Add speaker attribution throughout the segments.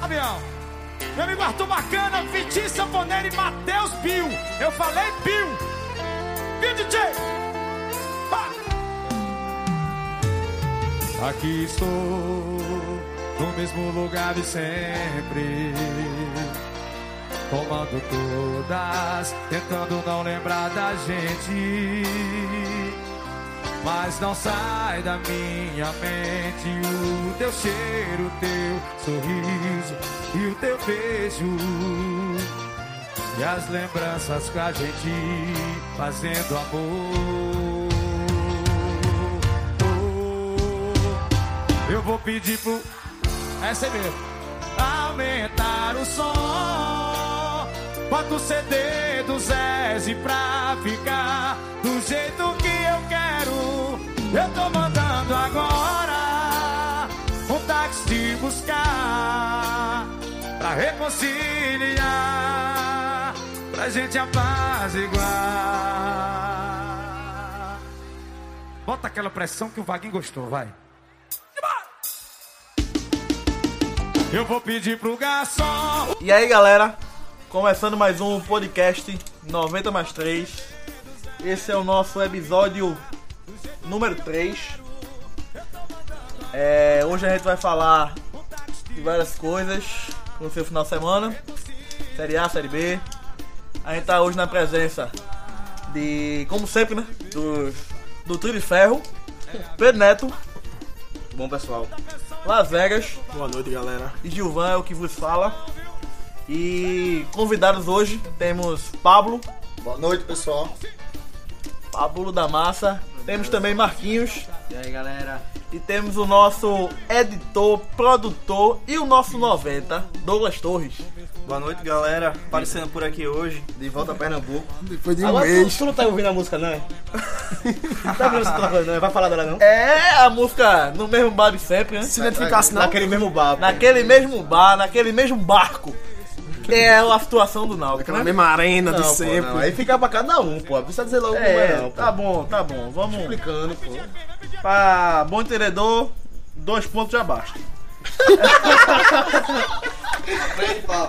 Speaker 1: Fabião? Meu amigo Arthur Bacana, Vitinho Sanfoneiro e Matheus Bill. Eu falei Bill. Bill DJ. Ah. Aqui estou, no mesmo lugar de sempre. Tomando todas, tentando não lembrar da gente. Mas não sai da minha mente o teu cheiro, o teu sorriso e o teu beijo. E as lembranças com a gente fazendo amor. Oh, eu vou pedir pro. Essa é mesmo. Aumentar o som. Bota o CD do Zezé pra ficar do jeito que eu quero. Eu tô mandando agora um táxi te buscar pra reconciliar, pra gente apaziguar. Bota aquela pressão que o Vaguinho gostou, vai. Eu vou pedir pro garçom.
Speaker 2: E aí galera, começando mais um podcast 90 mais 3. Esse é o nosso episódio número 3. É, hoje a gente vai falar de várias coisas com o seu final de semana. Série A, Série B. A gente tá hoje na presença de, como sempre, né? Do, do Trio de Ferro, Pedro Neto,
Speaker 3: Bom pessoal,
Speaker 2: Las Vegas
Speaker 4: Boa noite, galera.
Speaker 2: e Gilvan é o que vos fala. E convidados hoje temos Pablo,
Speaker 3: boa noite pessoal.
Speaker 2: Pablo da Massa, temos também Marquinhos,
Speaker 3: E aí galera,
Speaker 2: E temos o nosso editor, produtor e o nosso 90, Douglas Torres.
Speaker 5: Boa noite, galera. Aparecendo por aqui hoje.
Speaker 3: de volta a Pernambuco.
Speaker 4: Depois de um
Speaker 6: Agora tu,
Speaker 4: mês.
Speaker 6: tu não tá ouvindo a música, não é? Não tá ouvindo a música, não é? Vai falar dela, não?
Speaker 2: É a música no mesmo bar de sempre, né?
Speaker 4: Se identificasse não,
Speaker 6: Naquele mesmo bar. pô.
Speaker 2: Naquele mesmo bar, naquele mesmo barco. Que é a situação do Náutico,
Speaker 4: aquela
Speaker 2: né?
Speaker 4: mesma arena de
Speaker 6: Não, pô,
Speaker 4: sempre.
Speaker 6: não. é Aí fica pra cada um, pô. Não precisa dizer logo como é,
Speaker 2: É,
Speaker 6: não, pô.
Speaker 2: tá bom, tá bom. Vamos
Speaker 6: explicando, pô.
Speaker 2: pra bom entendedor, dois pontos já basta.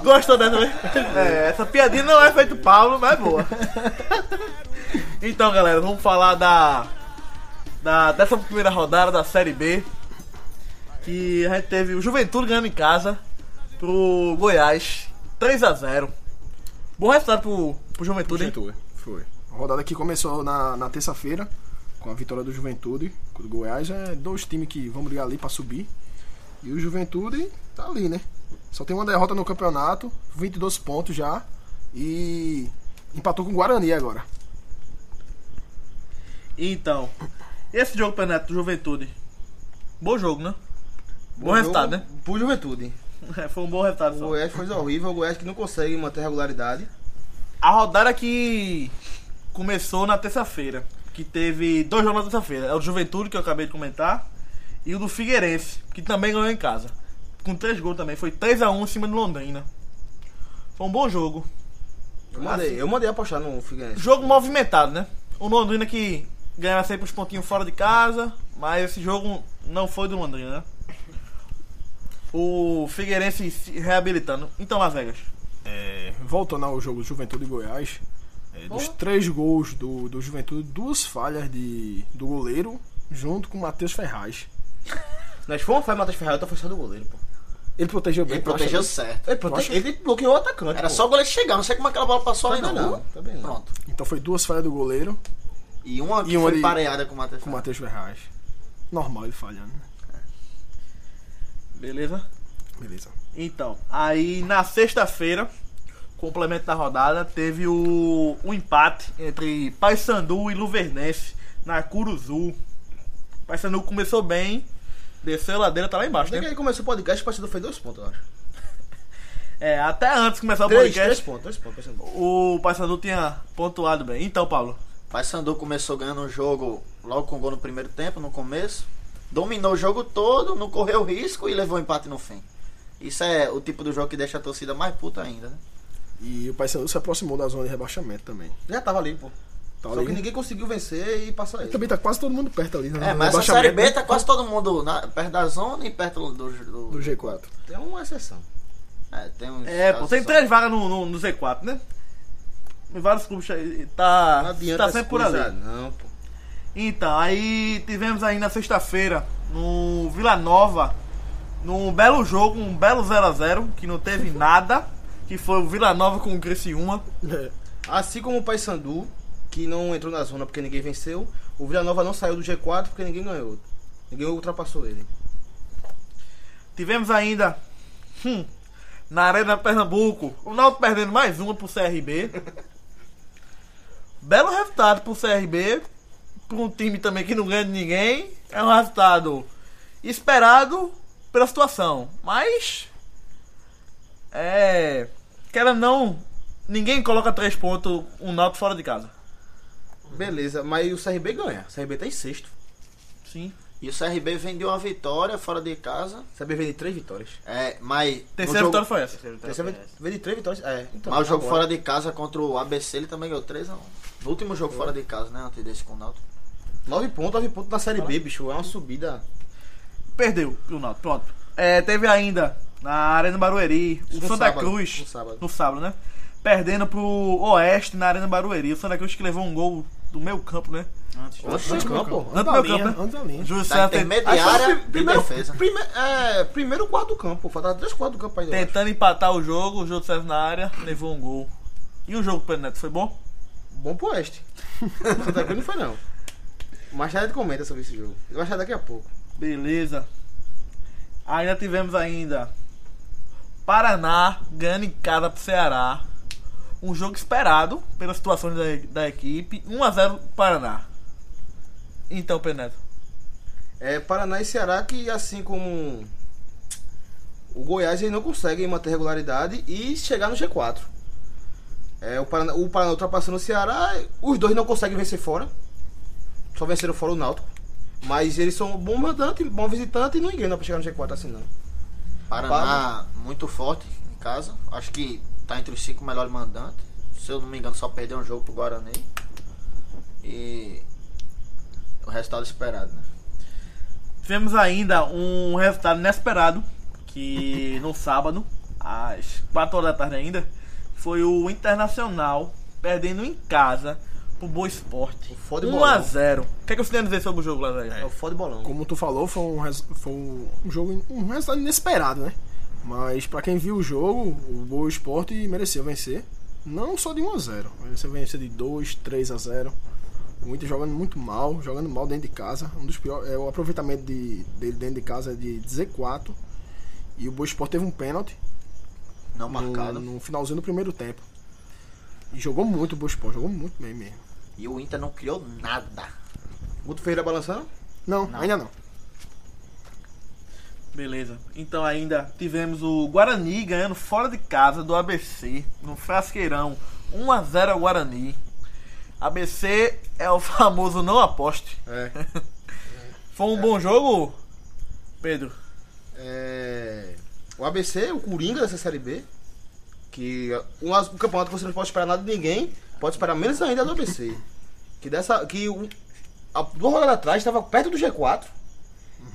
Speaker 2: Gostou dessa? né? É, essa piadinha não é feito Paulo, mas é boa. Então, galera, vamos falar da, da dessa primeira rodada da Série B. Que a gente teve o Juventude ganhando em casa pro Goiás 3 a 0 Bom resultado pro, pro Juventude, hein?
Speaker 6: Juventude. Foi.
Speaker 4: A rodada que começou na, na terça-feira, com a vitória do Juventude, com o Goiás. É dois times que vão brigar ali pra subir. E o Juventude tá ali, né? Só tem uma derrota no campeonato, 22 pontos já. E empatou com o Guarani agora.
Speaker 2: Então, esse jogo Peneto do Juventude. Bom jogo, né? Bom,
Speaker 6: Bom
Speaker 2: resultado, né?
Speaker 6: Por juventude.
Speaker 2: É, Foi um bom resultado.
Speaker 6: O
Speaker 2: Só.
Speaker 6: Goiás foi horrível, o Goiás que não consegue manter a regularidade.
Speaker 2: A rodada que começou na terça-feira, que teve dois jogos na terça-feira. É o do Juventude, que eu acabei de comentar, e o do Figueirense, que também ganhou em casa. Com três gols também. Foi 3x1 em cima do Londrina. Foi um bom jogo.
Speaker 6: Eu mandei, eu mandei apostar no Figueirense.
Speaker 2: Jogo movimentado, né? O Londrina que ganhava sempre os pontinhos fora de casa, mas esse jogo não foi do Londrina, né? O Figueirense se reabilitando. Então, Las Vegas.
Speaker 4: É, voltando ao jogo Juventude e Goiás, é, dos três gols do, do Juventude, duas falhas de, do goleiro, junto com o Matheus Ferraz.
Speaker 6: Nós fomos fazer Matheus Ferrari, eu tô fechado do goleiro, pô.
Speaker 4: Ele protegeu bem,
Speaker 3: Ele
Speaker 4: tu acha
Speaker 3: protegeu
Speaker 4: isso?
Speaker 3: certo.
Speaker 6: Ele, prote... ele bloqueou o atacante.
Speaker 3: Era
Speaker 6: pô.
Speaker 3: só o goleiro chegar, não sei como aquela bola
Speaker 1: Tá
Speaker 3: passou ali
Speaker 6: Também
Speaker 3: não.
Speaker 6: não. Também não.
Speaker 3: Pronto.
Speaker 4: Então foi duas falhas do goleiro
Speaker 3: E uma que
Speaker 4: E uma
Speaker 3: foi
Speaker 4: de-
Speaker 3: pareada com o Matheus.
Speaker 4: com o Matheus Ferraz. Normal ele falhando, né?
Speaker 2: Beleza?
Speaker 4: Beleza.
Speaker 2: Então, aí na sexta-feira, complemento da rodada, teve o, o empate entre Paysandu e Luverdense na Curuzu. Paysandu começou bem, desceu a ladeira, tá lá embaixo,
Speaker 6: Desde
Speaker 2: né?
Speaker 6: que ele começou o podcast, o partido fez dois pontos, eu acho.
Speaker 2: É, até antes de começar o
Speaker 6: Três,
Speaker 2: podcast,
Speaker 6: três pontos, dois pontos. Paysandu.
Speaker 2: o Paysandu tinha pontuado bem. Então, Paulo,
Speaker 3: Paysandu começou ganhando o jogo logo com gol no primeiro tempo, no começo. Dominou o jogo todo, não correu risco e levou o empate no fim. Isso é o tipo do jogo que deixa a torcida mais puta ainda, né?
Speaker 4: E o Paysandu se aproximou da zona de rebaixamento também.
Speaker 6: Já tava ali, pô.
Speaker 4: Tá
Speaker 6: Só
Speaker 4: ali.
Speaker 6: que ninguém conseguiu vencer e passar ele.
Speaker 4: Também tá quase todo mundo perto ali, né?
Speaker 3: É, mas essa
Speaker 4: Rebaixamento,
Speaker 3: Série B
Speaker 4: né?
Speaker 3: tá quase todo mundo na- perto da zona e perto do, do,
Speaker 4: do G4.
Speaker 6: Tem uma exceção.
Speaker 3: É, tem uns
Speaker 2: É, pô,
Speaker 3: casos
Speaker 2: tem
Speaker 3: só.
Speaker 2: três vagas no, no- no Z4, né? Em vários clubes eh,
Speaker 6: Não
Speaker 2: tá,
Speaker 6: adianta
Speaker 2: tá
Speaker 6: essa
Speaker 2: sempre por ali.
Speaker 6: coisa, Não, pô.
Speaker 2: Então, aí tivemos aí na sexta-feira no Vila Nova, num belo jogo, um belo 0x0, que não teve nada, que foi o Vila Nova com o Criciúma.
Speaker 6: Assim como o Paysandu, que não entrou na zona porque ninguém venceu, o Vila Nova não saiu do G4 porque ninguém ganhou. Ninguém ultrapassou ele.
Speaker 2: Tivemos ainda hum, na Arena Pernambuco, o Náutico perdendo mais uma pro CRB. Belo resultado pro CRB, pra um time também que não ganha de ninguém. É um resultado esperado pela situação, mas é, queira ou não, ninguém coloca três pontos um Náutico fora de casa.
Speaker 6: Beleza, mas o CRB ganha. O CRB tá em sexto.
Speaker 2: Sim.
Speaker 3: E o CRB vendeu uma vitória fora de casa.
Speaker 6: O CRB vende três vitórias.
Speaker 3: É, mas.
Speaker 2: Terceira
Speaker 3: no jogo,
Speaker 2: vitória foi essa.
Speaker 6: O CRB vende- vende três vitórias. É, então.
Speaker 3: Mas o jogo
Speaker 6: agora.
Speaker 3: fora de casa contra o ABC ele também ganhou 3x1. No último jogo fora de casa, né? Antes desse com o Náutico.
Speaker 6: Nove pontos, nove pontos na Série B, bicho. É uma subida.
Speaker 2: Perdeu o Náutico, pronto. É, teve ainda na Arena Barueri, o
Speaker 6: No
Speaker 2: Santa
Speaker 6: sábado,
Speaker 2: Cruz.
Speaker 6: no sábado.
Speaker 2: no sábado, né? Perdendo pro Oeste na Arena Barueri. O Santa Cruz que levou um gol do meu campo, né?
Speaker 3: Antes do
Speaker 6: Oxe,
Speaker 4: Antes do
Speaker 6: não,
Speaker 4: campo,
Speaker 6: pô.
Speaker 2: Antes do
Speaker 5: da
Speaker 2: meu
Speaker 5: linha.
Speaker 2: campo, né?
Speaker 4: Anda
Speaker 6: Hum,
Speaker 4: ali.
Speaker 2: Júlio
Speaker 6: tá
Speaker 2: César
Speaker 3: Da
Speaker 2: tent-
Speaker 6: Aí foi
Speaker 3: intermediária
Speaker 6: pri-
Speaker 3: de
Speaker 6: primeiro,
Speaker 3: defesa.
Speaker 6: prime- é, primeiro quarto do campo. Faltava três quartos do campo ainda. eu acho.
Speaker 2: tentando empatar o jogo, o Júlio César na área, levou um gol. E o jogo pro Neto foi bom?
Speaker 6: Bom pro Oeste. Santa Cruz não foi, não. Mas já comenta sobre esse jogo. Eu acho que daqui a pouco.
Speaker 2: Beleza. Ainda tivemos ainda Paraná ganhando em casa pro Ceará. Um jogo esperado pelas situações da, da equipe. 1x0 pro Paraná. Então, Peneto.
Speaker 6: É Paraná e Ceará que, assim como o Goiás, eles não conseguem manter regularidade e chegar no G4. É, o, Paraná, o Paraná ultrapassando o Ceará, os dois não conseguem vencer fora. Só venceram fora o Náutico. Mas eles são um bom mandante, bom visitante e não engana pra chegar no G4 assim não.
Speaker 3: Paraná
Speaker 6: né?
Speaker 3: muito forte em casa. Acho que tá entre os cinco melhores mandantes. Se eu não me engano, só perdeu um jogo pro Guarani. E. O resultado esperado, né?
Speaker 2: Tivemos ainda um resultado inesperado, que no sábado, às 4 horas da tarde ainda, foi o Internacional perdendo em casa pro Boa Esporte.
Speaker 6: O foda e bolão.
Speaker 2: 1x0. O que, é que você tem a dizer sobre o jogo, Lazarinho?
Speaker 6: É o foda bolão.
Speaker 4: Como tu falou, foi um, res- foi um um jogo, um resultado inesperado, né? Mas pra quem viu o jogo, o Boa Esporte mereceu vencer. Não só de 1 a 0 mereceu vencer de 2, 3 a 0 O Inter jogando muito mal, jogando mal dentro de casa. Um dos piores, é, o aproveitamento de, dele dentro de casa é de 14. E o Boa Esporte teve um pênalti
Speaker 3: Não
Speaker 4: no,
Speaker 3: marcado.
Speaker 4: no finalzinho do primeiro tempo. E jogou muito o Boa Esporte, jogou muito bem mesmo.
Speaker 3: E o Inter não criou nada.
Speaker 6: Guto Ferreira balançando?
Speaker 4: Não, ainda não.
Speaker 2: Beleza. Então ainda tivemos o Guarani ganhando fora de casa do ABC, no Frasqueirão. 1x0 ao Guarani. ABC é o famoso não aposte.
Speaker 6: É.
Speaker 2: Foi um bom jogo, Pedro?
Speaker 6: É, O ABC, o Coringa dessa Série B, que é um, as- um campeonato que você não pode esperar nada de ninguém, pode esperar menos ainda do ABC. Que dessa. Que um, a, duas rodadas atrás estava perto do G4.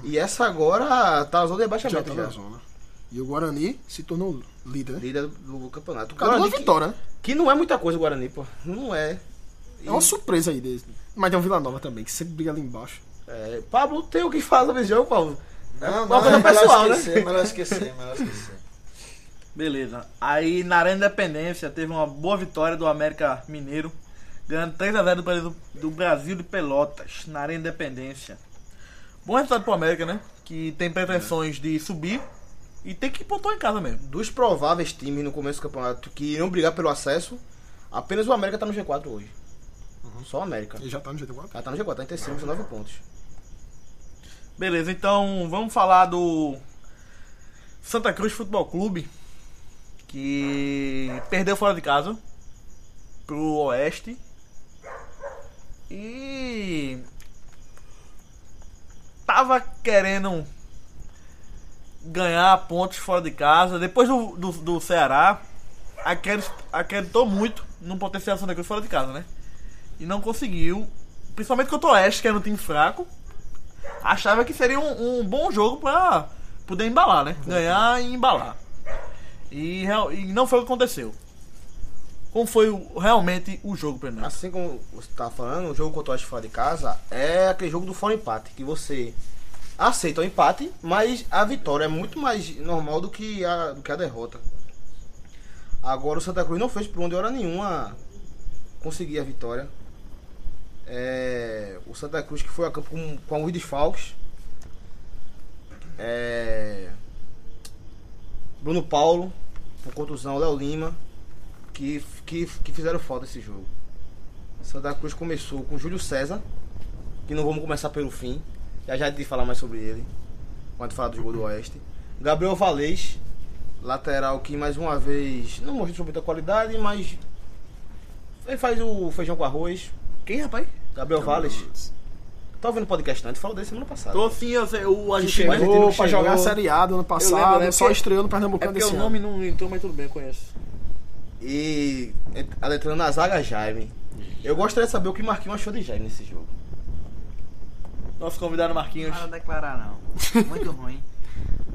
Speaker 6: E essa agora tá na zona de
Speaker 4: Já
Speaker 6: rebaixamento
Speaker 4: tá
Speaker 6: já.
Speaker 4: na zona. E o Guarani se tornou líder, né?
Speaker 6: Líder do, do campeonato. O
Speaker 4: Cada uma
Speaker 6: Guarani, que,
Speaker 4: vitória, né?
Speaker 6: que não é muita coisa o Guarani, pô. Não é.
Speaker 4: É uma surpresa aí desse. Mas tem um Vila Nova também, que sempre briga ali embaixo.
Speaker 6: é Pablo tem o que falar sobre esse jogo, Pablo. É
Speaker 3: Não,
Speaker 6: uma coisa pessoal, né?
Speaker 3: esquecer, Melhor esquecer, melhor esquecer.
Speaker 2: Beleza. Aí na Arena Independência teve uma boa vitória do América Mineiro, ganhando 3x0 do, Brasil- do Brasil de Pelotas na Arena Independência. Bom resultado pro América, né? Que tem pretensões de subir e tem que pontuar em casa mesmo.
Speaker 6: Dos prováveis times no começo do campeonato que iriam brigar pelo acesso, apenas o América tá no G4 hoje. Só o América.
Speaker 4: E já tá no G4.
Speaker 6: Ela tá no G4, tá em terceiro, 19 pontos.
Speaker 2: Beleza, então vamos falar do Santa Cruz Futebol Clube, que perdeu fora de casa pro Oeste. E tava querendo ganhar pontos fora de casa. Depois do, do, do Ceará, acredit- acreditou muito no potencial do Santa Cruz fora de casa, né? E não conseguiu. Principalmente contra o Oeste, que era um time fraco achava que seria um, um bom jogo pra poder embalar, né? Ganhar e embalar. E, real- e não foi o que aconteceu. Como foi o- realmente o jogo pra nós?
Speaker 6: Assim como você tá falando, o jogo contra o Oeste fora de casa é aquele jogo do fora empate, que você aceita o empate, mas a vitória é muito mais normal do que a, do que a derrota. Agora o Santa Cruz não fez por onde hora nenhuma conseguir a vitória. É, o Santa Cruz que foi a campo com, com alguns desfalques. É, Bruno Paulo, por contusão, Léo Lima, que, que, que fizeram falta esse jogo. Santa Cruz começou com Júlio César, que não vamos começar pelo fim. Já já de falar mais sobre ele, quando falar do jogo do Oeste. Gabriel Valês, lateral que mais uma vez não mostrou muita qualidade, mas ele faz o feijão com arroz.
Speaker 2: Quem, rapaz?
Speaker 6: Gabriel Valles. Tá ouvindo o podcast, não? A gente falou dele semana passada.
Speaker 2: Tô sim, eu sei, o a gente
Speaker 6: chegou,
Speaker 2: mas ele
Speaker 4: Chegou
Speaker 6: argentino
Speaker 4: pra
Speaker 6: que chegou.
Speaker 4: jogar a Série A do ano passado,
Speaker 2: lembro, né?
Speaker 4: só
Speaker 2: Porque-
Speaker 4: estreou no
Speaker 2: É
Speaker 4: Pernambucano
Speaker 2: porque
Speaker 4: desse
Speaker 2: o
Speaker 4: ano.
Speaker 2: nome não entrou, mas tudo bem, eu conheço.
Speaker 6: E adentrando na zaga, Jaime. Eu gostaria de saber o que Marquinhos achou de Jaime nesse jogo.
Speaker 2: Nosso convidado Marquinhos.
Speaker 5: Não declarar, não. Muito ruim.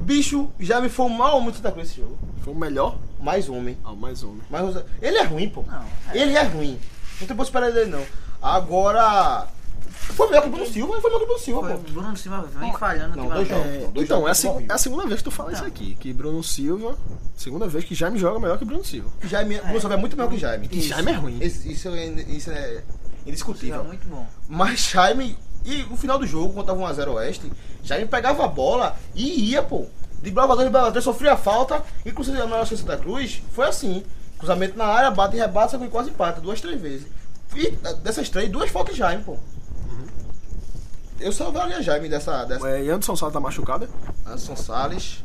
Speaker 6: Bicho, Jaime foi o mal muito Santa Cruz nesse jogo.
Speaker 4: Foi o melhor?
Speaker 6: Mais homem.
Speaker 4: Ah, mais um, né?
Speaker 6: Mas os- ele é ruim, pô.
Speaker 5: Não, é.
Speaker 6: Ele é ruim. Não tem pra esperar dele, não. Agora. Foi melhor que o Bruno Silva, mas foi melhor que o Bruno Silva,
Speaker 5: Foi o
Speaker 6: pô.
Speaker 5: Bruno Silva vem falhando
Speaker 6: Não, dois
Speaker 5: ultimamente.
Speaker 6: jogos.
Speaker 4: É,
Speaker 6: dois
Speaker 4: então,
Speaker 6: jogos,
Speaker 4: é a, se-
Speaker 6: tudo horrível.
Speaker 4: é a segunda vez que tu fala isso aqui, que Bruno Silva, segunda vez que Jaime joga melhor que Bruno Silva.
Speaker 6: Jaime, Bruno Silva é muito melhor que o Jaime.
Speaker 4: E Jaime é ruim.
Speaker 6: Isso, isso é, isso é
Speaker 5: Silva é
Speaker 6: indiscutível.
Speaker 5: muito bom.
Speaker 6: Mas Jaime. E no final do jogo, quando tava 1x0 Oeste, Jaime pegava a bola e ia, pô. De bravador, de bravador, sofria falta. E com a melhor chance da Cruz, foi assim. Cruzamento na área, bate e rebate, sacou e quase empata, duas, três vezes. E eh, dessas três, duas faltas Jaime, pô. Eu salvaria Jaime dessa, dessa,
Speaker 4: É, e Anderson Sá tá machucado, né?
Speaker 6: Anderson Salles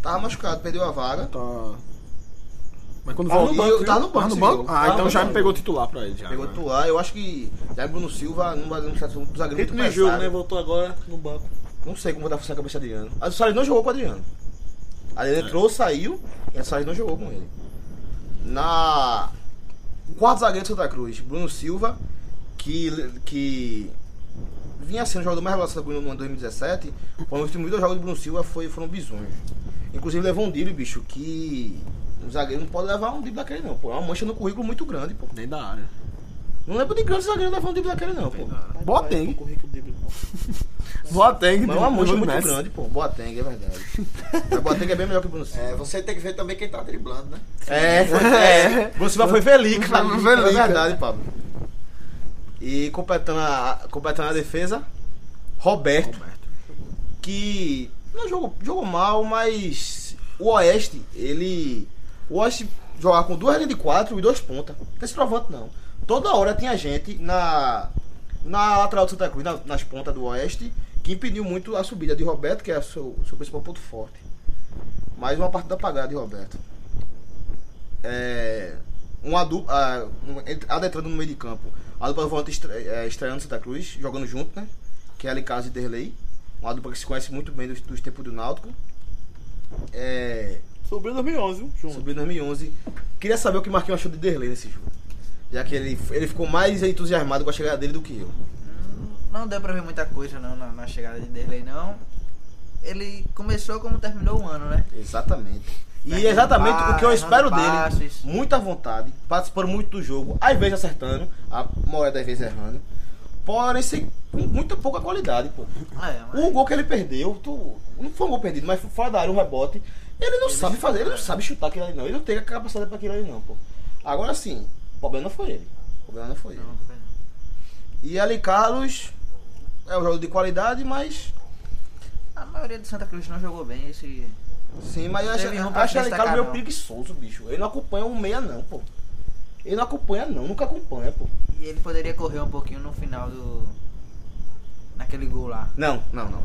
Speaker 6: tava machucado, perdeu a vaga.
Speaker 4: tá... Mas quando
Speaker 6: Tava
Speaker 4: volta-
Speaker 6: no banco,
Speaker 4: viu?
Speaker 6: tava no banco esse jogo.
Speaker 4: Ah,
Speaker 6: Tava
Speaker 4: então
Speaker 6: no
Speaker 4: o Jaime
Speaker 6: banco.
Speaker 4: pegou titular pra ele já.
Speaker 6: Pegou
Speaker 4: né?
Speaker 6: titular, eu acho que Jair Bruno Silva não vai demonstrar um dos zagueiros
Speaker 2: Ritmo
Speaker 6: muito
Speaker 2: de jogo,
Speaker 6: pesado.
Speaker 2: né? Voltou agora no banco.
Speaker 6: Não sei como tá funcionando a cabeça de Adriano. Mas o Salles não jogou com o Adriano.
Speaker 2: É.
Speaker 6: Adriano entrou, saiu, e o Salles não jogou com ele. Na. O quarto zagueiro do Santa Cruz, Bruno Silva, que, que vinha sendo o jogador mais relacionado com o ano 2017, quando os um últimos dois jogos do Bruno Silva foi, foram bizonhos. Inclusive levou um drible, bicho, que um zagueiro não pode levar um drible daquele não, pô. É uma mancha no currículo muito grande, pô.
Speaker 4: Nem da área.
Speaker 6: Não lembro de grande zagueiro levar um drible daquele não, pô.
Speaker 4: Boateng.
Speaker 2: Currículo dele, não.
Speaker 4: Boateng.
Speaker 6: Mas é
Speaker 4: do-
Speaker 6: uma
Speaker 4: do
Speaker 6: mancha muito
Speaker 4: Messi.
Speaker 6: grande, pô. Boateng, é verdade. Mas Boateng é bem melhor que o Bruno Silva.
Speaker 3: É, você tem que ver também quem tá driblando, né?
Speaker 6: É, é. Bruno Silva foi Velica.
Speaker 4: Foi
Speaker 6: É
Speaker 4: Velica.
Speaker 6: verdade, Pablo. E completando a, completando a defesa, Roberto, Que não jogou, jogou mal, mas o Oeste, ele. O Oeste jogava com duas linhas de quatro e dois pontas. Não tem esse provante, não. Toda hora tinha gente na, na lateral do Santa Cruz, na- nas pontas do Oeste, que impediu muito a subida de Roberto, que é o seu, seu principal ponto forte. Mais uma partida apagada de Roberto é, um adulto, ah, um, ent- adentrando no meio de campo. A dupla volante estra, é, estreando Santa Cruz, jogando junto, né? Que é Alicaz e Derlei. Uma dupla que se conhece muito bem dos, dos tempos do Náutico. É,
Speaker 2: Subiu em 2011, viu? Junto.
Speaker 6: subiu em 2011. Queria saber o que Marquinhos achou de Derlei nesse jogo. Já que ele, ele ficou mais entusiasmado com a chegada dele do que eu.
Speaker 5: Não deu pra ver muita coisa não na, na chegada de Derlei, não. Ele começou como terminou o ano, né?
Speaker 6: Exatamente. E
Speaker 5: Perdendo
Speaker 6: exatamente o que eu
Speaker 5: passe,
Speaker 6: espero
Speaker 5: errando
Speaker 6: dele.
Speaker 5: passes.
Speaker 6: Muita vontade, participando muito do jogo, às vezes acertando, a maioria das vezes errando. Porém, sem, com muita pouca qualidade, pô.
Speaker 5: É, mas...
Speaker 6: O gol que ele perdeu, tu- não foi um gol perdido, mas foi fora da área, um rebote. Ele não sabe fazer, ele não sabe chutar aquilo ali, não. Ele não tem a capacidade pra aquilo ali, não, pô. Agora sim, o problema não foi ele. O problema não foi ele.
Speaker 5: Não, foi não.
Speaker 6: E ali, Carlos, é um jogo de qualidade, mas.
Speaker 5: A maioria do Santa Cruz não jogou bem esse.
Speaker 6: Sim, mas eu acho,
Speaker 5: Teve um pra
Speaker 6: acho
Speaker 5: se
Speaker 6: ali, Carlos
Speaker 5: destacar,
Speaker 6: meio
Speaker 5: não.
Speaker 6: preguiçoso, bicho. Ele não acompanha um meia, não, pô. Ele não acompanha, não. Nunca acompanha, pô.
Speaker 5: E ele poderia correr um pouquinho no final do. Naquele gol lá.
Speaker 6: Não, não, não.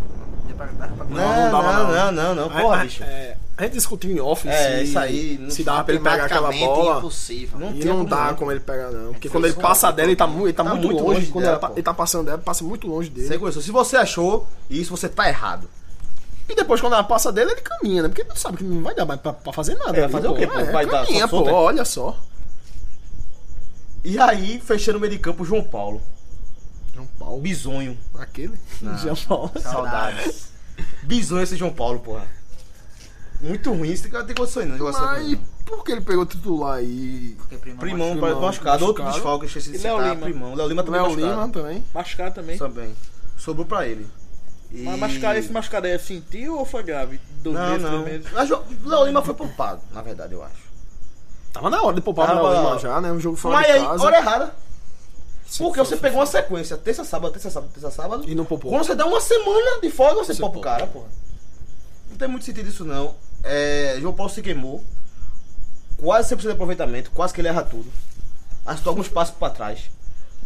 Speaker 5: Deu pra, dava pra
Speaker 6: Não,
Speaker 5: correr. um
Speaker 6: não,
Speaker 4: dava,
Speaker 6: não, não,
Speaker 4: não.
Speaker 6: não, não.
Speaker 4: É,
Speaker 6: Porra,
Speaker 4: é,
Speaker 6: bicho.
Speaker 4: é, a gente discutiu em off
Speaker 6: É,
Speaker 4: se,
Speaker 6: isso aí, não-
Speaker 4: se dava pra ele pegar aquela
Speaker 3: Matematicamente
Speaker 4: bola.
Speaker 3: impossível.
Speaker 6: Não
Speaker 4: E
Speaker 6: tem
Speaker 4: não É
Speaker 6: como
Speaker 4: dá
Speaker 6: não.
Speaker 4: como ele pegar, não. Porque
Speaker 6: Foi
Speaker 4: quando ele
Speaker 6: só-
Speaker 4: passa dela, ele tá, mu- ele tá
Speaker 6: Tá
Speaker 4: muito, longe. quando
Speaker 6: dela,
Speaker 4: ela pa-
Speaker 6: pô.
Speaker 4: ele tá passando dela, passa muito longe dele.
Speaker 6: Sem condição. Se você achou isso, você tá errado.
Speaker 4: E depois, quando ela passa dela, ele caminha, né? Porque tu sabe que não vai dar mais pra, pra fazer nada.
Speaker 6: É,
Speaker 4: ali,
Speaker 6: fazer o quê, pô?
Speaker 4: É,
Speaker 6: Vai dar
Speaker 4: caminha,
Speaker 6: só
Speaker 4: pô.
Speaker 6: solta?
Speaker 4: Olha só.
Speaker 6: E aí, fechando o meio de campo, João Paulo.
Speaker 4: João Paulo.
Speaker 6: Bisonho.
Speaker 4: Aquele? João Paulo.
Speaker 5: Saudades.
Speaker 6: Bisonho esse João Paulo, porra. muito ruim, isso tem que ter condições, né, não. jogar essa
Speaker 4: Mas
Speaker 6: coisa, não.
Speaker 4: por que ele pegou o titular e.
Speaker 5: Porque Primão.
Speaker 6: Primão,
Speaker 4: Primão,
Speaker 6: para machucado, outro
Speaker 4: machucado.
Speaker 6: desfalque, esqueci de
Speaker 2: E Léo
Speaker 6: citar,
Speaker 2: Lima.
Speaker 6: Primão. Léo Lima também
Speaker 4: Léo
Speaker 6: machucado.
Speaker 4: é Lima também.
Speaker 2: Machucado também.
Speaker 6: Também. Sobrou pra ele. E...
Speaker 2: Mas machucado, esse machucado aí é sentiu ou foi grave? Dois
Speaker 6: Não,
Speaker 2: meses,
Speaker 6: não.
Speaker 2: três meses?
Speaker 6: Mas o Léo Lima foi poupado, na verdade, eu acho.
Speaker 4: Tava na hora de poupar o
Speaker 6: Tava
Speaker 4: Léo
Speaker 6: na
Speaker 4: Lima
Speaker 6: hora.
Speaker 4: já, né? Um jogo fora
Speaker 6: Mas
Speaker 4: de
Speaker 6: aí,
Speaker 4: casa.
Speaker 6: hora errada.
Speaker 4: Sim,
Speaker 6: Porque
Speaker 4: sim,
Speaker 6: você
Speaker 4: sim,
Speaker 6: pegou uma
Speaker 4: sim.
Speaker 6: sequência, terça, sábado, terça, sábado, terça, sábado.
Speaker 4: E não poupou.
Speaker 6: Quando você dá uma semana de folga, você,
Speaker 4: Você
Speaker 6: poupa o
Speaker 4: poupa.
Speaker 6: cara, porra. Não tem muito sentido isso, não. É, João Paulo se queimou. Quase 100% de aproveitamento, quase que ele erra tudo. Acertou alguns passos pra trás.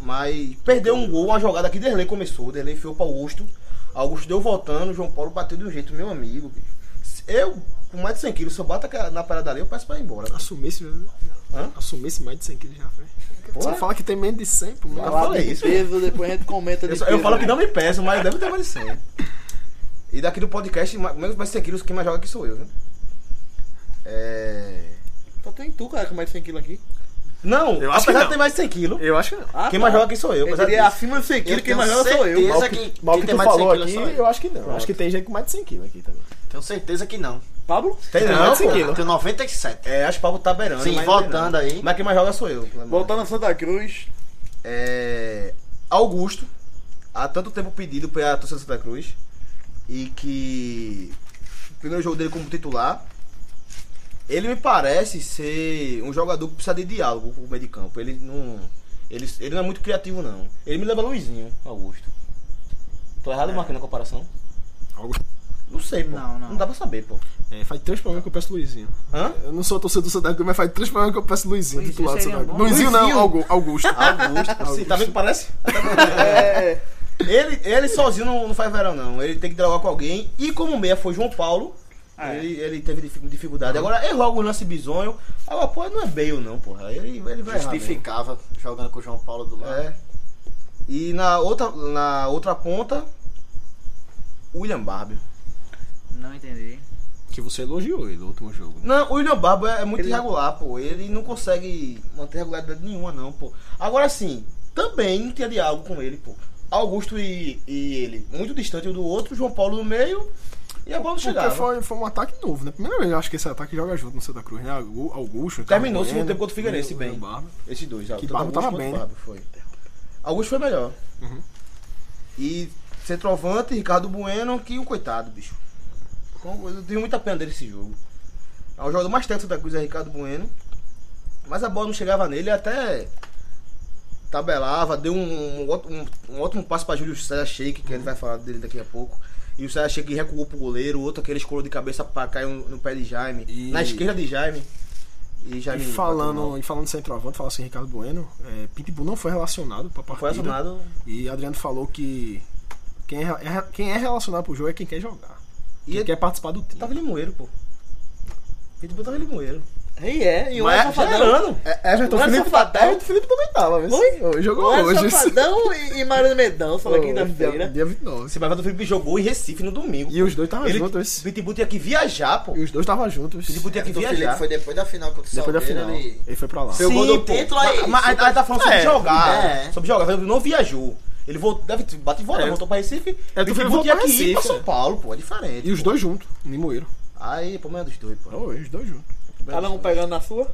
Speaker 6: Mas perdeu um gol, uma jogada que Derlei começou. Derlei enfiou pra Augusto. Augusto deu voltando, João Paulo bateu de um jeito, meu amigo. bicho. Se Eu, com mais de 100 quilos, se eu bato aquela- na parada ali, eu peço pra ir embora.
Speaker 4: Assumisse. né?
Speaker 6: Hã?
Speaker 4: Assumisse mais de 100 quilos já, velho. Só
Speaker 6: Porra.
Speaker 4: fala que tem menos de 100, pô.
Speaker 6: Eu
Speaker 4: mano.
Speaker 6: falei
Speaker 2: de
Speaker 6: isso.
Speaker 2: Peso, depois a gente comenta de
Speaker 6: Eu, só- eu
Speaker 2: peso,
Speaker 6: falo que
Speaker 2: né?
Speaker 6: não me peso, mas deve ter mais de 100. E daqui do podcast, ma- menos mais 100 quilos, quem mais joga aqui sou eu, viu? É...
Speaker 2: Só tem tu, cara, com mais de 100 quilos aqui.
Speaker 6: Não,
Speaker 2: Eu acho que
Speaker 6: apesar
Speaker 2: não.
Speaker 6: de ter mais de 100 quilos,
Speaker 4: Eu acho que não.
Speaker 2: Ah, tá.
Speaker 6: quem mais joga aqui sou eu.
Speaker 2: Eu
Speaker 6: apesar
Speaker 2: diria
Speaker 6: disso.
Speaker 2: acima de 100 quilos, quem
Speaker 3: tenho
Speaker 2: mais joga sou eu.
Speaker 3: certeza
Speaker 2: Mal que-
Speaker 3: que,
Speaker 4: Mas o
Speaker 3: quem
Speaker 4: que
Speaker 3: tem
Speaker 4: tu
Speaker 3: mais de 100
Speaker 4: falou
Speaker 3: quilos
Speaker 4: aqui,
Speaker 3: sou eu.
Speaker 4: eu acho que não. Eu acho que tem gente com mais de 100 quilos aqui também.
Speaker 3: Tenho certeza que não.
Speaker 2: Pablo?
Speaker 6: Tem
Speaker 4: Tem
Speaker 6: não,
Speaker 4: mais de 100
Speaker 6: pô.
Speaker 4: quilos.
Speaker 3: Tenho 97.
Speaker 6: É, acho que o Pablo tá beirando.
Speaker 3: Sim,
Speaker 6: mas
Speaker 3: voltando
Speaker 6: não.
Speaker 3: aí.
Speaker 6: Mas quem mais joga sou eu. pelo amor.
Speaker 2: Voltando a Santa Cruz.
Speaker 6: É... Augusto, há tanto tempo pedido pela torcida de Santa Cruz, e que... O primeiro jogo dele como titular... Ele me parece ser um jogador que precisa de diálogo com o meio de campo. Ele não, ele, ele não é muito criativo, não. Ele me lembra Luizinho, Augusto. Tô errado, Marquinhos, na comparação?
Speaker 4: Augusto.
Speaker 6: Não sei, pô.
Speaker 5: Não, não.
Speaker 6: Não dá pra saber, pô.
Speaker 4: É, faz três programas que eu peço Luizinho.
Speaker 6: Hã?
Speaker 4: Eu não sou torcedor do Santa Cruz, mas faz três programas que eu peço Luizinho,
Speaker 5: Luizinho
Speaker 4: titular do
Speaker 5: seria
Speaker 4: Santa Cruz.
Speaker 5: bom.
Speaker 4: Luizinho não,
Speaker 6: Luizinho.
Speaker 4: Augu- Augusto.
Speaker 6: Augusto. Sim, tá vendo que parece?
Speaker 2: É.
Speaker 6: Ele, ele sozinho não, não faz verão, não. Ele tem que dialogar com alguém. E como meia foi João Paulo,
Speaker 2: Ah, é.
Speaker 6: ele, ele teve dific- dificuldade. Agora, errou algum lance bizonho. Agora, pô, não é Bale, não, porra. Ele, ele vai errar, mesmo.
Speaker 3: Justificava jogando com o João Paulo do lado.
Speaker 6: É. E na outra, na outra ponta, William Barbie.
Speaker 5: Não entendi.
Speaker 4: Que você elogiou ele no último jogo. né?
Speaker 6: Não, o William Barbo é muito
Speaker 2: Ele-
Speaker 6: irregular, pô. Ele não consegue manter regularidade nenhuma, não, pô. Agora sim, também não tinha diálogo com ele, pô. Augusto e, e ele, muito distante um do outro, João Paulo no meio, e a bola não
Speaker 4: Porque
Speaker 6: chegava.
Speaker 4: foi, foi um ataque novo, né? Primeira vez eu acho que esse ataque joga junto no Santa Cruz, né? Augu- Augusto.
Speaker 6: Terminou
Speaker 4: Carvalho,
Speaker 6: o segundo tempo contra o Figueirense,
Speaker 4: William
Speaker 6: bem.
Speaker 4: Barba.
Speaker 6: Esses dois, tá
Speaker 4: Que
Speaker 6: tanto
Speaker 4: Barbo tava
Speaker 6: quanto
Speaker 4: bem, né?
Speaker 6: Barbo, foi. Augusto foi melhor.
Speaker 4: Uhum.
Speaker 6: E centroavante, Ricardo Bueno, que um coitado, bicho. Então, Eu tenho muita pena dele esse jogo. É o jogador mais técnico da Cruz, é Ricardo Bueno. Mas a bola não chegava nele, ele até tabelava, deu um, um, ótimo- um, um ótimo passo para Júlio César Sheik, que ele vai falar dele daqui a pouco. E o César Sheik recuou pro goleiro, o outro aquele escorou de cabeça pra cair no, no pé de Jaime.
Speaker 4: E-
Speaker 6: Na esquerda de Jaime. E
Speaker 4: E
Speaker 6: Jaime bateu
Speaker 4: falando,
Speaker 6: mal.
Speaker 4: e falando de centroavante, falando assim, Ricardo Bueno, é, Pitbull não foi relacionado pra partida.
Speaker 6: Foi acionado.
Speaker 4: E Adriano falou que quem é, é- quem é relacionado pro jogo é quem quer jogar.
Speaker 6: E
Speaker 4: Quem
Speaker 6: ele
Speaker 4: quer participar do time.
Speaker 6: tava em limoeiro, pô. Pitbull tava em limoeiro.
Speaker 2: E é, e o
Speaker 6: Mas
Speaker 2: Wesley Safadão.
Speaker 4: É, Everton
Speaker 2: O Wesley
Speaker 4: Felipe,
Speaker 2: Safadão.
Speaker 4: Everton Felipe também tava. viu?
Speaker 2: Oi?
Speaker 4: Jogou
Speaker 2: o Wesley
Speaker 4: hoje.
Speaker 2: Safadão e, e Mariano Mendonça na
Speaker 4: Foi,
Speaker 2: quinta-feira.
Speaker 4: Dia, dia 29.
Speaker 6: Esse Barbato É, Felipe jogou em Recife no domingo.
Speaker 4: E os dois estavam
Speaker 6: Ele-
Speaker 4: juntos.
Speaker 6: Pitbull tinha que viajar, pô.
Speaker 4: E os dois estavam juntos.
Speaker 6: Pitbull tinha que
Speaker 3: Everton É Felipe
Speaker 6: viajar.
Speaker 3: foi depois da final contra o
Speaker 4: Depois da
Speaker 3: Salgueiro,
Speaker 4: final.
Speaker 3: ele-
Speaker 4: Ele foi pra lá.
Speaker 3: Seu
Speaker 6: Sim,
Speaker 3: gol do
Speaker 6: pô.
Speaker 3: título aí.
Speaker 6: Mas, mas aí tá falando sobre
Speaker 4: É,
Speaker 6: jogar.
Speaker 3: é.
Speaker 6: Sobre jogar. Ele não viajou. Ele voltou, deve ter bate e volta,
Speaker 4: É.
Speaker 6: voltou pra Recife.
Speaker 4: É, tu
Speaker 6: Pitbull
Speaker 4: foi
Speaker 6: tinha
Speaker 4: pra
Speaker 6: que ir pra
Speaker 4: Recife,
Speaker 6: São
Speaker 4: é.
Speaker 6: Paulo, pô. É diferente.
Speaker 4: E os
Speaker 6: pô.
Speaker 4: dois juntos, em Moeiro.
Speaker 6: Aí, pô, menos dos dois, pô.
Speaker 4: Oi, os dois juntos.
Speaker 2: Cada um pegando na sua.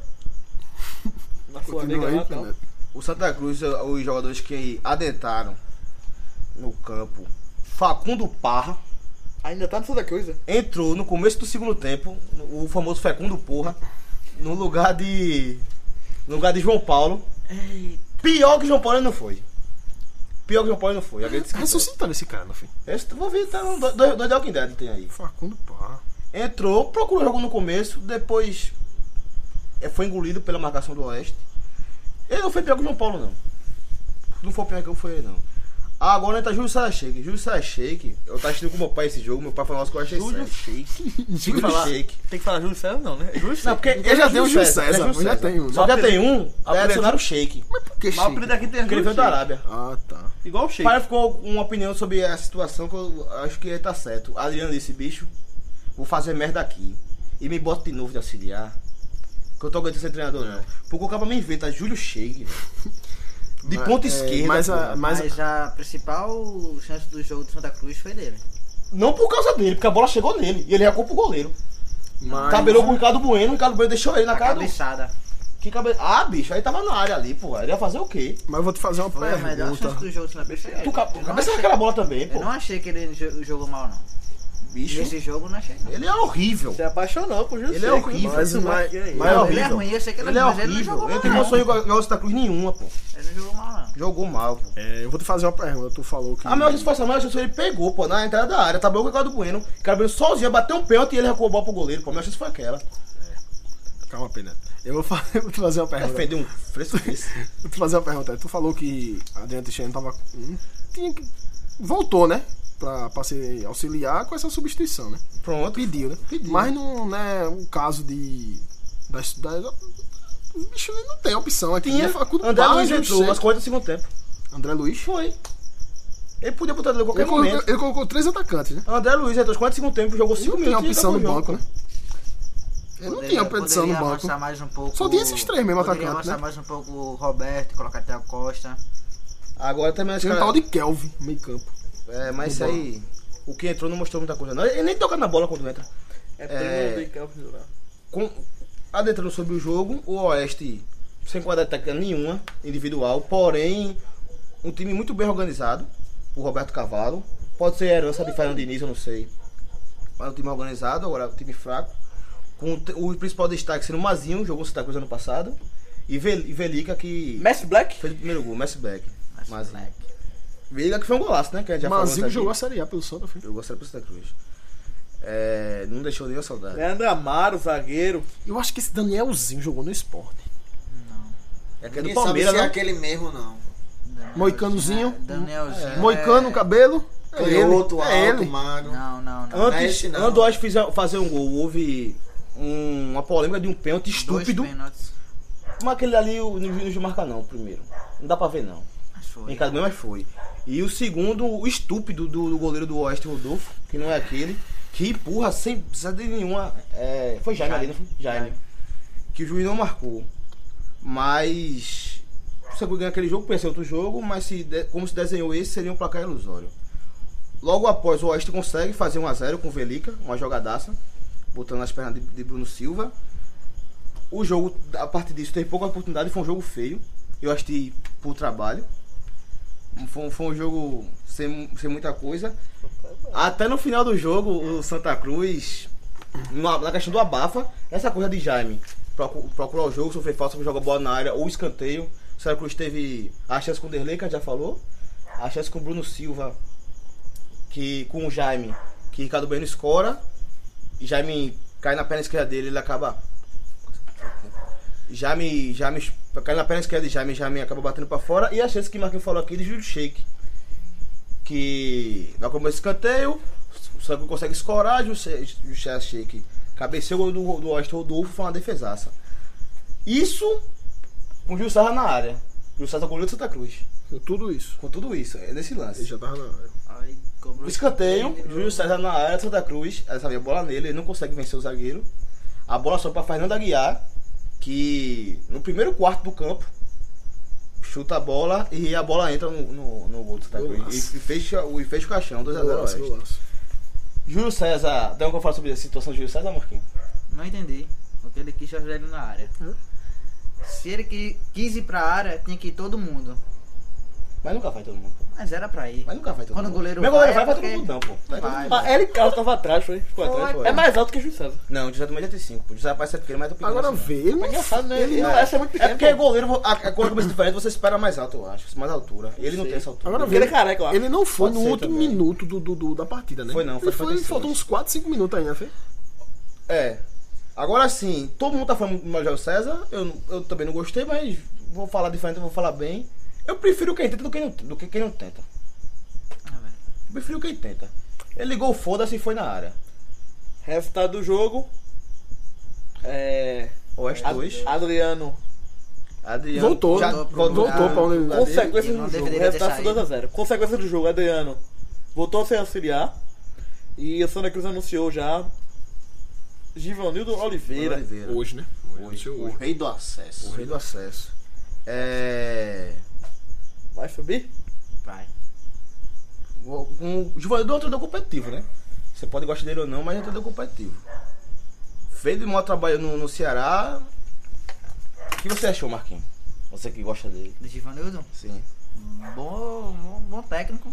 Speaker 2: Na sua nega lá, então. tal.
Speaker 4: Penedo.
Speaker 6: O Santa Cruz, eh, os jogadores que adentraram no campo. Facundo Parra.
Speaker 2: Ainda tá no Santa Cruz, né?
Speaker 6: entrou no começo do segundo tempo, o famoso Fecundo Porra, no lugar de. No lugar de João Paulo. Pior que João Paulo ele não foi. Pior que João Paulo ele não foi. Acredito que foi.
Speaker 4: Ressuscitaram esse cara no fim.
Speaker 6: Esse, vou ver, tá um, dois, dois The Walking Dead tem aí.
Speaker 4: Facundo Pá.
Speaker 6: Entrou, procurou jogo no começo, depois é, foi engolido pela marcação do Oeste. Ele não foi pior que o João Paulo, não. Não foi pior que eu foi ele, não. Agora entra Júlio Sarah Shake. Júlio Sarah Shake, eu tava assistindo com meu pai esse jogo, meu pai falou, nossa, que eu achei
Speaker 2: Júlio
Speaker 6: certo.
Speaker 2: Shake.
Speaker 6: Júlio
Speaker 2: falar-
Speaker 6: Shake.
Speaker 2: Tem que falar Júlio César, não, né? Júlio
Speaker 6: Não, porque
Speaker 4: Eu já tenho o é Júlio César, eu já tenho um.
Speaker 6: é Só que já tem um,
Speaker 2: Apelido-
Speaker 6: é adicionaram o Shake.
Speaker 4: Mas por que
Speaker 2: Mas o apelido
Speaker 4: Chico?
Speaker 2: aqui tem
Speaker 6: Porque ele veio da Arábia.
Speaker 4: Ah, tá.
Speaker 2: Igual o
Speaker 6: O
Speaker 2: Shake.
Speaker 6: pai ficou com uma opinião sobre a situação que eu acho que tá certo. Adriano disse, bicho, vou fazer merda aqui. E me bota de novo de auxiliar. Que eu tô aguentando ser treinador, não. Porque o cara me inventa Júlio Shake, velho. De
Speaker 4: Mas- é,
Speaker 6: ponta esquerda.
Speaker 4: mas a-
Speaker 6: porra.
Speaker 4: Mas-
Speaker 5: Mas, a principal chance do jogo do Santa Cruz foi dele.
Speaker 6: é Não por causa dele, porque a bola chegou nele. E ele recuou pro goleiro.
Speaker 4: Mas...
Speaker 6: Cabelou com o Ricardo Bueno, o Ricardo Bueno deixou ele na
Speaker 5: A
Speaker 6: cara do...
Speaker 5: cabeçada.
Speaker 6: Que cabe... Ah, bicho, aí tava na área ali, pô. Ele ia fazer o quê?
Speaker 4: Mas eu vou te fazer uma
Speaker 6: é
Speaker 5: Foi a melhor chance
Speaker 4: pergunta.
Speaker 5: do jogo na BFL.
Speaker 6: Tu ca... cabeça
Speaker 1: é
Speaker 6: naquela bola também, pô.
Speaker 5: Eu não achei que ele jo- jogou mal, não.
Speaker 6: Bicho,
Speaker 5: Nesse jogo eu não achei. Não.
Speaker 6: ele é horrível.
Speaker 7: Se apaixonou por José.
Speaker 6: Ele é horrível.
Speaker 4: Mas, mas, mas,
Speaker 6: Não,
Speaker 5: ele é
Speaker 6: horrível.
Speaker 5: ruim, eu sei que ele,
Speaker 6: Ele é
Speaker 5: mas ele não
Speaker 6: horrível.
Speaker 5: jogou
Speaker 6: Ele
Speaker 5: mal.
Speaker 6: tem não
Speaker 5: Não.
Speaker 6: sonho igual Santa Cruz nenhuma, pô.
Speaker 5: Ele não jogou mal, não.
Speaker 6: Jogou mal, pô.
Speaker 4: é, eu vou te fazer uma pergunta. Tu falou que.
Speaker 6: A maior satisfação, a maior chance ele pegou, pô, na entrada da área, tabelou com o Ricardo Bueno. O cara veio sozinho, bateu um pênalti e ele recuou a bola pro goleiro, pô. A maior chance foi aquela.
Speaker 4: Calma, Pena. Eu vou, fa- eu vou te fazer uma pergunta.
Speaker 6: Defendeu um fresco desse.
Speaker 4: Vou te fazer uma pergunta. Tu falou que a Adriana Teixeira não tava. hum, Tinha que... Voltou, né? Pra, pra ser auxiliar com essa substituição, né?
Speaker 6: Pronto.
Speaker 4: Pediu, né?
Speaker 6: Pediu.
Speaker 4: Mas não né, o caso de. Das, das, o bicho ele não tem opção aqui.
Speaker 6: Tinha.
Speaker 4: É faculdade
Speaker 6: André
Speaker 4: básica,
Speaker 6: Luiz entrou,
Speaker 4: sei.
Speaker 6: às 40 do segundo tempo.
Speaker 4: André Luiz.
Speaker 6: Foi. Ele podia botar ele a qualquer
Speaker 4: Ele colocou,
Speaker 6: momento.
Speaker 4: ele colocou três atacantes, né?
Speaker 6: André Luiz entrou aos 40 do segundo tempo, jogou
Speaker 4: Ele
Speaker 6: 5
Speaker 4: não tinha
Speaker 6: minutos. e
Speaker 4: opção no
Speaker 6: acabou o
Speaker 4: banco,
Speaker 6: jogo.
Speaker 4: né? Ele não tinha opção no
Speaker 5: poderia
Speaker 4: banco.
Speaker 5: avançar mais um pouco.
Speaker 4: Só tinha esses três mesmo
Speaker 5: Poderia
Speaker 4: atacantes,
Speaker 5: avançar
Speaker 4: né?
Speaker 5: mais um pouco o Roberto, colocar Thiago Costa.
Speaker 6: Agora também acho
Speaker 4: Tinha
Speaker 6: que.
Speaker 4: um tal de Kelvin, meio campo.
Speaker 6: É, mas isso aí. O que entrou não mostrou muita coisa, não. Ele nem toca na bola quando entra.
Speaker 7: É
Speaker 6: É.
Speaker 7: primo do Kelvin Durant.
Speaker 6: Com, adentrando sobre o jogo, o Oeste sem quadra técnica nenhuma, individual, porém, um time muito bem organizado, o Roberto Cavalo. Pode ser herança de Fernando Diniz, eu não sei. Mas um time organizado, agora um time fraco. Com o te- o principal destaque sendo o Mazinho, jogou o Santa Cruz ano passado. E Vel- e Velica que
Speaker 7: Messi Black?
Speaker 6: fez o primeiro gol, Messi Black.
Speaker 5: Mas,
Speaker 6: Mazinho.
Speaker 5: né,
Speaker 6: Velica que foi um golaço, né? Que a gente já falou
Speaker 4: Mazinho
Speaker 6: antes
Speaker 4: jogou a
Speaker 6: aqui.
Speaker 4: Série A pelo Santa, foi.
Speaker 6: Jogou a série pro Santa Cruz. É, não deixou nenhuma saudade.
Speaker 7: Leandro Amaro, zagueiro.
Speaker 4: Eu acho que esse Danielzinho jogou no esporte.
Speaker 6: É aquele
Speaker 3: Ninguém
Speaker 6: do
Speaker 3: sabe
Speaker 6: Palmeiras,
Speaker 3: se é
Speaker 6: né?
Speaker 3: aquele mesmo, não.
Speaker 5: Danielzinho,
Speaker 4: Moicanozinho.
Speaker 5: né? Danielzinho.
Speaker 4: Moicano,
Speaker 5: é-
Speaker 4: cabelo. É ele.
Speaker 3: Canhoto,
Speaker 4: é
Speaker 3: alto,
Speaker 4: ele.
Speaker 3: magro.
Speaker 5: Não, não, não.
Speaker 3: Não é
Speaker 6: Antes,
Speaker 3: esse, não.
Speaker 6: antes do Oeste fizer- fazer um gol, houve um- uma polêmica de um pênalti
Speaker 5: Dois
Speaker 6: estúpido.
Speaker 5: pênaltis.
Speaker 6: Mas aquele ali o- não viu não marca não, o primeiro. Não dá pra ver não.
Speaker 5: Mas
Speaker 6: Em
Speaker 5: foi.
Speaker 6: cada mas foi. E o segundo, o estúpido do, do goleiro do Oeste, Rodolfo, que não é aquele, que empurra sem precisar de nenhuma. é, foi Jaime, ali, não foi? Jaime. Que o juiz não marcou. Mas. Se eu ganhar aquele jogo, pensei outro jogo, mas se de- como se desenhou esse, seria um placar ilusório. Logo após, o Oeste consegue fazer 1x0 com o Velica, uma jogadaça, botando nas pernas de, de Bruno Silva. O jogo, a partir disso, teve pouca oportunidade, foi um jogo feio. Eu assisti por trabalho. Foi, um- foi um jogo sem, sem muita coisa. Até no final do jogo, o Santa Cruz, na, na questão do abafa, essa coisa de Jaime. procu- Procurar o jogo, sofrer falta, jogar bola na área ou escanteio. O Santa Cruz teve a chance com o Derlei, que a gente já falou. A chance com o Bruno Silva, que com o Jaime, que Ricardo Bueno escora. E Jaime cai na perna esquerda dele, ele acaba. Jaime, Jaime cai na perna esquerda de Jaime, Jaime acaba batendo pra fora. E a chance que o Marquinhos falou aqui de Júlio Shake. Que vai comer esse escanteio, o Santos consegue escorar, Júlio Shake cabeceou o gol do, do Austin Rodolfo, foi uma defesaça. Isso com o Gil Sarra na área. Gil Sarra goleiro de Santa Cruz.
Speaker 4: Hum, Tudo isso.
Speaker 6: Com tudo isso, é nesse lance.
Speaker 4: Ele já tava na.
Speaker 5: Aí cobrou.
Speaker 6: O escanteio,
Speaker 5: Ele-
Speaker 6: Júlio César na área, Santa Cruz, essa a bola nele, ele não consegue vencer o zagueiro. A bola só para Fernando Aguiar, que no primeiro quarto do campo chuta a bola e a bola entra no, no, no gol do Santa Cruz.
Speaker 4: Golaço.
Speaker 6: E, e fecha, o- e fecha o caixão, 2x0
Speaker 4: Golaço,
Speaker 6: Oeste.
Speaker 4: golaço.
Speaker 6: Júlio César, tem algo que falar sobre a situação de Júlio César, Marquinhos?
Speaker 5: Não entendi. Porque ele quis jogar ele na área. Se ele qui- quis ir pra área, tinha que ir todo mundo.
Speaker 6: Mas nunca vai todo mundo. pô.
Speaker 5: Mas era pra ir.
Speaker 6: Mas nunca vai todo
Speaker 5: Quando
Speaker 6: mundo.
Speaker 5: o goleiro
Speaker 6: Meu goleiro
Speaker 3: é
Speaker 6: vai,
Speaker 5: vai, é
Speaker 6: vai
Speaker 5: porque-
Speaker 6: todo mundo, não, pô. Vai todo
Speaker 5: Vai.
Speaker 6: mundo.
Speaker 7: Ah, Eric Carlos tava atrás, foi. Ficou
Speaker 5: Foi,
Speaker 7: atrás.
Speaker 5: foi.
Speaker 7: É mais alto que o José.
Speaker 6: Não, o José também é 35. O José parece ser pequeno, mas é tão pequeno.
Speaker 4: Agora
Speaker 6: assim, não.
Speaker 4: vê, ele não
Speaker 7: Mas engraçado, né?
Speaker 4: ele
Speaker 7: Ele não
Speaker 4: não-
Speaker 7: é, essa é muito
Speaker 6: É
Speaker 7: pequeno.
Speaker 6: porque goleiro, a, a quando começa diferente, você espera mais alto, eu acho. Mais altura. Ele não
Speaker 7: sei.
Speaker 6: tem essa altura.
Speaker 4: Agora
Speaker 7: Porque ele é
Speaker 4: vê.
Speaker 7: careca, eu acho.
Speaker 4: Ele não foi
Speaker 6: Pode
Speaker 4: no
Speaker 6: ser
Speaker 4: último
Speaker 6: também.
Speaker 4: minuto do, do- do- da partida, né?
Speaker 6: Foi não, foi
Speaker 4: ele foi
Speaker 6: 46.
Speaker 4: faltou uns 4, 5 minutos né, ainda, foi?
Speaker 6: É. Agora sim, todo mundo tá falando do Major César. Eu, não- eu também não gostei, mas vou falar diferente, eu vou falar bem. Eu prefiro quem tenta do que, não- do que quem não tenta.
Speaker 5: Ah, velho.
Speaker 6: Eu prefiro quem tenta. Ele ligou, foda-se e foi na área.
Speaker 7: Resultado do jogo. É.
Speaker 6: Oeste
Speaker 7: Ad-
Speaker 6: 2.
Speaker 7: Adriano.
Speaker 6: Adriano.
Speaker 4: Voltou,
Speaker 6: já-
Speaker 4: voltou,
Speaker 6: voltou.
Speaker 4: voltou pra onde ele
Speaker 5: Voltou.
Speaker 4: dele.
Speaker 7: Consequência
Speaker 5: e não
Speaker 7: do jogo.
Speaker 5: deveria ter
Speaker 7: Resultado
Speaker 5: saído.
Speaker 7: 2x0. Consequência do jogo, Adriano voltou a ser auxiliar. E o Santa Cruz anunciou já Givanildo Oliveira.
Speaker 6: Oliveira.
Speaker 4: Hoje, né? Hoje,
Speaker 3: O rei do acesso.
Speaker 6: O rei do acesso. É.
Speaker 7: Vai subir?
Speaker 5: Vai.
Speaker 6: O um, o Givanildo é um treinador competitivo, né? Você pode gostar dele ou não, mas é um treinador competitivo. veio de maior trabalho no, no Ceará. O que você achou, Marquinhos? Você que gosta dele.
Speaker 8: Do Givanildo,
Speaker 6: Sim.
Speaker 8: bom, bom, bom técnico.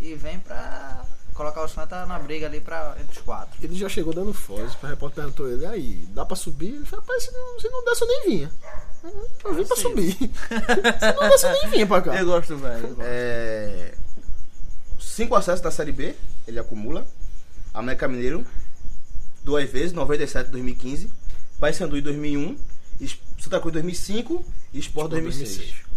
Speaker 8: E vem pra colocar o Santa na briga ali pra, entre os quatro.
Speaker 4: Ele já chegou dando foz, o repórter perguntou ele, aí, dá pra subir? Ele falou, rapaz, se não, se não desse eu nem vinha. Eu vim pra subir. se não desse eu nem vinha pra cá.
Speaker 9: Eu gosto, velho. eu gosto.
Speaker 6: É, cinco acessos da Série B, ele acumula. América Mineiro, duas vezes, 97 2015. Paysandu em 2001, Es- Santa Cruz em 2005 e Sport 2006.
Speaker 4: 2006.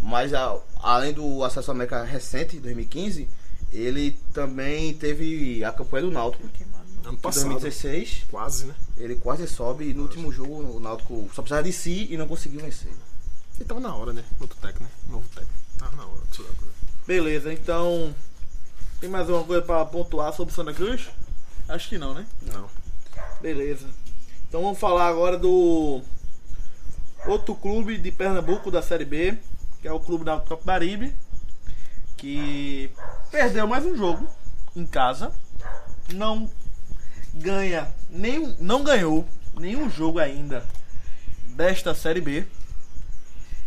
Speaker 6: Mas a- além do acesso à América recente, 2015, ele também teve a campanha do Náutico.
Speaker 4: Ano
Speaker 6: em 2016,
Speaker 4: Quase, né?
Speaker 6: ele quase sobe e no último jogo o Náutico só precisava de si e não conseguiu vencer.
Speaker 4: Ele tava na hora, né? Outro técnico, né? Novo técnico. Tava na hora. de estudar a coisa.
Speaker 2: Beleza, então. Tem mais alguma coisa pra pontuar sobre Santa Cruz? Acho que não, né?
Speaker 4: Não.
Speaker 2: Beleza. Então vamos falar agora do outro clube de Pernambuco da Série B, que é o clube da Capibaribe, que perdeu mais um jogo em casa. Não ganha nem não ganhou nenhum jogo ainda desta Série B.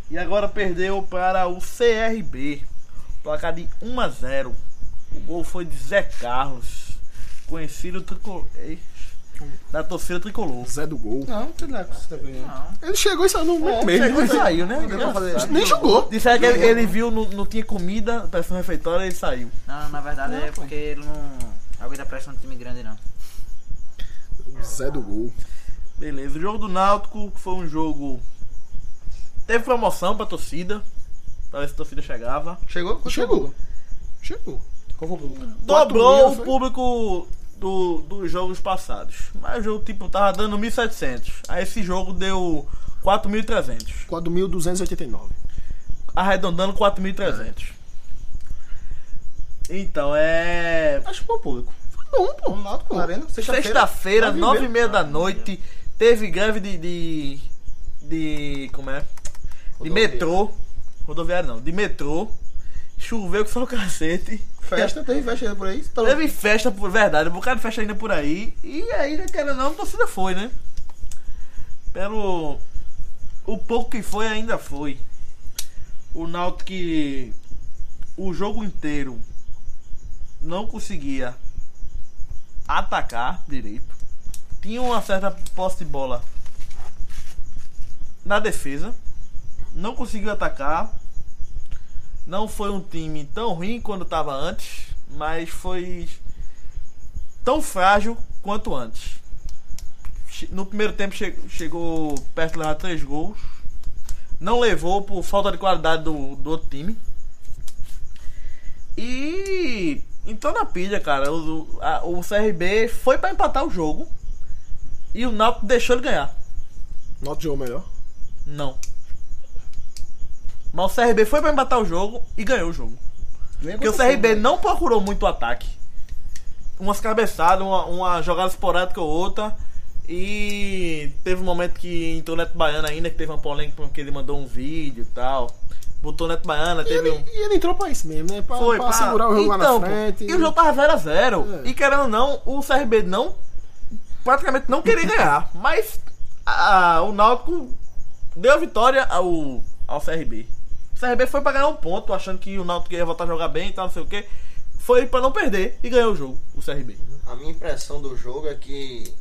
Speaker 2: E agora perdeu para o CRB. Placar de 1 a 0. O gol foi de Zé Carlos, conhecido tricolor da torcida tricolor.
Speaker 4: Zé do gol.
Speaker 6: Não, não tem nada que você tá ganhando.
Speaker 8: Não,
Speaker 4: Ele chegou e saiu no momento mesmo.
Speaker 2: Chegou e
Speaker 4: né?
Speaker 2: saiu, né?
Speaker 4: Nem jogou.
Speaker 2: Disseram que ele, ele viu, não, não tinha comida, parece um refeitório, ele saiu.
Speaker 8: não, na verdade é porque ele não. Alguém da pressa no time grande, não.
Speaker 4: Zé do gol.
Speaker 2: Beleza, o jogo do Náutico foi um jogo. Teve promoção pra torcida. Pra ver se a torcida chegava.
Speaker 6: Chegou? Qual
Speaker 4: Chegou. Chegou.
Speaker 6: Qual foi o gol?
Speaker 4: Quatro
Speaker 2: Dobrou
Speaker 4: mil,
Speaker 2: o
Speaker 4: foi?
Speaker 2: público do, dos jogos passados. Mas o jogo tipo tava dando 1.700. Aí esse jogo deu 4.300.
Speaker 4: 4.289.
Speaker 2: Arredondando 4.300. Então é.
Speaker 6: Acho bom público.
Speaker 4: Bom, pô.
Speaker 6: Vamos lá, pô. Na arena, sexta-feira.
Speaker 2: Sexta-feira,
Speaker 6: nove e
Speaker 2: nove e meia
Speaker 6: meia.
Speaker 2: da noite, teve greve de. de. de- como é? De
Speaker 6: Rodoviária.
Speaker 2: metrô. Rodoviária não, de metrô. Choveu que foi o cacete.
Speaker 6: Festa, teve festa ainda por aí. Tá
Speaker 2: Teve festa, por verdade, um bocado de festa ainda por aí. E aí, né, querendo ou não, a torcida foi, né? Pelo. O pouco que foi, ainda foi. O Náutico que o jogo inteiro não conseguia atacar direito. Tinha uma certa posse de bola na defesa. Não conseguiu atacar. Não foi um time tão ruim quando estava antes, mas foi tão frágil quanto antes. Che- No primeiro tempo che- chegou perto de levar três gols. Não levou por falta de qualidade do, do outro time. E então na pilha, cara, o, o- a- o CRB foi pra empatar o jogo e o Náutico deixou ele ganhar.
Speaker 4: Nota de gol melhor.
Speaker 2: Não. Mas o CRB foi pra empatar o jogo e ganhou o jogo. Porque o CRB
Speaker 4: né?
Speaker 2: não procurou muito ataque. Umas cabeçadas, uma, uma jogada esporádica ou outra. E teve um momento que entrou o Neto Baiano ainda, que teve uma polêmica porque ele mandou um vídeo e tal. Botou o Neto Baiana,
Speaker 4: E
Speaker 2: teve
Speaker 4: ele,
Speaker 2: um.
Speaker 4: e ele entrou pra isso mesmo, né? Pra,
Speaker 2: Foi,
Speaker 4: pra
Speaker 2: pá.
Speaker 4: segurar o jogo lá
Speaker 2: Então,
Speaker 4: na frente.
Speaker 2: pô, E o jogo tava 0x0.
Speaker 4: É.
Speaker 2: E querendo ou não, o CRB não. Praticamente não queria ganhar. Mas a- o Náutico deu a vitória ao, ao CRB. O CRB foi pra ganhar um ponto, achando que o Náutico ia voltar a jogar bem e tal, não sei o quê. Foi pra não perder e ganhou o jogo, o CRB.
Speaker 3: A minha impressão do jogo é que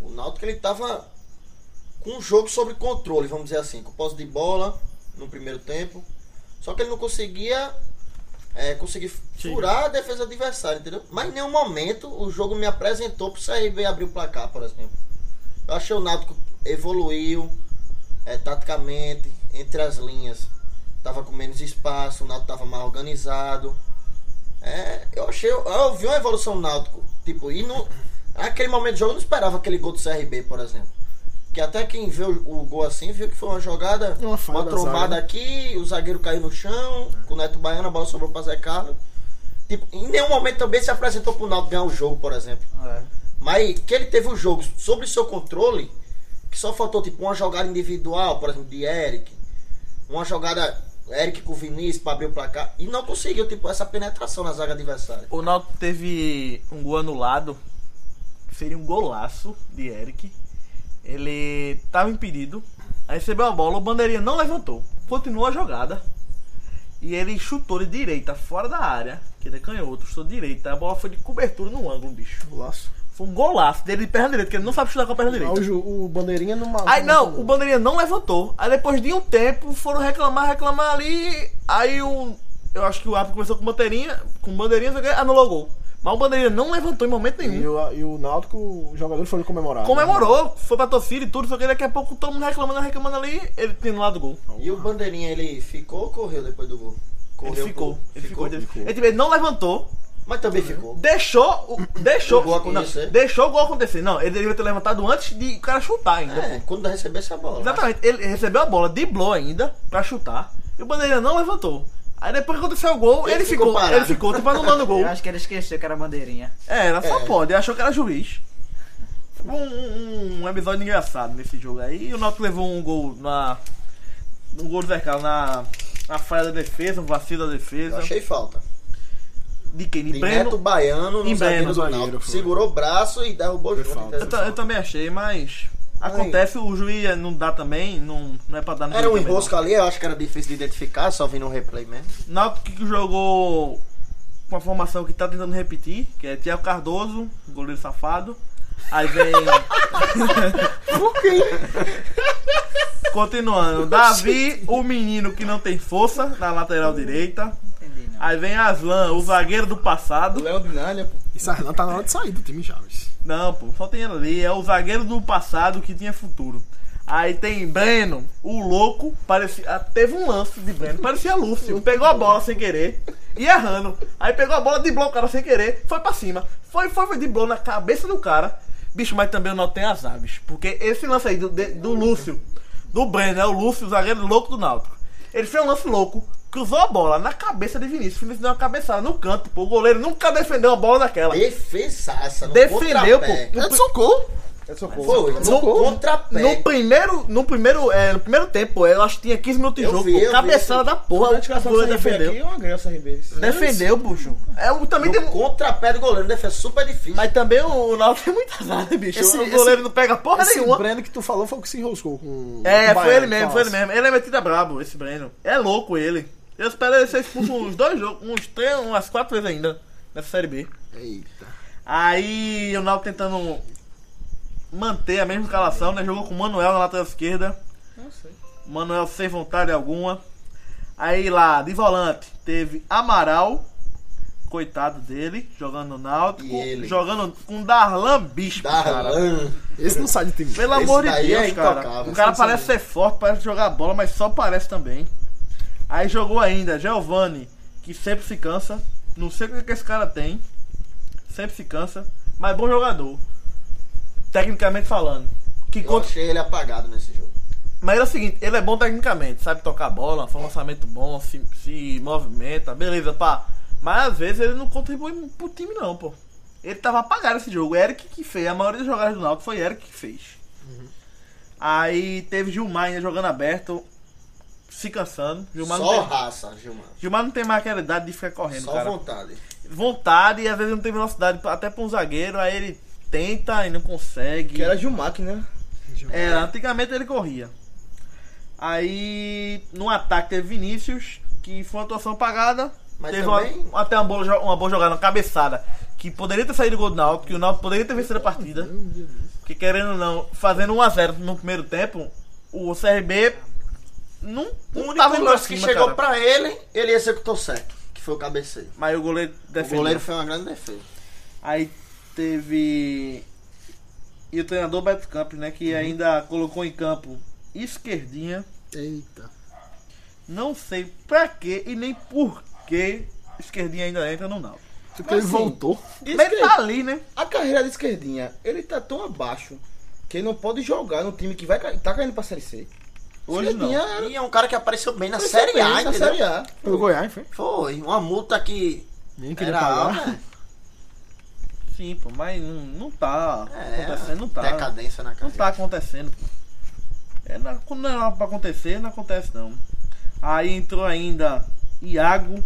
Speaker 3: o Náutico ele tava com um jogo sobre controle, vamos dizer assim, com posse de bola no primeiro tempo. Só que ele não conseguia é, conseguir furar a defesa adversária, entendeu? Mas em nenhum momento o jogo me apresentou pro CRB abrir o placar, por exemplo. Eu achei o Náutico evoluiu é, taticamente entre as linhas. Tava com menos espaço, o Náutico tava mais organizado. É, eu achei, eu vi uma evolução no Náutico. Tipo, e no, naquele momento do jogo eu não esperava aquele gol do CRB, por exemplo. Que até quem vê o, o gol assim viu que foi uma jogada,
Speaker 4: Uma
Speaker 3: uma,
Speaker 4: falha da zaga,
Speaker 3: trombada
Speaker 4: né?
Speaker 3: aqui, o zagueiro caiu no chão, com o Neto Baiano, a bola sobrou pra Zé Carlos. Tipo, em nenhum momento também se apresentou pro Náutico ganhar o jogo, por exemplo.
Speaker 4: É.
Speaker 3: Mas que ele teve o jogo sobre seu controle, que só faltou tipo uma jogada individual, por exemplo, de Eric. Uma jogada Eric com o Vinícius pra abrir o placar. E não conseguiu, tipo, essa penetração na zaga adversária.
Speaker 2: O Náutico teve um gol anulado. seria um golaço de Eric. Ele tava impedido, aí recebeu a bola, o bandeirinha não levantou, continuou a jogada. E ele chutou de direita, fora da área, que ele é canhoto, chutou de direita. A bola foi de cobertura no ângulo, bicho.
Speaker 4: Golaço.
Speaker 2: Foi um golaço dele de perna direita, que ele não sabe chutar com a perna
Speaker 4: Ah, o,
Speaker 2: direita.
Speaker 4: Ju- o bandeirinha não
Speaker 2: Aí não, o bandeirinha não levantou. Aí depois de um tempo foram reclamar, reclamar ali. Aí o. Eu acho que o árbitro começou com bandeirinha, com bandeirinha, não sei o quê, anulou o gol. Mas o bandeirinha não levantou em momento nenhum.
Speaker 4: E o, e o Náutico, os jogadores foram comemorar. né?
Speaker 2: Comemorou, foi pra torcida e tudo, só que daqui a pouco todo mundo reclamando, reclamando ali, ele tem no lado do gol.
Speaker 3: E o bandeirinha, ele ficou ou correu depois do gol? Correu.
Speaker 2: Ele ficou,
Speaker 3: pro-
Speaker 2: ele ficou, ele Uhum.
Speaker 4: Ficou.
Speaker 2: Ele, tipo, ele não levantou,
Speaker 3: Mas também ficou.
Speaker 2: deixou, o- deixou,
Speaker 3: O gol
Speaker 2: não,
Speaker 3: acontecer.
Speaker 2: deixou o gol acontecer. Não, ele deveria ter levantado antes de o cara chutar ainda.
Speaker 3: É, quando receber essa bola.
Speaker 2: Exatamente, ele recebeu a bola, driblou ainda pra chutar, e o bandeirinha não levantou. Aí depois que aconteceu o gol, ele,
Speaker 3: Ele ficou
Speaker 2: ficou,
Speaker 3: parado.
Speaker 2: ele ficou, tipo, anulando o gol.
Speaker 5: Eu acho que ele esqueceu que era bandeirinha.
Speaker 2: É, ela só
Speaker 3: É.
Speaker 2: pode, ele achou que era juiz. Um, um, um episódio engraçado nesse jogo aí. E o Náutico levou um gol na. Um gol do Zercal na, na falha da defesa, um vacilo da
Speaker 3: Eu
Speaker 2: defesa.
Speaker 3: achei falta.
Speaker 2: De quem? De
Speaker 3: De Neto
Speaker 2: Breno.
Speaker 3: Baiano
Speaker 2: Em
Speaker 3: no zagueiro
Speaker 2: Breno,
Speaker 3: do
Speaker 4: zagueiro,
Speaker 3: Náutico.
Speaker 4: foi.
Speaker 3: Segurou o braço e derrubou o jogo.
Speaker 4: falta.
Speaker 2: Eu, ta- eu também achei, mas. Acontece, o juiz não dá também, não, não é pra dar no
Speaker 3: Era um
Speaker 2: juiz também,
Speaker 3: enrosco ali, eu acho que era difícil de identificar, só vi no replay mesmo.
Speaker 2: não. Náutico que jogou com a formação que tá tentando repetir, que é Thiago Cardoso, goleiro safado. Aí vem. Continuando, Davi, o menino que não tem força na lateral direita.
Speaker 5: Hum, Entendi, não.
Speaker 2: Aí vem Aslan, o zagueiro do passado.
Speaker 6: Leão de Nália, pô.
Speaker 4: E Sarlan tá na hora de sair do time Chaves.
Speaker 2: Não, pô, só tem ele ali. É o zagueiro do passado que tinha futuro. Aí tem Breno, o louco, parecia. ah, Teve um lance de Breno, parecia Lúcio. Pegou a bola sem querer e errando. Aí pegou a bola, driblou o cara sem querer, foi pra cima. Foi, foi, foi, driblou na cabeça do cara. Bicho, mas também não tem azar, bicho. Porque esse lance aí do, de- do Lúcio, do Breno, é o Lúcio, o zagueiro louco do Náutico. Ele fez um lance louco, cruzou a bola na cabeça de Vinícius. Vinícius deu uma cabeçada no canto, pô. O goleiro nunca defendeu a bola daquela.
Speaker 3: Defesaça, no
Speaker 2: Defendeu,
Speaker 3: contrapé.
Speaker 2: pô. No pri-
Speaker 4: socorro!
Speaker 3: Foi, no contrapé.
Speaker 2: no primeiro, no primeiro, é, no primeiro tempo, eu acho que tinha 15 minutos de
Speaker 3: Eu
Speaker 2: jogo,
Speaker 3: vi,
Speaker 2: pô.
Speaker 3: eu vi
Speaker 2: cabeçada
Speaker 3: isso.
Speaker 2: da porra, o goleiro defendeu.
Speaker 6: é uma graça RB.
Speaker 2: Defendeu, bucho. É, o- também tem,
Speaker 3: No contrapé do goleiro, defesa super difícil.
Speaker 2: mas também o, o Náutico tem muita azar, né, bicho?
Speaker 4: Esse-
Speaker 2: o goleiro
Speaker 4: esse-
Speaker 2: não pega porra
Speaker 4: Esse
Speaker 2: nenhuma.
Speaker 4: Breno que tu falou foi o que se enroscou com.
Speaker 2: É,
Speaker 4: com o
Speaker 2: foi
Speaker 4: Baiano,
Speaker 2: ele mesmo,
Speaker 4: falasse.
Speaker 2: foi ele mesmo. Ele é metida brabo, esse Breno. É louco ele. Eu espero ele ser expulso uns dois jogos, uns três, umas quatro vezes ainda, nessa Série B.
Speaker 4: Eita.
Speaker 2: Aí o Náutico tentando manter a mesma escalação, né? Jogou com o Manuel na lateral esquerda. Manuel sem vontade alguma. Aí lá, de volante, teve Amaral, coitado dele, jogando no Náutico.
Speaker 3: E ele?
Speaker 2: Jogando com Darlan Bispo, cara.
Speaker 3: Darlan.
Speaker 4: Esse não sai do time.
Speaker 2: Pelo
Speaker 3: Esse
Speaker 2: amor de
Speaker 3: daí
Speaker 2: Deus,
Speaker 3: é
Speaker 2: cara.
Speaker 3: intocável,
Speaker 2: O cara
Speaker 3: sem
Speaker 2: parece ser forte, parece jogar bola, mas só parece também. Aí jogou ainda Giovanni, que sempre se cansa. Não sei o que que esse cara tem. Sempre se cansa, mas bom jogador. Tecnicamente falando. Que
Speaker 3: Eu
Speaker 2: contra...
Speaker 3: achei ele apagado nesse jogo.
Speaker 2: Mas é o seguinte, ele é bom tecnicamente, sabe tocar bola, faz um lançamento bom, se, se movimenta, beleza, pá. Mas às vezes ele não contribui pro time não, pô. Ele tava apagado esse jogo. é Eric que fez. A maioria das jogadas do Náutico foi Eric que fez.
Speaker 3: Uhum.
Speaker 2: Aí teve Gilmar ainda jogando aberto, se cansando. Gilmar,
Speaker 3: Só
Speaker 2: não, tem,
Speaker 3: raça, Gilmar.
Speaker 2: Gilmar não tem mais aquela idade de ficar correndo,
Speaker 3: Só
Speaker 2: cara.
Speaker 3: vontade.
Speaker 2: Vontade e às vezes não tem velocidade, até pra um zagueiro, aí ele tenta e não consegue.
Speaker 6: Que era Gilmac, né?
Speaker 2: Era, antigamente ele corria. Aí, no ataque teve Vinícius, que foi uma atuação apagada.
Speaker 3: Mas
Speaker 2: teve
Speaker 3: também-
Speaker 2: uma- até uma boa, jo- uma boa jogada, uma cabeçada, que poderia ter saído o gol do Náutico, que o Náutico poderia ter vencido a partida. Porque querendo ou não, fazendo 1x0 no primeiro tempo, o CRB não,
Speaker 3: O
Speaker 2: não
Speaker 3: único
Speaker 2: tava indo pra
Speaker 3: lance que
Speaker 2: cima,
Speaker 3: chegou
Speaker 2: cara.
Speaker 3: pra ele, ele executou certo, que foi o cabeceio.
Speaker 2: Mas o goleiro
Speaker 3: O
Speaker 2: defendeu.
Speaker 3: goleiro foi uma grande defesa.
Speaker 2: Aí teve. E o treinador Beto Campos, né? Que ainda colocou em campo esquerdinha.
Speaker 4: Eita.
Speaker 2: Não sei pra quê e nem por que esquerdinha ainda entra no Náutico.
Speaker 4: Porque ele
Speaker 6: assim,
Speaker 4: voltou.
Speaker 2: Mas ele tá ali, né?
Speaker 6: A carreira de esquerdinha, ele tá tão abaixo que ele não pode jogar no time que vai ca- tá caindo pra Série C.
Speaker 2: Hoje não.
Speaker 6: Esquerdinha era-
Speaker 3: E é um cara que apareceu bem na
Speaker 6: Mas
Speaker 3: Série
Speaker 6: também,
Speaker 3: A,
Speaker 6: na
Speaker 3: entendeu?
Speaker 6: Série A.
Speaker 4: Pelo Goiás, foi?
Speaker 3: Foi, uma multa que
Speaker 4: Nem queria
Speaker 3: era
Speaker 4: pagar.
Speaker 3: alta.
Speaker 2: Sim, pô, mas não, não tá
Speaker 3: É,
Speaker 2: acontecendo, não tá.
Speaker 3: decadência na
Speaker 2: Não
Speaker 3: carreira.
Speaker 2: tá acontecendo, pô. É, na- quando não é pra acontecer, não acontece não. Aí entrou ainda Iago,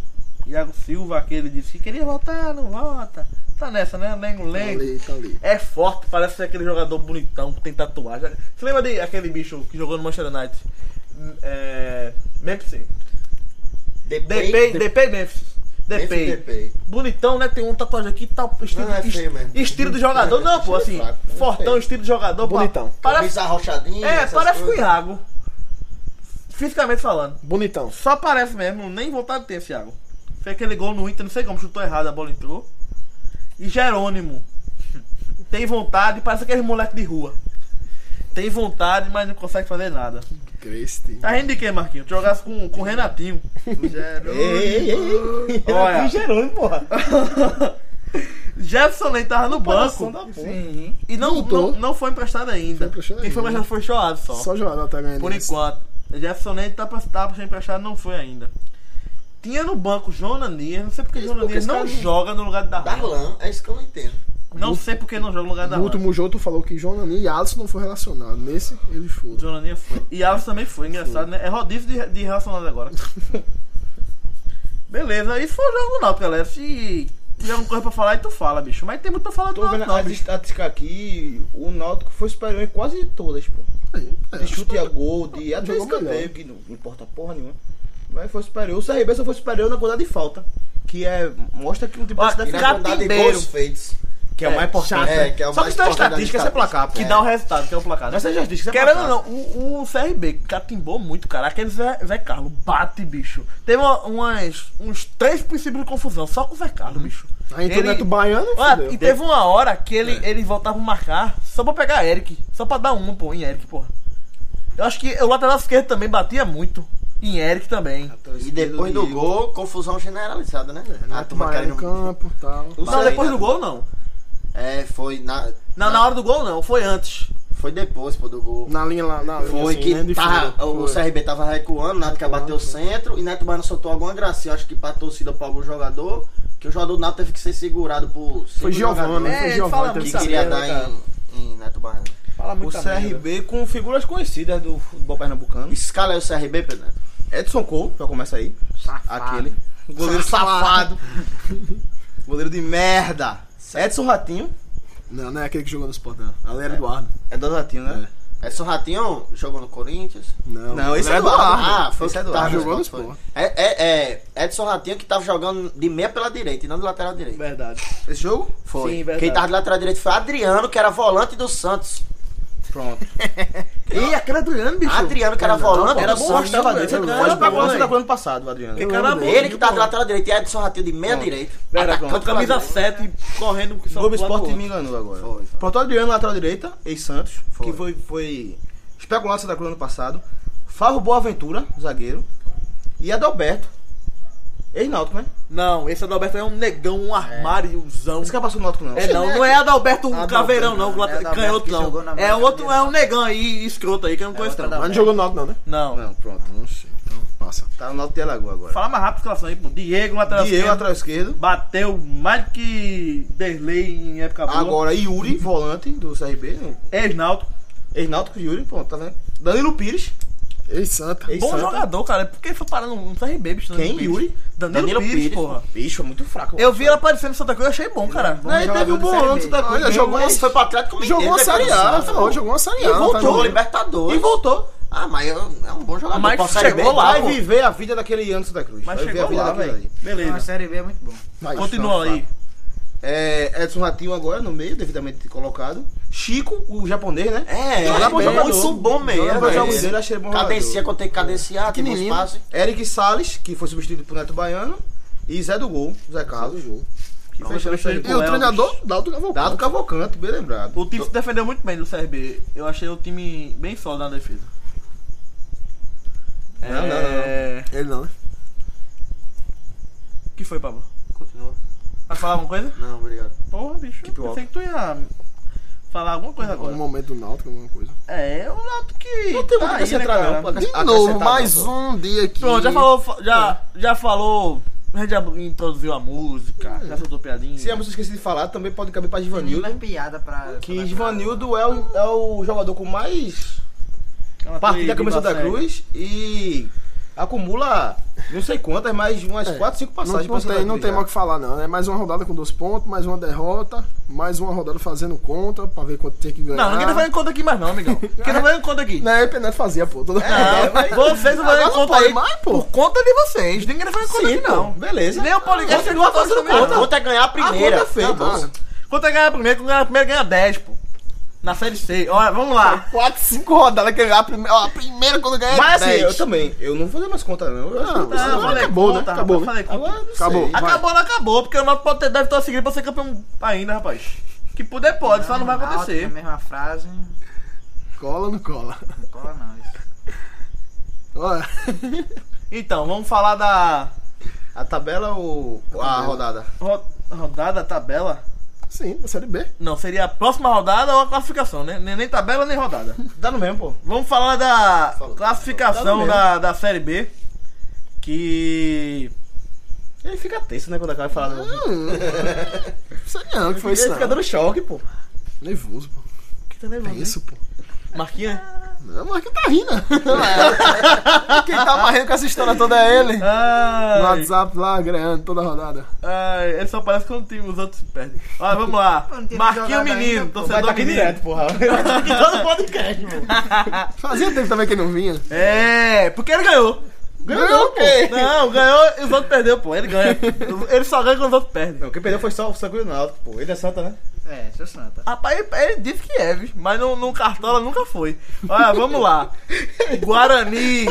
Speaker 2: Iago Silva, aquele disse que queria voltar, não volta. Tá nessa, né? Lengo
Speaker 4: Tá
Speaker 2: Lengo.
Speaker 4: ali, tá ali.
Speaker 2: É forte, parece ser aquele jogador bonitão que tem tatuagem. Você lembra de aquele bicho que jogou no Manchester United? É. Memphis. DP, DP Memphis. DP.
Speaker 3: DP.
Speaker 2: Bonitão, né? Tem um tatuagem aqui, tal. Estilo,
Speaker 3: Não, é
Speaker 2: est-
Speaker 3: feio mesmo.
Speaker 2: estilo de jogador. Não, pô, assim.
Speaker 3: Fraco, é
Speaker 2: Fortão,
Speaker 3: feio.
Speaker 2: estilo de jogador. pá.
Speaker 4: Bonitão.
Speaker 2: Parece,
Speaker 3: Camisa arrochadinha.
Speaker 2: é,
Speaker 3: essas
Speaker 2: parece com o
Speaker 3: coisas.
Speaker 2: Iago. Fisicamente falando.
Speaker 4: Bonitão.
Speaker 2: Só parece mesmo, nem vontade tem esse Iago. Foi aquele gol no Inter, não sei como, chutou errado, a bola entrou. E Jerônimo. Tem vontade, parece aquele moleque de rua. Tem vontade, mas não consegue fazer nada.
Speaker 4: Creste.
Speaker 2: Tá rindo de quem, Marquinhos? Tu Jogasse com, com o Renatinho.
Speaker 3: Ei, ei, ei.
Speaker 6: é
Speaker 2: Olha.
Speaker 7: Gerando, porra.
Speaker 2: Jefferson Leite tava no banco
Speaker 5: Sim.
Speaker 2: e não,
Speaker 4: Voltou.
Speaker 2: não, não foi emprestado ainda.
Speaker 4: Foi emprestado
Speaker 2: quem foi
Speaker 4: ainda.
Speaker 2: emprestado foi Choado só.
Speaker 4: Só jogador tá ganhando.
Speaker 2: Por
Speaker 4: isso.
Speaker 2: enquanto. Jefferson Leite tá pra, tá pra ser emprestado, não foi ainda. Tinha no banco Jonanias, não sei porque
Speaker 3: Isso, porque
Speaker 2: Jonanias
Speaker 3: esse
Speaker 2: não Tá
Speaker 3: cara não-
Speaker 2: joga no lugar da Darlan.
Speaker 3: Darlan, é isso que eu não entendo.
Speaker 2: Não sei porque não joga no lugar da
Speaker 4: No último jogo, tu falou que Jonani e Alisson não foram relacionados. Nesse, eles foram.
Speaker 2: Jonania foi. E Alisson também foi, engraçado, né? É rodízio de, de relacionado agora. Beleza, aí foi o jogo do Náutico, galera. Se tiver alguma coisa pra falar, aí tu fala, bicho. Mas tem muito pra falar do
Speaker 6: Tô vendo
Speaker 2: Náutico, não,
Speaker 6: as
Speaker 2: bicho.
Speaker 6: estatísticas aqui, o Náutico foi superior em quase todas, pô.
Speaker 4: Aí, é,
Speaker 6: De chute a gol, de até
Speaker 4: Jogou
Speaker 6: escanteio,
Speaker 4: melhor.
Speaker 6: que não não importa porra nenhuma. Mas foi superior. O CRB só foi superior na quantidade de falta. Que é. Mostra que não tem
Speaker 2: Ó,
Speaker 6: passe da
Speaker 3: E na quantidade de
Speaker 2: Catimbeiro.
Speaker 3: gols feitos.
Speaker 6: Que é o mais importante.
Speaker 3: chato,
Speaker 6: né?
Speaker 3: é, que é o
Speaker 2: Só que
Speaker 3: mais
Speaker 2: tem uma
Speaker 3: importante da
Speaker 2: estatística, essa é placar, que
Speaker 3: É.
Speaker 2: dá o resultado, que é o placar. né?
Speaker 6: Mas você já disse que é
Speaker 2: Querendo ou
Speaker 6: placar.
Speaker 2: não, o, o CRB catimbou muito, cara. Aquele Zé, Zé Carlos bate, bicho. Teve uma- umas, uns três princípios de confusão só com o Zé Carlos, bicho.
Speaker 4: Aí entrou
Speaker 2: Ele-
Speaker 4: Neto Baiano e
Speaker 2: Ah,
Speaker 4: fudeu.
Speaker 2: e teve uma hora que ele, ele voltava pra marcar só pra pegar Eric. Só pra dar uma, pô, em Eric, porra. Eu acho que o lateral esquerdo também batia muito. Em Eric também.
Speaker 3: E depois do gol, confusão generalizada, né? A
Speaker 4: Neto
Speaker 3: turma
Speaker 4: Baiano
Speaker 3: querendo.
Speaker 4: no é campo e tal.
Speaker 3: Mas
Speaker 2: Não,
Speaker 3: aí,
Speaker 2: depois
Speaker 3: né?
Speaker 2: do gol, não.
Speaker 3: É, foi na.
Speaker 2: Não, na hora do gol, não. Foi antes.
Speaker 3: Foi depois, pô, do gol.
Speaker 4: Na linha lá. Na,
Speaker 3: Foi
Speaker 4: assim,
Speaker 3: que
Speaker 4: né, de
Speaker 3: tava-
Speaker 4: fundo.
Speaker 3: o
Speaker 4: Foi.
Speaker 3: CRB tava recuando, Nática bateu o centro e Neto Baiano soltou alguma gracinha, acho que pra torcida pra algum jogador, que o jogador do Náutico teve que ser segurado por
Speaker 4: Foi
Speaker 3: cinco
Speaker 4: Giovanni,
Speaker 3: jogadores
Speaker 4: né? Foi
Speaker 2: É, ele fala
Speaker 4: Giovanni. teve
Speaker 3: que
Speaker 2: muito.
Speaker 4: que ser.
Speaker 3: queria
Speaker 2: merda,
Speaker 3: dar em, em Neto Baiano.
Speaker 7: Fala
Speaker 6: O CRB com figuras conhecidas do futebol pernambucano.
Speaker 3: Escala aí o CRB, Pedro. Neto.
Speaker 6: Edson Cole, já começa aí. Aquele. Goleiro safado. Goleiro de merda. Edson Ratinho.
Speaker 4: Não, não é aquele que jogou no Sport, não. Ali era Eduardo.
Speaker 6: É do Ratinho, né?
Speaker 3: Edson É Ratinho jogou no Corinthians.
Speaker 4: Não.
Speaker 6: Não, esse é
Speaker 3: Ah,
Speaker 6: Eduardo.
Speaker 3: foi
Speaker 6: Esse é
Speaker 3: o que tava
Speaker 6: Eduardo.
Speaker 4: Jogou no
Speaker 3: Sport,
Speaker 4: Sport.
Speaker 3: foi. É, é, é, Edson Ratinho que tava jogando de meia pela direita e não de lateral direito.
Speaker 7: Verdade.
Speaker 6: Esse jogo?
Speaker 3: Foi.
Speaker 7: Sim, verdade.
Speaker 3: Quem tava de lateral direito foi Adriano, que era volante do Santos.
Speaker 6: Pronto.
Speaker 2: E aquele Adriano, bicho.
Speaker 3: Adriano, que era volante
Speaker 2: era
Speaker 3: do
Speaker 2: bom,
Speaker 3: Santos.
Speaker 2: gostava dele.
Speaker 6: Você
Speaker 2: Esse
Speaker 6: pode
Speaker 2: cara
Speaker 6: pra
Speaker 2: era bom,
Speaker 6: Copa
Speaker 2: velho.
Speaker 6: do ano passado, Adriano.
Speaker 2: Esse cara era bom,
Speaker 3: Ele que tá de
Speaker 2: viu, pô?
Speaker 3: lateral direito e Edson Ratinho de meia direita.
Speaker 6: Era,
Speaker 2: Com a
Speaker 3: Atacante
Speaker 2: camisa
Speaker 3: pela direita.
Speaker 2: 7 correndo com
Speaker 6: Globo
Speaker 2: pro lado
Speaker 6: Esporte
Speaker 2: do
Speaker 6: me
Speaker 2: outro.
Speaker 6: enganou agora.
Speaker 3: Foi, foi.
Speaker 6: Pronto, Adriano, lateral direita, ex-Santos,
Speaker 3: Foi.
Speaker 6: que foi, foi especulado no Santa Cruz ano passado. Farro Boaventura, zagueiro. E Adalberto, ex-Náutico, né?
Speaker 2: Não, esse Adalberto é um negão, um armáriozão.
Speaker 6: Esse cara passou no Náutico, não.
Speaker 2: É não, não é Adalberto um
Speaker 5: Adalberto,
Speaker 2: caveirão, não,
Speaker 5: não,
Speaker 2: com
Speaker 5: é Adalberto
Speaker 2: canhoto
Speaker 5: que jogou
Speaker 2: não.
Speaker 5: na
Speaker 2: É
Speaker 5: América
Speaker 2: outro, é
Speaker 5: Mineiro.
Speaker 2: um negão aí, escroto aí, que eu não conheço
Speaker 5: outro
Speaker 2: não.
Speaker 4: Mas não jogou no Náutico, não, né?
Speaker 2: É Não.
Speaker 6: Não, pronto. não sei.
Speaker 4: Então, passa.
Speaker 6: Tá no Náutico de Alagoa agora.
Speaker 2: Fala mais rápido a escalação aí, pô. Diego, lateral
Speaker 6: Diego,
Speaker 2: esquerdo,
Speaker 6: lateral esquerdo.
Speaker 2: bateu mais do que Derlei em época boa.
Speaker 6: Agora Yuri, volante do CRB.
Speaker 2: Esnaldo.
Speaker 6: Ex-Náutico, Yuri, pronto, tá vendo? Danilo Pires.
Speaker 4: Ei, Santa.
Speaker 2: Bom
Speaker 6: ex-Santa.
Speaker 2: jogador, cara. Por que ele foi parar no no CRB, bicho?
Speaker 6: Quem?
Speaker 2: Danilo
Speaker 6: Yuri?
Speaker 2: Pires. Danilo,
Speaker 3: Danilo
Speaker 2: Pires,
Speaker 3: Pires,
Speaker 2: porra.
Speaker 6: Bicho, é muito fraco.
Speaker 2: Eu vi ele aparecendo no Santa Cruz, eu achei bom, cara.
Speaker 6: Não, ele teve um bom
Speaker 5: jogador do
Speaker 6: ano, Santa Cruz.
Speaker 4: Olha, jogou
Speaker 6: mas
Speaker 4: esse-
Speaker 3: Foi pra Atlético Mineiro.
Speaker 4: Jogou uma
Speaker 3: depois do
Speaker 4: Série A,
Speaker 3: Santos,
Speaker 4: falou,
Speaker 3: pô.
Speaker 4: jogou uma Série A.
Speaker 3: E voltou
Speaker 4: tá
Speaker 3: o
Speaker 4: jogando.
Speaker 3: Libertadores.
Speaker 6: E voltou.
Speaker 3: Ah, mas é um- é um bom jogador.
Speaker 2: Mas
Speaker 3: pra
Speaker 2: chegou
Speaker 3: Série B,
Speaker 2: lá,
Speaker 3: tá?
Speaker 6: Vai viver a vida daquele ano Santa Cruz.
Speaker 2: Mas
Speaker 6: Vai viver a
Speaker 2: chegou
Speaker 6: vida
Speaker 2: lá,
Speaker 6: daquele
Speaker 2: velho.
Speaker 6: ali.
Speaker 5: Então, a
Speaker 2: Beleza.
Speaker 5: Série B é muito bom.
Speaker 4: Vai,
Speaker 2: Continua aí.
Speaker 6: É, Edson Ratinho agora no meio, devidamente colocado. Chico, o japonês, né?
Speaker 3: É,
Speaker 6: Joga
Speaker 3: é
Speaker 6: bom
Speaker 3: bem,
Speaker 6: jogador.
Speaker 3: muito bom mesmo.
Speaker 6: Joga bom
Speaker 3: velho.
Speaker 6: jogo dele, achei bom
Speaker 3: Cadencia
Speaker 6: jogador.
Speaker 3: quando tem que cadenciar, tem bons
Speaker 4: Pequenininho.
Speaker 3: passes.
Speaker 6: Eric Salles, que foi substituído por Neto Baiano. E Zé do Gol, Zé Carlos. Que fechou essa
Speaker 4: E o
Speaker 2: é
Speaker 4: treinador, Dalton
Speaker 6: Dado
Speaker 4: Cavalcante.
Speaker 6: Cavalcante, bem lembrado.
Speaker 2: O time se defendeu muito bem do CRB. Eu achei o time bem sólido na defesa.
Speaker 6: Não, não, não,
Speaker 2: não.
Speaker 4: Ele não, né?
Speaker 2: O É, que foi, Pablo?
Speaker 3: Continua.
Speaker 2: Vai falar alguma coisa?
Speaker 3: Não, obrigado.
Speaker 2: Porra, bicho, eu
Speaker 6: pipoca.
Speaker 2: pensei que tu ia falar alguma coisa
Speaker 4: Um
Speaker 2: agora.
Speaker 4: momento do Náutico, alguma coisa.
Speaker 2: É, o Nato que.
Speaker 6: Não
Speaker 2: tá
Speaker 6: tem muito o que
Speaker 2: aí, né,
Speaker 6: acrescentar,
Speaker 2: cara?
Speaker 6: não. pô.
Speaker 4: De
Speaker 6: Acrescentar,
Speaker 4: novo,
Speaker 6: não,
Speaker 4: mais
Speaker 6: pô.
Speaker 4: um dia aqui.
Speaker 2: Pronto, já falou. Já, já falou. A gente já introduziu a música, já soltou piadinha.
Speaker 6: Hum. Se a música esqueci de falar, também pode caber pra
Speaker 5: Vanildo é
Speaker 6: Givanildo.
Speaker 5: piada pra.
Speaker 6: Que Givanildo é o, é o jogador com mais
Speaker 2: Aquela
Speaker 6: partida
Speaker 2: tri-
Speaker 6: da cabeça
Speaker 2: Bimba
Speaker 6: da
Speaker 2: cega.
Speaker 6: Cruz e acumula Não sei quantas, mas umas
Speaker 4: É.
Speaker 6: 4, 5 passagens
Speaker 4: não, não
Speaker 6: pra
Speaker 4: tem, não tem
Speaker 6: Santa Cruz, né?
Speaker 4: mais o que falar, não. É mais uma rodada com 12 pontos, mais uma derrota, mais uma rodada fazendo conta pra ver quanto tem que ganhar.
Speaker 2: Não, ninguém tá fazendo conta aqui mais não, amigão. Ninguém tá fazendo conta aqui.
Speaker 4: Não, é, o Penedo fazia, pô. Toda...
Speaker 2: Não, vocês É, não fazem
Speaker 4: Agora não
Speaker 2: conta
Speaker 4: pode
Speaker 2: aí
Speaker 4: mais, pô.
Speaker 2: por conta de vocês. Ninguém tá fazendo conta aqui, não.
Speaker 6: Beleza.
Speaker 2: Nem o Poligás chegou a fazer
Speaker 3: A
Speaker 2: conta.
Speaker 3: conta é ganhar a primeira.
Speaker 4: tá-
Speaker 6: conta é feita.
Speaker 3: Acabou.
Speaker 6: Nossa.
Speaker 2: Quanto é ganhar a primeira? Quando ganhar a primeira, ganha 10, pô. Na série C. Olha, vamos lá.
Speaker 4: 4, 5 rodadas né, que ganhar a primeira, ó, a primeira quando ganhar.
Speaker 6: Mas assim,
Speaker 4: 10.
Speaker 6: eu também. Eu não vou fazer mais conta, não. Eu acho que
Speaker 4: Não,
Speaker 6: precisa.
Speaker 4: não,
Speaker 2: eu falei
Speaker 4: acabou, né?
Speaker 2: conta,
Speaker 4: Acabou,
Speaker 2: rapaz, falei conta.
Speaker 6: Agora, não
Speaker 4: Acabou.
Speaker 6: sei.
Speaker 4: Vai.
Speaker 2: Acabou, não acabou, porque o Náutico pode ter, deve estar seguindo pra ser campeão ainda, rapaz. Que puder pode, só não é vai
Speaker 5: Náutico,
Speaker 2: acontecer.
Speaker 5: Na mesma frase,
Speaker 4: Cola ou não cola?
Speaker 5: não cola não isso.
Speaker 4: Olha,
Speaker 2: Então, vamos falar da
Speaker 6: A tabela ou a rodada?
Speaker 2: ro- rodada, tabela.
Speaker 4: sim, da Série B.
Speaker 2: Não, seria a próxima rodada ou a classificação, né? Nem nem tabela, nem rodada.
Speaker 6: Dá Tá no mesmo, pô.
Speaker 2: Vamos falar da
Speaker 3: Falou.
Speaker 2: classificação
Speaker 6: Tá
Speaker 2: da, da Série B. Que.
Speaker 6: Ele fica tenso, né, quando acaba de falar. do-
Speaker 4: Hum. Sei não, que foi isso
Speaker 6: Ele fica
Speaker 4: não.
Speaker 6: dando choque, pô.
Speaker 4: Nervoso, pô.
Speaker 2: Que tá nervoso, hein?
Speaker 4: Isso, pô.
Speaker 2: Marquinhos?
Speaker 4: Não, mas quem tá rindo? quem tá marrendo com essa história toda é ele. No
Speaker 2: Ai,
Speaker 4: WhatsApp lá, ganhando toda a rodada.
Speaker 2: ai, ele só aparece quando o time, os outros perdem. Olha, vamos lá.
Speaker 5: Mano, tem
Speaker 2: Marquinhos
Speaker 5: jogada
Speaker 2: Menino,
Speaker 5: ainda, pô.
Speaker 2: torcedor menino.
Speaker 6: tá porra. Vai tá aqui todo podcast, pô.
Speaker 4: Fazia tempo também que ele não vinha.
Speaker 2: É, porque ele ganhou.
Speaker 4: Ganhou o quê?
Speaker 2: Não, ganhou e os outros perdeu, pô. Ele ganha. Ele só ganha quando os outros perdem.
Speaker 6: Não, quem perdeu foi só o Santa Cruz e o Náutico, pô. Ele é Santa, né?
Speaker 5: É, seu santa.
Speaker 2: Rapaz, ele, ele disse que é, viu? mas no, no Cartola nunca foi. Olha, vamos lá. Guarani.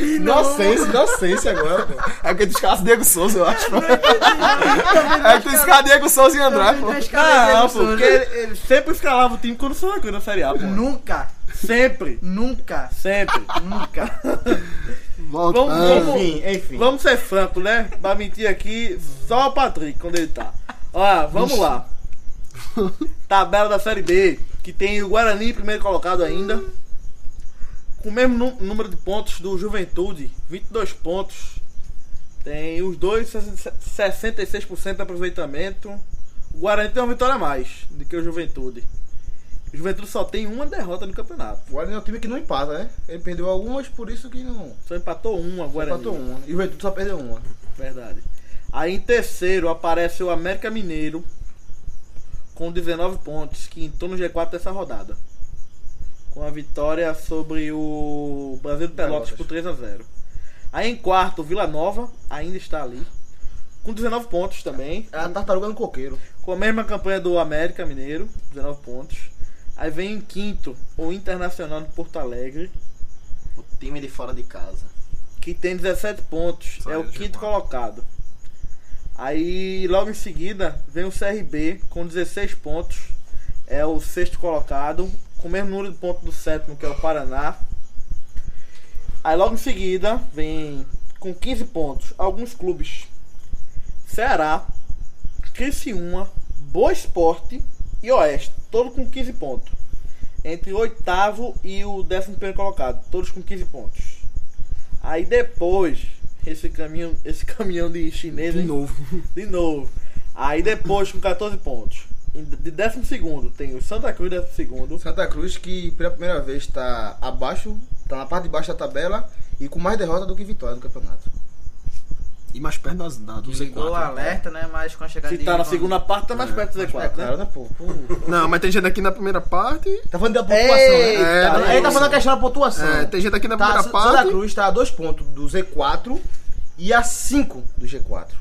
Speaker 6: Inocência, inocência agora, pô.
Speaker 4: É porque tu escalasse Diego Souza, eu acho. pô. é que tu escala Diego Souza e André, pô.
Speaker 2: Não,
Speaker 5: né?
Speaker 2: pô, porque ele, ele sempre escalava o time quando foi uma coisa na Série A, pô.
Speaker 5: Nunca,
Speaker 2: Sempre.
Speaker 5: nunca,
Speaker 2: Sempre.
Speaker 5: nunca.
Speaker 4: Volta. Ah.
Speaker 2: Vamos, vamos,
Speaker 6: Enfim, enfim.
Speaker 2: vamos ser franco, né? Pra mentir aqui, só o Patrick quando ele tá. Olha, vamos lá. Tabela da Série B, que tem o Guarani em primeiro colocado ainda. Com o mesmo nu- número de pontos do Juventude, 22 pontos. Tem os dois 66% de aproveitamento. O Guarani tem uma vitória a mais do que o Juventude. O Juventude só tem uma derrota no campeonato.
Speaker 6: O Guarani é um time que não empata, né? Ele perdeu algumas, por isso que não.
Speaker 2: Só empatou uma agora.
Speaker 6: Empatou uma. E o Juventude só perdeu uma.
Speaker 2: Verdade. Aí em terceiro aparece o América Mineiro com 19 pontos, que entrou no G4 dessa rodada. Com a vitória sobre o Brasil de Pelotas por 3 a 0 Aí em quarto, o Vila Nova ainda está ali. Com 19 pontos também.
Speaker 6: É a tartaruga no coqueiro.
Speaker 2: Com a mesma campanha do América Mineiro, 19 pontos. Aí vem em quinto o Internacional de Porto Alegre,
Speaker 3: O time de fora de casa.
Speaker 2: que tem 17 pontos. é o quinto colocado. Aí, logo em seguida, vem o CRB com 16 pontos. É o sexto colocado. Com o mesmo número de pontos do sétimo, que é o Paraná. Aí, logo em seguida, vem com 15 pontos alguns clubes: Ceará, Criciúma, Boa Esporte e Oeste. Todos com 15 pontos. Entre o oitavo e o décimo primeiro colocado. Todos com 15 pontos. Aí depois, esse caminhão, esse caminhão de chinês.
Speaker 4: De
Speaker 2: hein?
Speaker 4: novo.
Speaker 2: De novo. Aí depois, com 14 pontos. Em- De décimo segundo, tem o Santa Cruz décimo segundo.
Speaker 6: Santa Cruz, que pela primeira vez está abaixo, está na parte de baixo da tabela e com mais derrota do que vitória no campeonato.
Speaker 4: E mais perto das, da, do
Speaker 5: Ligou o
Speaker 4: Z4.
Speaker 5: alerta, né? Mas com a chegada
Speaker 2: Se
Speaker 5: de
Speaker 2: tá na
Speaker 5: Ivan-
Speaker 2: segunda parte, tá mais perto do
Speaker 6: É
Speaker 2: Z4, né?
Speaker 6: claro, né, pô? Pô.
Speaker 4: Não, mas tem gente aqui na primeira parte.
Speaker 6: Tá falando da pontuação, né?
Speaker 4: É,
Speaker 6: Tá-
Speaker 4: da
Speaker 6: Ele tá
Speaker 4: pontuação.
Speaker 6: falando a questão da pontuação.
Speaker 4: É, tem gente aqui na
Speaker 6: Tá,
Speaker 4: primeira
Speaker 6: Santa
Speaker 4: parte.
Speaker 6: Cruz tá a dois pontos do Z4 e a 5 do G4.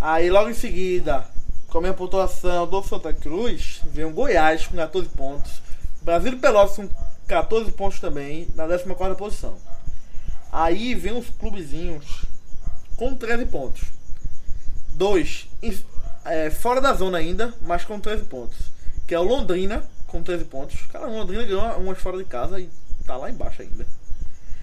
Speaker 2: Aí logo em seguida, com a minha pontuação do Santa Cruz, vem o Goiás com 14 pontos. Brasil e Pelotas com 14 pontos também, na 14 posição. Aí vem os clubezinhos com 13 pontos. Dois em- é, fora da zona ainda, mas com 13 pontos. Que é o Londrina com 13 pontos. Cara, o Londrina ganhou umas fora de casa e tá lá embaixo ainda.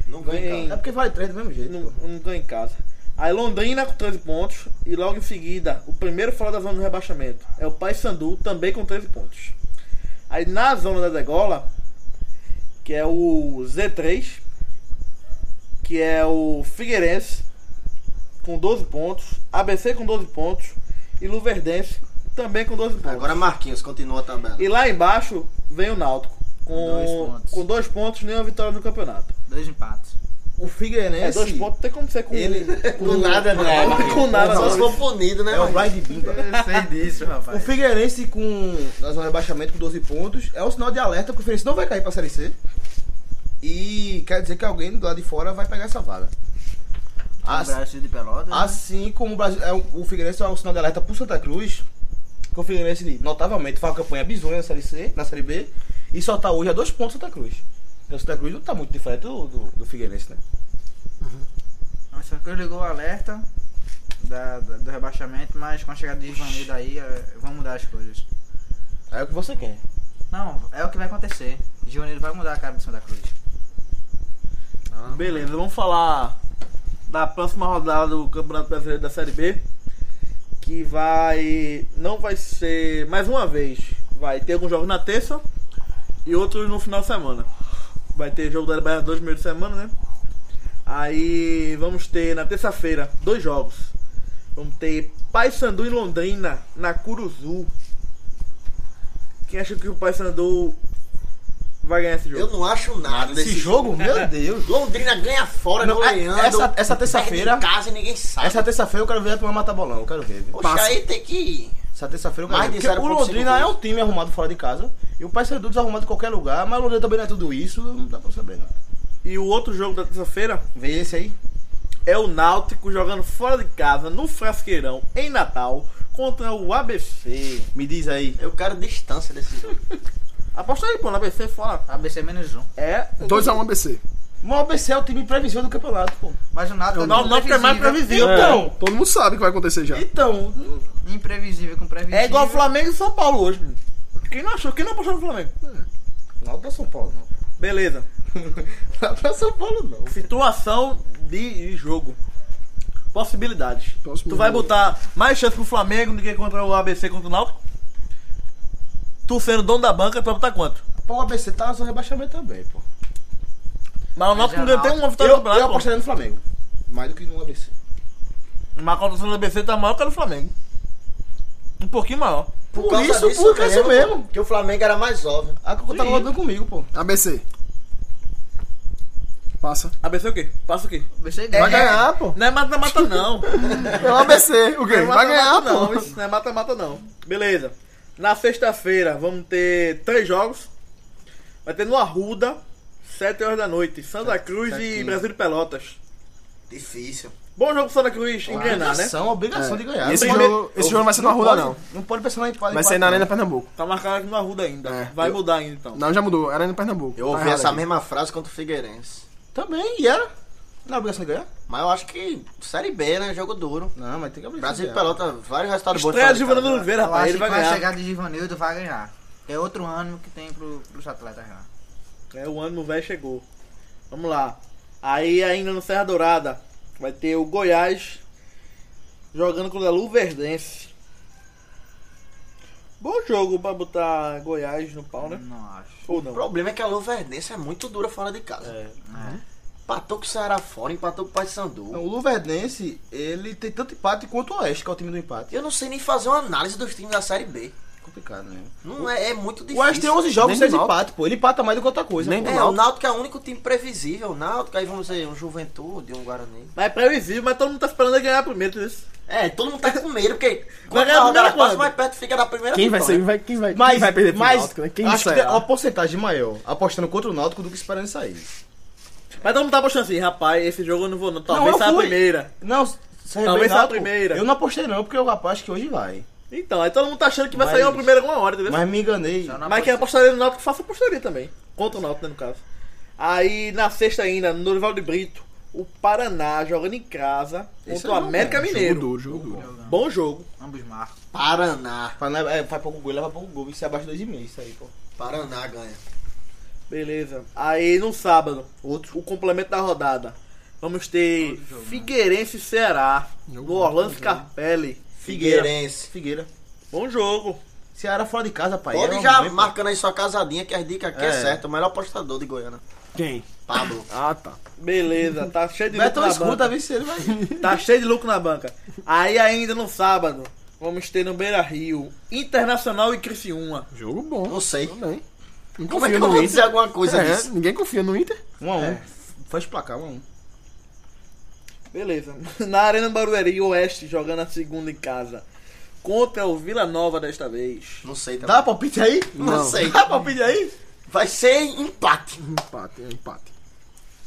Speaker 3: Não ganha.
Speaker 2: Vem-
Speaker 3: em
Speaker 6: É porque vale 3 do mesmo jeito.
Speaker 2: Não, não ganha em casa. Aí Londrina com 13 pontos. E logo em seguida, o primeiro fora da zona do rebaixamento é o Paysandu, também com 13 pontos. Aí na zona da degola, que é o Z3, que é o Figueirense, com 12 pontos. ABC com 12 pontos. E Luverdense, também com 12 pontos.
Speaker 3: casa. Agora Marquinhos, continua a tabela.
Speaker 2: E lá embaixo vem o Náutico, com,
Speaker 5: Dois pontos.
Speaker 2: com dois pontos, nenhuma vitória no campeonato.
Speaker 5: Dois empates.
Speaker 6: o Figueirense.
Speaker 7: É, dois pontos tem como ser com
Speaker 6: Ele.
Speaker 2: um.
Speaker 3: Do nada, não.
Speaker 7: Com nada,
Speaker 3: Só
Speaker 7: não.
Speaker 3: se for punido, né?
Speaker 6: É o
Speaker 3: mano?
Speaker 6: Blind Bimba.
Speaker 5: Eu sei disso,
Speaker 6: O
Speaker 5: rapaz.
Speaker 6: Figueirense com na zona de rebaixamento com 12 pontos é um sinal de alerta porque o Figueirense não vai cair pra Série C. E quer dizer que alguém do lado de fora vai pegar essa vaga.
Speaker 5: O
Speaker 6: Assim,
Speaker 5: Brasil de Pelotas. né?
Speaker 6: assim como o, Brasil, é, o Figueirense é um sinal de alerta pro Santa Cruz, que o Figueirense notavelmente faz uma campanha bizonha na Série C, na Série B, e só tá hoje a dois pontos do Santa Cruz. Porque o Santa Cruz não tá muito diferente do, do, do Figueirense, né?
Speaker 5: O Santa Cruz ligou o alerta da- da- do rebaixamento, mas com a chegada de Ivanildo aí, é, vão mudar as coisas.
Speaker 6: É o que você quer.
Speaker 5: Não, é o que vai acontecer. Ivanildo vai mudar a cara do Santa Cruz.
Speaker 2: Beleza, vamos falar da próxima rodada do Campeonato Brasileiro da Série B. Que vai. Não vai ser. Mais uma vez, vai ter alguns jogos na terça e outros no final de semana. Vai ter jogo da Libertadores no meio de semana, né? Aí vamos ter na terça-feira dois jogos. Vamos ter Paysandu e Londrina na Curuzu. Quem acha que o Paysandu vai ganhar esse jogo?
Speaker 3: Eu não acho nada desse
Speaker 6: Esse jogo,
Speaker 5: né?
Speaker 6: meu Deus.
Speaker 3: Londrina ganha fora,
Speaker 6: Não, é-
Speaker 3: goleando.
Speaker 6: essa- essa
Speaker 3: perde
Speaker 6: terça-feira-
Speaker 3: em casa e ninguém sabe.
Speaker 6: Essa terça-feira eu quero ver a turma matar bolão, eu quero ver. viu?
Speaker 3: Poxa, aí tem que.
Speaker 6: Essa terça-feira eu
Speaker 3: Mais
Speaker 6: ganhei.
Speaker 3: de
Speaker 6: Porque o
Speaker 3: 0,5
Speaker 6: Londrina
Speaker 3: gols.
Speaker 6: é um time arrumado fora de casa. E o Paysandu desarrumado em qualquer lugar. Mas o Londrina também não é tudo isso. Não dá pra saber, não.
Speaker 2: E o outro jogo da terça-feira
Speaker 6: Vê esse aí.
Speaker 2: é o Náutico jogando fora de casa, no Frasqueirão, em Natal, contra o ABC.
Speaker 6: Me diz aí.
Speaker 3: Eu quero distância desse jogo.
Speaker 2: Aposta aí, pô, no ABC fora.
Speaker 5: ABC menos um.
Speaker 2: É.
Speaker 4: 2x1 ABC.
Speaker 6: Mas o ABC é o time previsível do campeonato, pô.
Speaker 5: Mas o Náutico
Speaker 2: O Náutico um. é mais previsível.
Speaker 6: Então,
Speaker 4: Todo mundo sabe o que vai acontecer já.
Speaker 6: então.
Speaker 5: Imprevisível com previsível.
Speaker 2: É igual Flamengo e São Paulo hoje. Quem não achou? Quem não apostou no Flamengo?
Speaker 6: Não pra São Paulo, não.
Speaker 2: Beleza.
Speaker 6: Não pra São Paulo, não.
Speaker 2: Situação de jogo. Possibilidades.
Speaker 4: Possibilidades.
Speaker 2: Tu vai botar mais chance pro Flamengo do que contra o ABC contra o Náutico? Tu sendo dono da banca, tu vai botar quanto?
Speaker 6: Pô, o ABC tá na zona de rebaixamento também, pô.
Speaker 2: Mas o Náutico não deu até uma
Speaker 6: Eu,
Speaker 2: vitória no
Speaker 6: eu
Speaker 2: campeonato.
Speaker 6: apostaria no Flamengo. Mais do que no ABC.
Speaker 2: pô. Mas a cotação do ABC tá maior que a do Flamengo. Um pouquinho maior.
Speaker 6: Por isso, por
Speaker 3: eu
Speaker 6: isso
Speaker 3: lembro
Speaker 6: mesmo.
Speaker 3: Que o Flamengo era mais óbvio.
Speaker 6: A Cocô tá rodando comigo, pô.
Speaker 4: ABC. Passa.
Speaker 2: ABC é o quê? Passa o quê?
Speaker 5: ABC
Speaker 4: Vai
Speaker 5: ganha.
Speaker 4: ganhar, pô.
Speaker 2: Não é mata-mata, não. um
Speaker 4: É o ABC. O quê?
Speaker 2: Não é
Speaker 4: Vai ganhar,
Speaker 2: mata-mata, não.
Speaker 4: pô.
Speaker 2: Isso não é mata-mata, não. Beleza. Na sexta-feira vamos ter três jogos. Vai ter no Arruda, 7 horas da noite. Santa Cruz e Brasil de Pelotas.
Speaker 3: Difícil.
Speaker 2: Bom jogo pro Santa Cruz engrenar, né?
Speaker 6: Obrigação, obrigação de ganhar.
Speaker 4: E esse
Speaker 6: Primeiro-
Speaker 4: jogo, esse jogo não vai ser na Arruda,
Speaker 6: pode-
Speaker 4: não.
Speaker 6: Não pode pensar na empate.
Speaker 4: Vai ser na Arena Pernambuco.
Speaker 2: Tá marcado aqui no Arruda ainda.
Speaker 4: É.
Speaker 2: Vai mudar ainda então.
Speaker 4: Não, já mudou. Arena Pernambuco.
Speaker 3: Eu
Speaker 4: Tá
Speaker 3: ouvi
Speaker 4: errado
Speaker 3: essa
Speaker 4: aí.
Speaker 3: mesma frase contra o Figueirense.
Speaker 6: Também, e era. Não é obrigação de ganhar?
Speaker 3: Mas eu acho que Série B, né? Jogo duro.
Speaker 6: Não, mas tem que abrir.
Speaker 3: Brasil e Pelota, vários resultados bons.
Speaker 2: Estreia de Giovanna
Speaker 3: fora de casa. né?
Speaker 2: Oliveira,
Speaker 5: Eu
Speaker 2: rapaz.
Speaker 5: acho
Speaker 2: Ele
Speaker 5: que
Speaker 2: vai
Speaker 5: com a
Speaker 2: ganhar.
Speaker 5: chegada de Givanildo vai ganhar. É outro ânimo que tem pro, pros atletas ganhar.
Speaker 2: É, o ânimo velho chegou. Vamos lá. Aí ainda no Serra Dourada vai ter o Goiás jogando contra a Luverdense. Bom jogo pra botar Goiás no pau,
Speaker 6: Hum.
Speaker 2: né?
Speaker 5: Não acho.
Speaker 2: Ou
Speaker 3: O
Speaker 2: não?
Speaker 3: problema é que a Luverdense é muito dura fora de casa. Empatou com o Ceará fora, empatou com o Paysandu.
Speaker 6: Não, o Luverdense, ele tem tanto empate quanto o Oeste, que é o time do empate.
Speaker 3: Eu não sei nem fazer uma análise dos times da Série B.
Speaker 6: É complicado, né?
Speaker 3: Não é, é muito
Speaker 6: O
Speaker 3: difícil.
Speaker 6: Oeste tem 11 jogos,
Speaker 4: Nem
Speaker 6: 6
Speaker 4: do Náutico.
Speaker 6: empates, pô. Ele empata mais do que outra coisa.
Speaker 4: Nem
Speaker 6: pô.
Speaker 4: do
Speaker 3: É, o Náutico é o único time previsível. O Náutico, aí vamos dizer, um Juventude, um Guarani.
Speaker 2: Mas é previsível, mas todo mundo tá esperando ele ganhar primeiro. Isso.
Speaker 3: É, todo mundo tá com medo, porque
Speaker 2: Vai
Speaker 3: quando
Speaker 2: ganhar
Speaker 3: a
Speaker 2: a primeira
Speaker 3: rodada passa,
Speaker 2: quando?
Speaker 3: mais perto fica da primeira
Speaker 4: Quem vai
Speaker 3: vitória.
Speaker 4: ser? Vai, quem vai,
Speaker 6: Mas,
Speaker 4: quem vai perder pro
Speaker 6: mas
Speaker 4: Náutico, né? Quem
Speaker 6: acho que
Speaker 4: vai
Speaker 6: tem
Speaker 4: sair?
Speaker 6: uma porcentagem maior apostando contra o Náutico do que esperando sair.
Speaker 2: Mas todo mundo tá apostando assim, rapaz, esse jogo eu não vou não. Talvez
Speaker 6: eu
Speaker 2: seja a
Speaker 6: fui.
Speaker 2: primeira.
Speaker 6: Não, se
Speaker 2: Talvez
Speaker 6: arrepender,
Speaker 2: seja a
Speaker 6: Náutico,
Speaker 2: primeira.
Speaker 6: Eu não apostei não, porque eu acho que hoje vai.
Speaker 2: Então, aí todo mundo tá achando que vai
Speaker 6: Mas-
Speaker 2: sair uma primeira alguma hora, entendeu? Mas, é
Speaker 6: Mas me enganei.
Speaker 5: Só na
Speaker 2: quem
Speaker 5: posição.
Speaker 2: apostaria no Náutico, faça apostaria também. Contra o Náutico, né, no caso. Aí, na sexta ainda, no Dorival de Brito, o Paraná jogando em casa
Speaker 6: Esse
Speaker 2: contra o
Speaker 6: é jogo
Speaker 2: América
Speaker 6: bom,
Speaker 2: Mineiro.
Speaker 4: Jogo duro, jogo duro.
Speaker 2: Bom jogo.
Speaker 5: Ambos marcam.
Speaker 3: Paraná.
Speaker 6: Paraná, é, faz pouco gol, leva pouco gol. Isso é abaixo de 2,5 isso aí, pô.
Speaker 3: Paraná ganha.
Speaker 2: Beleza. Aí no sábado, outro, o complemento da rodada. Vamos ter
Speaker 4: né?
Speaker 2: Figueirense e Ceará. No Orlando Scarpelli.
Speaker 3: Figueirense.
Speaker 6: Figueira.
Speaker 2: Bom jogo.
Speaker 6: Ceará fora de casa, pai.
Speaker 3: Pode
Speaker 6: Era um
Speaker 3: já
Speaker 6: bem-
Speaker 3: marcando aí sua casadinha, que as dicas aqui é,
Speaker 6: É.
Speaker 3: certa. O melhor apostador de Goiânia.
Speaker 4: Quem?
Speaker 3: Pablo.
Speaker 4: Ah, tá.
Speaker 2: Beleza, tá cheio de
Speaker 6: Beto
Speaker 2: lucro na
Speaker 6: escuta,
Speaker 2: banca.
Speaker 6: vê se ele vai.
Speaker 2: Tá cheio de lucro na banca. Aí ainda no sábado, vamos ter no Beira Rio, Internacional e Criciúma.
Speaker 4: Jogo bom.
Speaker 3: Não sei.
Speaker 4: Também. Não
Speaker 3: Como é
Speaker 4: confio
Speaker 3: que eu
Speaker 4: no
Speaker 3: vou
Speaker 4: Inter.
Speaker 3: dizer alguma coisa
Speaker 4: É,
Speaker 3: disso?
Speaker 4: ninguém confia no Inter.
Speaker 6: 1 a 1 Faz placar, 1 a 1
Speaker 2: Beleza. Na Arena Barueri, Oeste jogando a segunda em casa. Contra o Vila Nova desta vez.
Speaker 3: Não sei também.
Speaker 6: Dá palpite aí?
Speaker 3: Não,
Speaker 4: Não.
Speaker 3: sei.
Speaker 6: Dá palpite aí?
Speaker 3: Vai ser empate.
Speaker 4: Empate, é empate.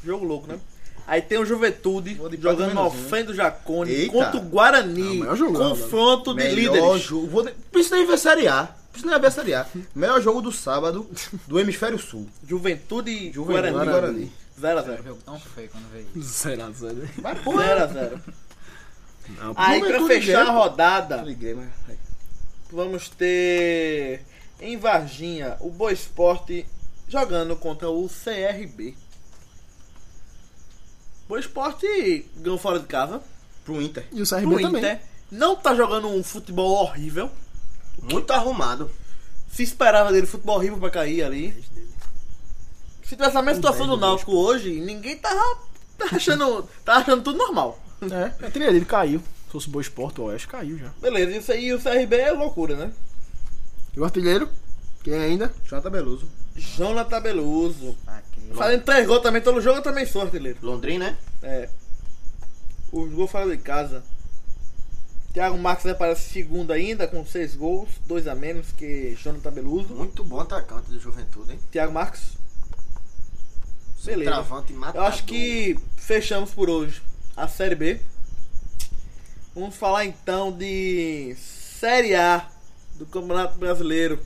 Speaker 2: Jogo louco, né? Aí tem o Juventude
Speaker 6: Vou de empate
Speaker 2: jogando no
Speaker 6: menos um.
Speaker 2: Alfendo Jacone
Speaker 6: Eita.
Speaker 2: contra o Guarani.
Speaker 4: É o maior jogo, né,
Speaker 2: confronto de
Speaker 6: Melhor
Speaker 2: líderes.
Speaker 6: jogo. Vou... Precisa nem ver Série A. Precisa nem ver Série A. Melhor jogo do sábado do Hemisfério Sul.
Speaker 2: Juventude e
Speaker 6: Juventude e
Speaker 2: Guarani.
Speaker 6: Guarani.
Speaker 2: 0x0.
Speaker 5: jogo tão feio quando veio.
Speaker 4: Será, zero.
Speaker 2: 0x0. Aí pra fechar a rodada,
Speaker 6: Liguei, mas...
Speaker 2: vamos ter em Varginha o Boa Esporte jogando contra o CRB. Boa Esporte ganhou fora de casa
Speaker 6: Pro Inter.
Speaker 4: E o CRB
Speaker 2: pro
Speaker 4: É, também.
Speaker 2: Inter. Não tá jogando um futebol horrível.
Speaker 3: Muito arrumado.
Speaker 2: Se esperava dele futebol horrível pra cair ali. Se tivesse a mesma situação do Náutico hoje, ninguém tava tá achando, tá achando tudo normal.
Speaker 4: É, a trilha dele caiu. Se fosse o Boa Esporte, o Oeste caiu já.
Speaker 2: Beleza, isso aí o CRB é loucura, né?
Speaker 4: E o artilheiro? Quem é ainda?
Speaker 6: Jonathan Beluso.
Speaker 2: Jonathan Beluso.
Speaker 5: Aqui.
Speaker 2: Fazendo três gols também, todo jogo eu também sou artilheiro.
Speaker 3: Londrina, né?
Speaker 2: É. Os gols fora de casa. Thiago Marques aparece segundo ainda, com seis gols, dois a menos que Jonathan Beluso.
Speaker 3: Muito bom atacante do Juventude, hein?
Speaker 2: Thiago Marques. Beleza.
Speaker 3: Travante
Speaker 2: Eu
Speaker 3: matador.
Speaker 2: acho que fechamos por hoje a Série B. Vamos falar então de Série A do Campeonato Brasileiro.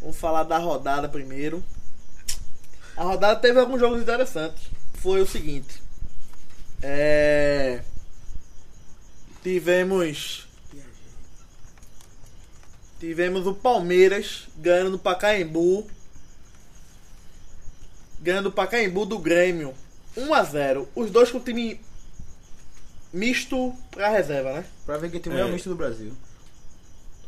Speaker 2: Vamos falar da rodada primeiro. A rodada teve alguns jogos interessantes. Foi o seguinte: É, tivemos tivemos o Palmeiras ganhando no Pacaembu ganhando o Pacaembu do Grêmio 1 a 0 os dois com time misto pra reserva né
Speaker 6: Pra ver quem tem o melhor misto do Brasil.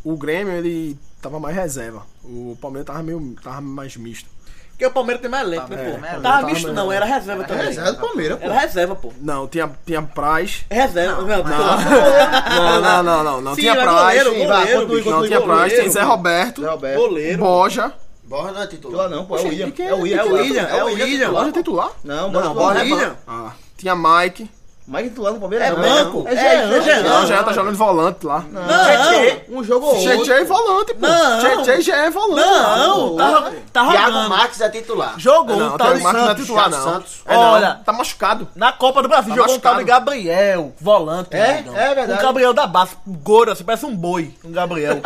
Speaker 4: O Grêmio, ele tava mais reserva. O Palmeiras tava meio. tava mais misto.
Speaker 2: porque o Palmeiras tem mais elenco né
Speaker 5: Palmeiras,
Speaker 2: pô
Speaker 5: Palmeiras.
Speaker 2: tava
Speaker 4: Tava
Speaker 2: misto não
Speaker 4: melhor.
Speaker 2: era reserva
Speaker 5: Era
Speaker 2: também
Speaker 6: Reserva É, do Palmeiras, pô.
Speaker 2: era reserva pô
Speaker 4: Não, tinha, tinha Praz.
Speaker 2: reserva não,
Speaker 4: Não, não, não, não. Não
Speaker 2: Sim,
Speaker 4: tinha
Speaker 2: era
Speaker 4: Praz.
Speaker 2: goleiro,
Speaker 4: Sim,
Speaker 2: goleiro,
Speaker 4: vai, continua,
Speaker 2: bicho,
Speaker 4: Não tinha
Speaker 2: goleiro.
Speaker 4: Praz. Tem Zé Roberto.
Speaker 6: Zé Roberto.
Speaker 2: goleiro
Speaker 4: Borja.
Speaker 3: Borra não é
Speaker 6: Titular
Speaker 3: titular.
Speaker 6: não, pô. É o William.
Speaker 4: quem
Speaker 6: É o William.
Speaker 2: é o William é o
Speaker 4: Borja
Speaker 2: William
Speaker 4: é titular?
Speaker 6: Não, é
Speaker 2: não
Speaker 6: Borja.
Speaker 2: bora William
Speaker 4: Ah. Tinha Mike.
Speaker 6: Mike titular no Palmeiras
Speaker 2: É
Speaker 6: não.
Speaker 2: banco.
Speaker 6: É
Speaker 2: É, é
Speaker 6: Jean.
Speaker 2: Jean.
Speaker 4: Não, já tá jogando volante lá.
Speaker 2: não
Speaker 6: Um jogo ou outro.
Speaker 4: Tchê é volante, pô.
Speaker 2: Não.
Speaker 4: Tchê já é volante.
Speaker 2: não tá, tá
Speaker 3: Thiago
Speaker 2: jogando
Speaker 3: Max é titular.
Speaker 2: jogou
Speaker 4: Não,
Speaker 2: um
Speaker 4: tem
Speaker 2: tal
Speaker 4: o
Speaker 2: de
Speaker 4: Marcos não é
Speaker 2: Santos
Speaker 4: titular,
Speaker 3: Thiago
Speaker 4: não.
Speaker 3: Santos.
Speaker 4: É, não.
Speaker 2: Olha.
Speaker 4: Tá machucado.
Speaker 2: Na Copa do Brasil
Speaker 4: Tá
Speaker 2: jogou um tal de
Speaker 4: machucado.
Speaker 2: Gabriel, volante.
Speaker 6: É?
Speaker 2: meu irmão.
Speaker 6: É verdade.
Speaker 2: Um Gabriel da base, gordo, assim, parece um boi, um Gabriel.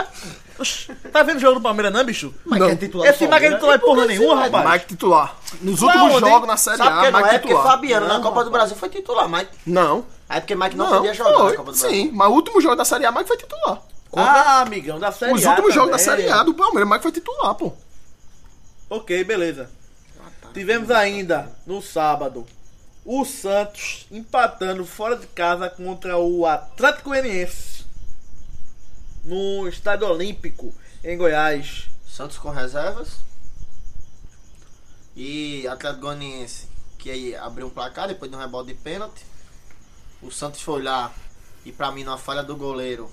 Speaker 2: Oxi, tá vendo o jogo do Palmeiras, não, bicho?
Speaker 6: Mike é titular do
Speaker 2: Esse Mike não
Speaker 6: Palmeiras.
Speaker 2: é porra nenhuma, rapaz.
Speaker 4: Mike titular. Nos
Speaker 3: Pra
Speaker 4: últimos
Speaker 3: onde, hein?
Speaker 4: jogos na Série
Speaker 3: Sabe
Speaker 4: A,
Speaker 3: que não é?
Speaker 4: Mike
Speaker 3: Porque
Speaker 4: titular.
Speaker 3: Fabiano na Copa do Brasil foi titular, Mike.
Speaker 4: Não.
Speaker 3: Aí porque Mike não,
Speaker 4: Não,
Speaker 3: podia jogar
Speaker 4: foi,
Speaker 3: na Copa do Brasil.
Speaker 4: Sim, mas o último jogo da Série A, Mike foi titular.
Speaker 2: Ah, amigão, da Série
Speaker 4: Os
Speaker 2: A
Speaker 4: últimos jogos da
Speaker 2: também.
Speaker 4: Série A do Palmeiras, Mike foi titular, pô.
Speaker 2: Ok, beleza. Tivemos ainda, no sábado, o Santos empatando fora de casa contra o Atlético Goianiense. No Estádio Olímpico, em Goiás.
Speaker 3: Santos com reservas. E Atlético Goianiense, que aí abriu um placar depois de um rebote de pênalti. O Santos foi lá e pra mim na falha do goleiro.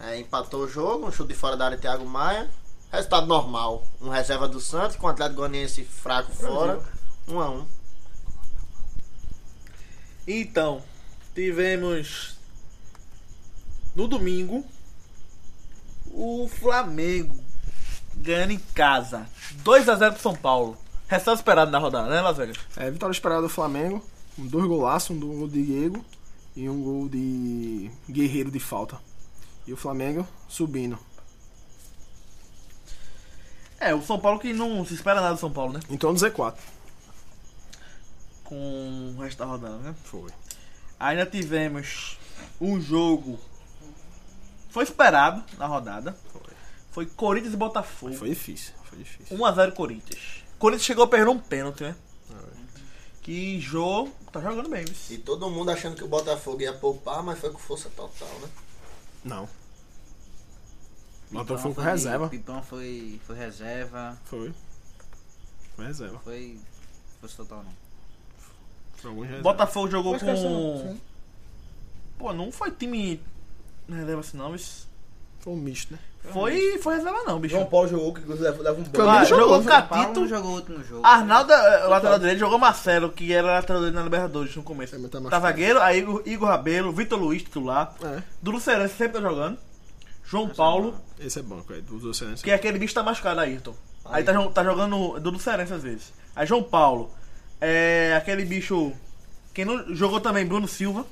Speaker 3: é, empatou o jogo, um chute de fora da área Thiago Maia. Resultado normal. Um reserva do Santos com o Atlético Goianiense fraco fora. Um a um.
Speaker 2: Então, tivemos no domingo o Flamengo ganhando em casa. 2 a 0 pro São Paulo. Resultado esperado na rodada, né, Las Vegas?
Speaker 4: É, vitória esperada do Flamengo. Um dois golaços, um gol de Diego e um gol de Guerreiro de falta. E o Flamengo subindo.
Speaker 2: É, o São Paulo que não se espera nada do São Paulo, né?
Speaker 4: Entrou Então, no Z4.
Speaker 2: Com o resto da rodada, né?
Speaker 4: Foi.
Speaker 2: Ainda tivemos um jogo. Foi esperado na rodada. Foi Corinthians e Botafogo.
Speaker 4: Foi difícil, foi difícil.
Speaker 2: 1x0 Corinthians. Corinthians chegou a perder um pênalti, né? Que Jô tá jogando bem, viu?
Speaker 3: E todo mundo achando que o Botafogo ia poupar, mas foi com força total, né?
Speaker 4: Não. Botou fogo com reserva.
Speaker 5: Pipão foi, foi reserva.
Speaker 4: Foi. Foi reserva.
Speaker 5: Foi. Foi total, não.
Speaker 4: Foi alguns reserva.
Speaker 2: Botafogo jogou
Speaker 6: Mas que essa
Speaker 2: com.
Speaker 6: não-
Speaker 2: Pô, não foi time. Não reserva assim, não, mas.
Speaker 4: Foi um misto, né?
Speaker 2: Foi, foi reserva não, bicho.
Speaker 6: João Paulo jogou, que inclusive leva leva um banco.
Speaker 2: Ah,
Speaker 4: Paulo jogou,
Speaker 2: jogou
Speaker 4: João
Speaker 5: Paulo
Speaker 2: Catito,
Speaker 5: não jogou o último jogo.
Speaker 2: Arnaldo, eh, lateral direito, jogou Marcelo, que era lateral direito na Libertadores no começo.
Speaker 4: É, mas tá
Speaker 2: Tá
Speaker 4: machucado.
Speaker 2: zagueiro, aí Igor, Igor Rabelo, Vitor Luiz, titular.
Speaker 4: É,
Speaker 2: Duro Cerense sempre tá jogando. João Paulo,
Speaker 4: esse é banco aí, dos oceanos.
Speaker 2: que é aquele bicho que tá machucado, Ayrton. Aí tá, jo- tá jogando Duro Cerense às vezes. Aí João Paulo, é aquele bicho. Quem não jogou também, Bruno Silva.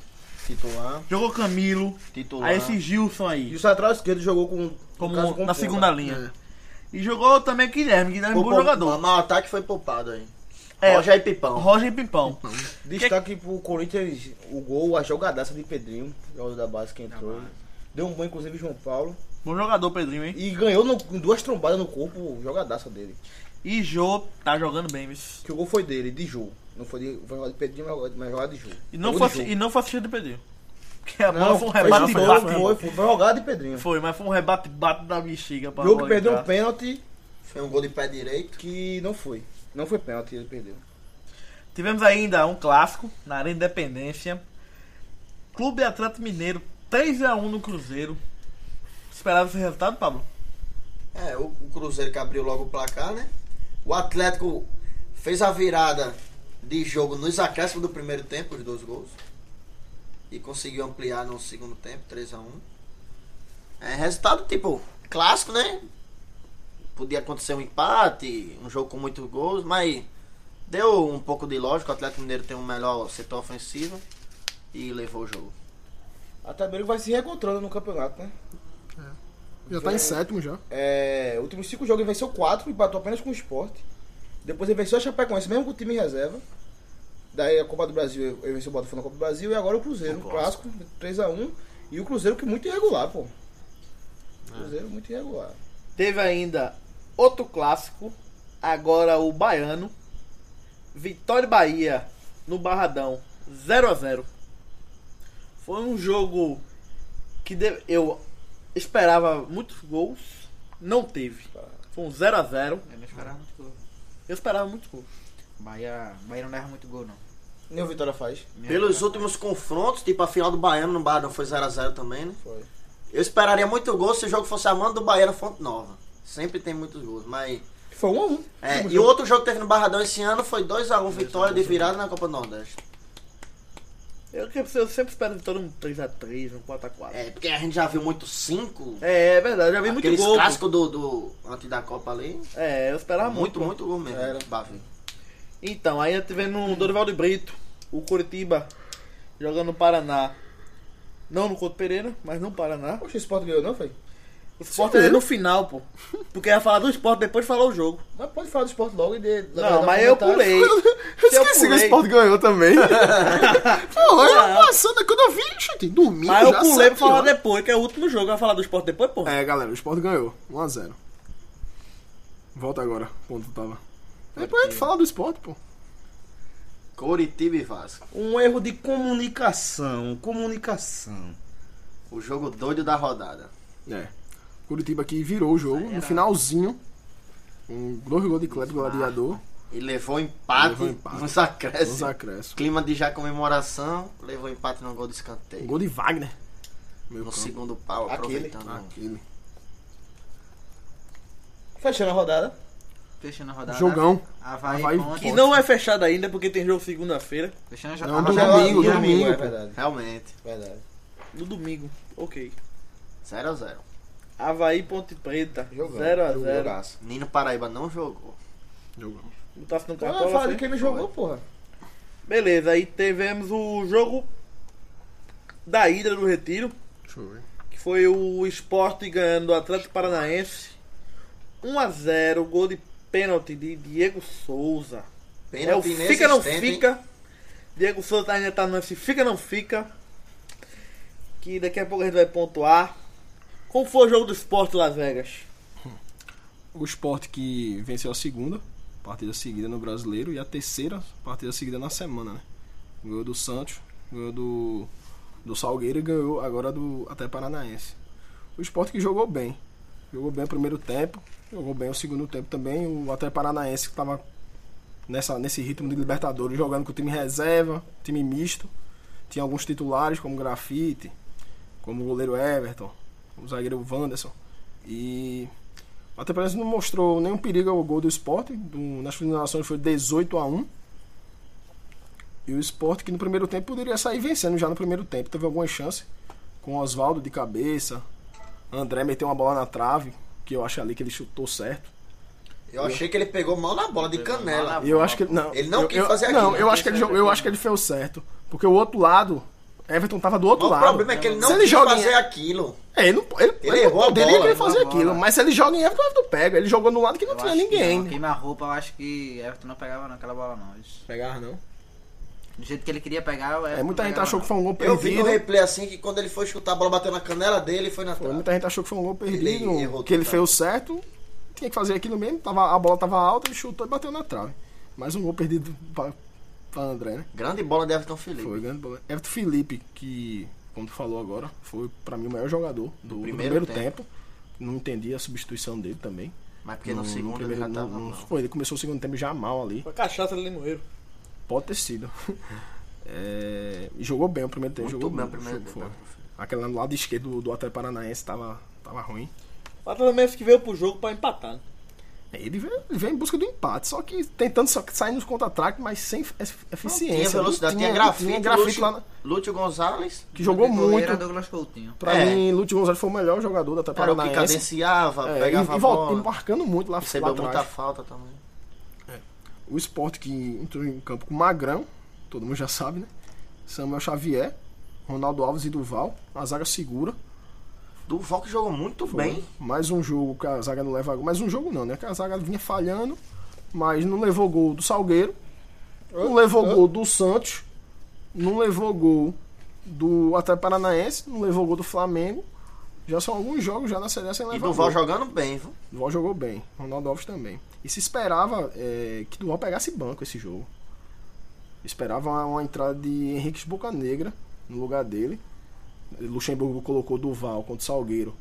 Speaker 3: Titular,
Speaker 2: Jogou Camilo.
Speaker 3: titular.
Speaker 2: Aí esse Gilson
Speaker 6: E
Speaker 2: aí,
Speaker 6: o central esquerdo jogou com.
Speaker 2: como
Speaker 6: no caso, com
Speaker 2: na
Speaker 6: ponta.
Speaker 2: segunda linha.
Speaker 4: É.
Speaker 2: E jogou também Guilherme, Guilherme é um
Speaker 3: Poupou-
Speaker 2: bom jogador.
Speaker 3: Mas né? o ataque foi poupado aí.
Speaker 2: É,
Speaker 3: Roger e Pipão.
Speaker 2: Roger e Pimpão.
Speaker 6: Destaque pro Corinthians, o gol, a jogadaça de Pedrinho, jogador da base que entrou. Deu um bom, inclusive, João Paulo.
Speaker 2: Bom jogador, Pedrinho, hein?
Speaker 6: E ganhou no- com duas trombadas no corpo, jogadaça dele.
Speaker 2: E Jô tá jogando bem, viu?
Speaker 6: Que o gol foi dele, de Ju. Não foi de, foi jogada de Pedrinho, mas- mas jogada de Ju.
Speaker 2: E não,
Speaker 6: Gol
Speaker 2: foi,
Speaker 6: de
Speaker 2: assi-
Speaker 6: Ju.
Speaker 2: e não foi assistida do Pedrinho. Porque a bola
Speaker 6: Não,
Speaker 2: foi um
Speaker 6: foi-
Speaker 2: rebate
Speaker 6: foi,
Speaker 2: bate.
Speaker 6: foi, foi, foi, foi jogada de Pedrinho.
Speaker 2: Foi, mas foi um rebate bate da bexiga pra
Speaker 6: O jogo
Speaker 2: bola
Speaker 6: que perdeu um
Speaker 2: entrar.
Speaker 6: pênalti
Speaker 3: Foi um gol de pé direito.
Speaker 6: que não foi. Não foi pênalti, ele perdeu.
Speaker 2: Tivemos ainda um clássico na Arena Independência. Clube Atlético Mineiro 3x1 no Cruzeiro. Esperava esse resultado, Pablo?
Speaker 3: É, o, o Cruzeiro que abriu logo o placar, né? O Atlético fez a virada de jogo nos acréscimos do primeiro tempo, os dois gols. E conseguiu ampliar no segundo tempo, 3x1. É resultado tipo clássico, né? Podia acontecer um empate, um jogo com muitos gols, mas deu um pouco de lógica. O Atlético Mineiro tem um melhor setor ofensivo e levou o jogo.
Speaker 6: A tabela vai se reencontrando no campeonato, né?
Speaker 4: Já tá em sétimo já.
Speaker 6: É, últimos cinco jogos ele venceu quatro, empatou apenas com o Sport. Depois ele venceu a Chapecoense, mesmo com o time em reserva. Daí a Copa do Brasil, ele venceu o Botafogo na Copa do Brasil e agora o Cruzeiro, o clássico, 3x1. E o Cruzeiro que é muito irregular, pô. O
Speaker 7: É.
Speaker 6: Cruzeiro é muito irregular.
Speaker 7: Teve ainda outro clássico, agora o baiano. Vitória e Bahia no Barradão, 0 a 0. Foi um jogo que de- eu esperava muitos gols, não teve. Foi um 0 a 0.
Speaker 5: Eu não esperava muito gol.
Speaker 7: Eu esperava muitos gols.
Speaker 5: Bahia, Bahia não leva muito gol, não.
Speaker 6: Nem o Vitória faz.
Speaker 3: Pelos últimos confrontos, tipo a final do Baiano no Barão foi 0x0 também, né?
Speaker 6: Foi.
Speaker 3: Eu esperaria muito gol se o jogo fosse a mando do Bahia na Fonte Nova. Sempre tem muitos gols, mas.
Speaker 6: Foi 1x1. Um
Speaker 3: é, e o outro jogo que teve no Barradão esse ano foi 2x1 vitória de virada na Copa do Nordeste.
Speaker 7: Eu, que- eu sempre espero vitória um 3 a 3, um 4 a 4.
Speaker 3: É, porque a gente já viu muito 5.
Speaker 7: É, é verdade, eu já vi muito
Speaker 3: aqueles
Speaker 7: gol.
Speaker 3: clássicos do, do. Antes da Copa ali.
Speaker 7: É, eu
Speaker 6: Tá
Speaker 7: esperava muito.
Speaker 3: muito, muito gol mesmo.
Speaker 6: Era.
Speaker 3: Bavi.
Speaker 7: Então, aí tivemos no Dorival de Brito, o Curitiba jogando no Paraná. Não no Couto Pereira, mas no Paraná.
Speaker 6: Poxa, o Sport ganhou, não foi?
Speaker 7: O Sport é no final, pô. Porque ia falar do Sport depois de falar o jogo.
Speaker 6: Mas pode falar do Sport logo e de.
Speaker 7: Não, mas eu pulei.
Speaker 4: Eu
Speaker 7: Se eu
Speaker 4: esqueci que o
Speaker 7: pulei-
Speaker 4: Sport ganhou também. Pô, eu passando, quando eu vi, gente, domingo
Speaker 7: Mas eu
Speaker 4: já
Speaker 7: pulei pra
Speaker 4: sete
Speaker 7: falar
Speaker 4: horas.
Speaker 7: depois, que é o último jogo. Vai falar do Sport depois, pô.
Speaker 4: É, galera, o Sport ganhou. 1x0. Volta agora, ponto tava. Depois a gente fala do Sport, pô.
Speaker 3: Coritiba e Vasco.
Speaker 6: Um erro de comunicação. Comunicação.
Speaker 3: O jogo doido da rodada.
Speaker 4: É. Curitiba que virou o jogo no finalzinho. Um dois gols de Kleber Gladiador.
Speaker 3: E levou um empate,
Speaker 4: Levou um empate.
Speaker 3: nos
Speaker 4: Nos
Speaker 3: acréscimos.
Speaker 4: acréscimos.
Speaker 3: Clima de já comemoração, levou um empate no gol de escanteio.
Speaker 4: Um gol de Wagner. Meu
Speaker 3: No
Speaker 4: campo.
Speaker 3: segundo pau,
Speaker 6: Aquele.
Speaker 3: aproveitando.
Speaker 4: Aquele.
Speaker 6: Fechando a rodada.
Speaker 5: Fechando a rodada.
Speaker 4: Jogão.
Speaker 5: Havaí,
Speaker 4: Havaí,
Speaker 5: Ponte.
Speaker 7: Que não é fechado ainda, porque tem jogo segunda-feira.
Speaker 5: Fechando já.
Speaker 4: Não,
Speaker 5: a
Speaker 4: do
Speaker 5: rodada.
Speaker 4: domingo,
Speaker 6: Domingo,
Speaker 4: domingo,
Speaker 6: é
Speaker 4: pô.
Speaker 6: verdade. é
Speaker 3: Realmente.
Speaker 6: Verdade.
Speaker 7: No domingo. Ok.
Speaker 3: 0x0.
Speaker 7: Havaí Ponte Preta. 0x0.
Speaker 6: Jogão. Jogaço.
Speaker 3: Nino Paraíba não jogou.
Speaker 4: É Jogão.
Speaker 7: Não tá sendo
Speaker 6: Ah, fala
Speaker 7: cartola.
Speaker 6: de
Speaker 7: assim?
Speaker 6: quem me jogou, porra.
Speaker 7: Beleza, aí tivemos o jogo da Hidra do Retiro.
Speaker 4: Deixa eu ver.
Speaker 7: que foi o Sport ganhando do Atlético Paranaense 1 a 0 gol de pênalti de Diego Souza. É o
Speaker 3: Pênalti
Speaker 7: fica não
Speaker 3: inexistente, hein?
Speaker 7: fica. Diego Souza ainda tá nesse fica não fica. Que daqui a pouco a gente vai pontuar. Como foi o jogo do Sport Las Vegas?
Speaker 4: O Sport que venceu a segunda partida seguida no Brasileiro e a terceira partida seguida na semana, né? Ganhou do Santos, ganhou do, do Salgueiro e ganhou agora do até Paranaense. O Sport que jogou bem. Jogou bem o primeiro tempo, jogou bem o segundo tempo também. O até Paranaense que estava nessa, nesse ritmo de Libertadores, jogando com o time reserva, time misto. Tinha alguns titulares, como Grafite, como o goleiro Everton, o zagueiro Wanderson. E a Temperança não mostrou nenhum perigo ao gol do esporte. Do, nas finalizações foi 18 a 1 E o esporte que no primeiro tempo poderia sair vencendo já no primeiro tempo. Teve alguma chance com Oswaldo de cabeça. André meteu uma bola na trave, que eu acho ali que ele chutou certo.
Speaker 3: Eu achei que ele pegou mal na bola de canela.
Speaker 4: E eu acho que ele, não.
Speaker 3: Ele não
Speaker 4: eu,
Speaker 3: quis
Speaker 4: eu-
Speaker 3: fazer
Speaker 4: Não,
Speaker 3: aquilo,
Speaker 4: eu
Speaker 3: né?
Speaker 4: acho que ele jogou- eu acho que ele fez o certo, porque o outro lado, Everton tava do outro
Speaker 3: Mas O
Speaker 4: lado.
Speaker 3: problema é que ele não
Speaker 4: se
Speaker 3: quis
Speaker 4: ele joga
Speaker 3: fazer
Speaker 4: em,
Speaker 3: aquilo.
Speaker 4: é, ele, não, ele, ele,
Speaker 3: errou a
Speaker 4: poderia
Speaker 3: bola,
Speaker 4: querer
Speaker 3: errou a
Speaker 4: fazer
Speaker 3: bola,
Speaker 4: aquilo,
Speaker 3: né?
Speaker 4: mas se ele joga em Everton, o Everton pega. Ele jogou no lado que não
Speaker 5: Eu
Speaker 4: tinha
Speaker 5: acho que
Speaker 4: ninguém. né?
Speaker 5: não, Queima-roupa, eu acho que Everton não pegava não, aquela bola não. Isso.
Speaker 4: Pegar não.
Speaker 5: Do jeito que ele queria pegar, o Everton
Speaker 4: É, muita
Speaker 5: não
Speaker 4: gente
Speaker 5: pegava,
Speaker 4: achou que
Speaker 5: não.
Speaker 4: foi um gol
Speaker 3: Eu vi no
Speaker 4: perdido.
Speaker 3: replay assim que quando ele foi chutar, a bola bateu na canela dele e foi na
Speaker 4: Foi,
Speaker 3: trave.
Speaker 4: Muita gente achou que foi um gol perdido,
Speaker 3: Ele errou
Speaker 4: que ele fez
Speaker 3: total.
Speaker 4: o certo, tinha que fazer aquilo mesmo, tava, a bola tava alta, ele chutou e bateu na trave. Mais um gol perdido pra, pra André, né?
Speaker 3: Grande bola de Everton Felipe.
Speaker 4: Foi grande bola. Everton Felipe, que, como tu falou agora, foi pra mim o maior jogador do, do primeiro,
Speaker 3: primeiro
Speaker 4: tempo. Não entendi a substituição dele também.
Speaker 3: Mas porque no,
Speaker 4: No- no
Speaker 3: segundo
Speaker 4: primeiro-
Speaker 3: ele já
Speaker 4: no-
Speaker 3: tava
Speaker 4: no-
Speaker 3: mal.
Speaker 4: foi, ele começou o segundo tempo já mal ali.
Speaker 2: Foi cachaça de limoeiro.
Speaker 4: Pode ter sido. É, e jogou bem o primeiro tempo.
Speaker 3: Muito
Speaker 4: jogou
Speaker 3: bem o
Speaker 4: muito,
Speaker 3: primeiro
Speaker 4: foi-
Speaker 3: tempo.
Speaker 4: foi. Aquela no lado esquerdo do, do Atlético Paranaense tava, tava ruim.
Speaker 2: O Atlético Mineiro que veio pro jogo pra empatar. né?
Speaker 4: Ele veio, ele veio em busca do empate, só que tentando só que sair nos contra-ataques, mas sem efe- eficiência.
Speaker 3: Tinha velocidade, tinha,
Speaker 4: não
Speaker 3: grafite.
Speaker 4: tinha grafite
Speaker 3: Lúcio,
Speaker 4: lá, na-
Speaker 3: Lúcio Gonzalez.
Speaker 4: que jogou
Speaker 5: O goleiro
Speaker 4: muito.
Speaker 5: era Douglas Coutinho.
Speaker 4: Pra
Speaker 3: É.
Speaker 4: mim, Lúcio Gonzalez foi o melhor jogador do Atlético
Speaker 3: Era o que
Speaker 4: Paranaense.
Speaker 3: cadenciava,
Speaker 4: É, e,
Speaker 3: pegava
Speaker 4: e
Speaker 3: a
Speaker 4: volta- e
Speaker 3: bola.
Speaker 4: marcando muito lá, lá
Speaker 3: Recebeu muita
Speaker 4: atrás.
Speaker 3: falta também.
Speaker 4: O esporte que entrou em campo com Magrão, todo mundo já sabe, né? Samuel Xavier, Ronaldo Alves e Duval. A zaga segura.
Speaker 3: Duval que jogou muito bem.
Speaker 4: Mais um jogo que a zaga não leva gol. Mais um jogo não, né? Que a zaga vinha falhando, mas não levou gol do Salgueiro. Não levou gol do Santos. Não levou gol do Atlético Paranaense. Não levou gol do Flamengo. Já são alguns jogos já na Série A sem levar
Speaker 3: E
Speaker 4: gol.
Speaker 3: Duval jogando bem, viu?
Speaker 4: Duval jogou bem, Ronaldo Alves também. E se esperava é, que Duval pegasse banco esse jogo. Esperava uma, uma entrada de Henrique Boca Negra no lugar dele. Luxemburgo colocou Duval contra o Salgueiro,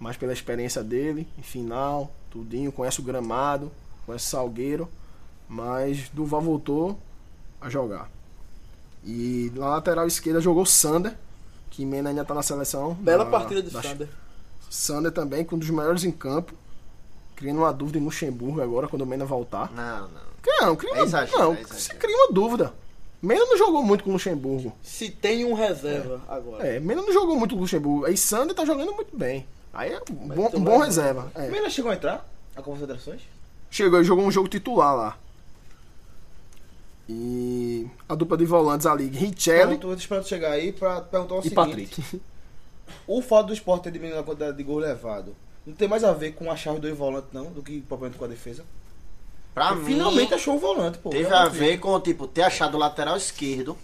Speaker 4: mas pela experiência dele, em final, tudinho, conhece o gramado, conhece o Salgueiro, mas Duval voltou a jogar. E na lateral esquerda jogou Sander, que Mena ainda tá na seleção.
Speaker 2: Bela
Speaker 4: da-
Speaker 2: partida do
Speaker 4: da-
Speaker 2: Sander.
Speaker 4: Sander também, com um dos melhores em campo. Criando uma dúvida em Luxemburgo agora, quando o Mena voltar.
Speaker 3: Não, não.
Speaker 4: Não, cria uma,
Speaker 3: É exagero,
Speaker 4: não
Speaker 3: é exagero.
Speaker 4: você cria uma dúvida. Mena não jogou muito com o Luxemburgo.
Speaker 2: Se tem um reserva agora.
Speaker 4: É, Mena não jogou muito com o Luxemburgo. Aí Sander tá jogando muito bem. Aí é um bom,
Speaker 2: tu
Speaker 4: um bom
Speaker 2: vai-
Speaker 4: reserva. é.
Speaker 2: O Mena chegou a entrar a concentrações?
Speaker 4: Chegou e jogou um jogo titular lá. E a dupla de volantes ali, Richelli
Speaker 6: Pronto, eu tô esperando chegar aí pra perguntar o
Speaker 4: e
Speaker 6: seguinte.
Speaker 4: Patrick.
Speaker 6: O fato do esporte ter diminuído a quantidade de gol levado não tem mais a ver com achar os dois volantes, não, do que propriamente com a defesa.
Speaker 3: Pra
Speaker 6: Ele
Speaker 3: mim,
Speaker 6: finalmente achou o volante, pô. É
Speaker 3: teve
Speaker 6: Eu não
Speaker 3: a
Speaker 6: vi.
Speaker 3: ver com, tipo, ter achado o lateral esquerdo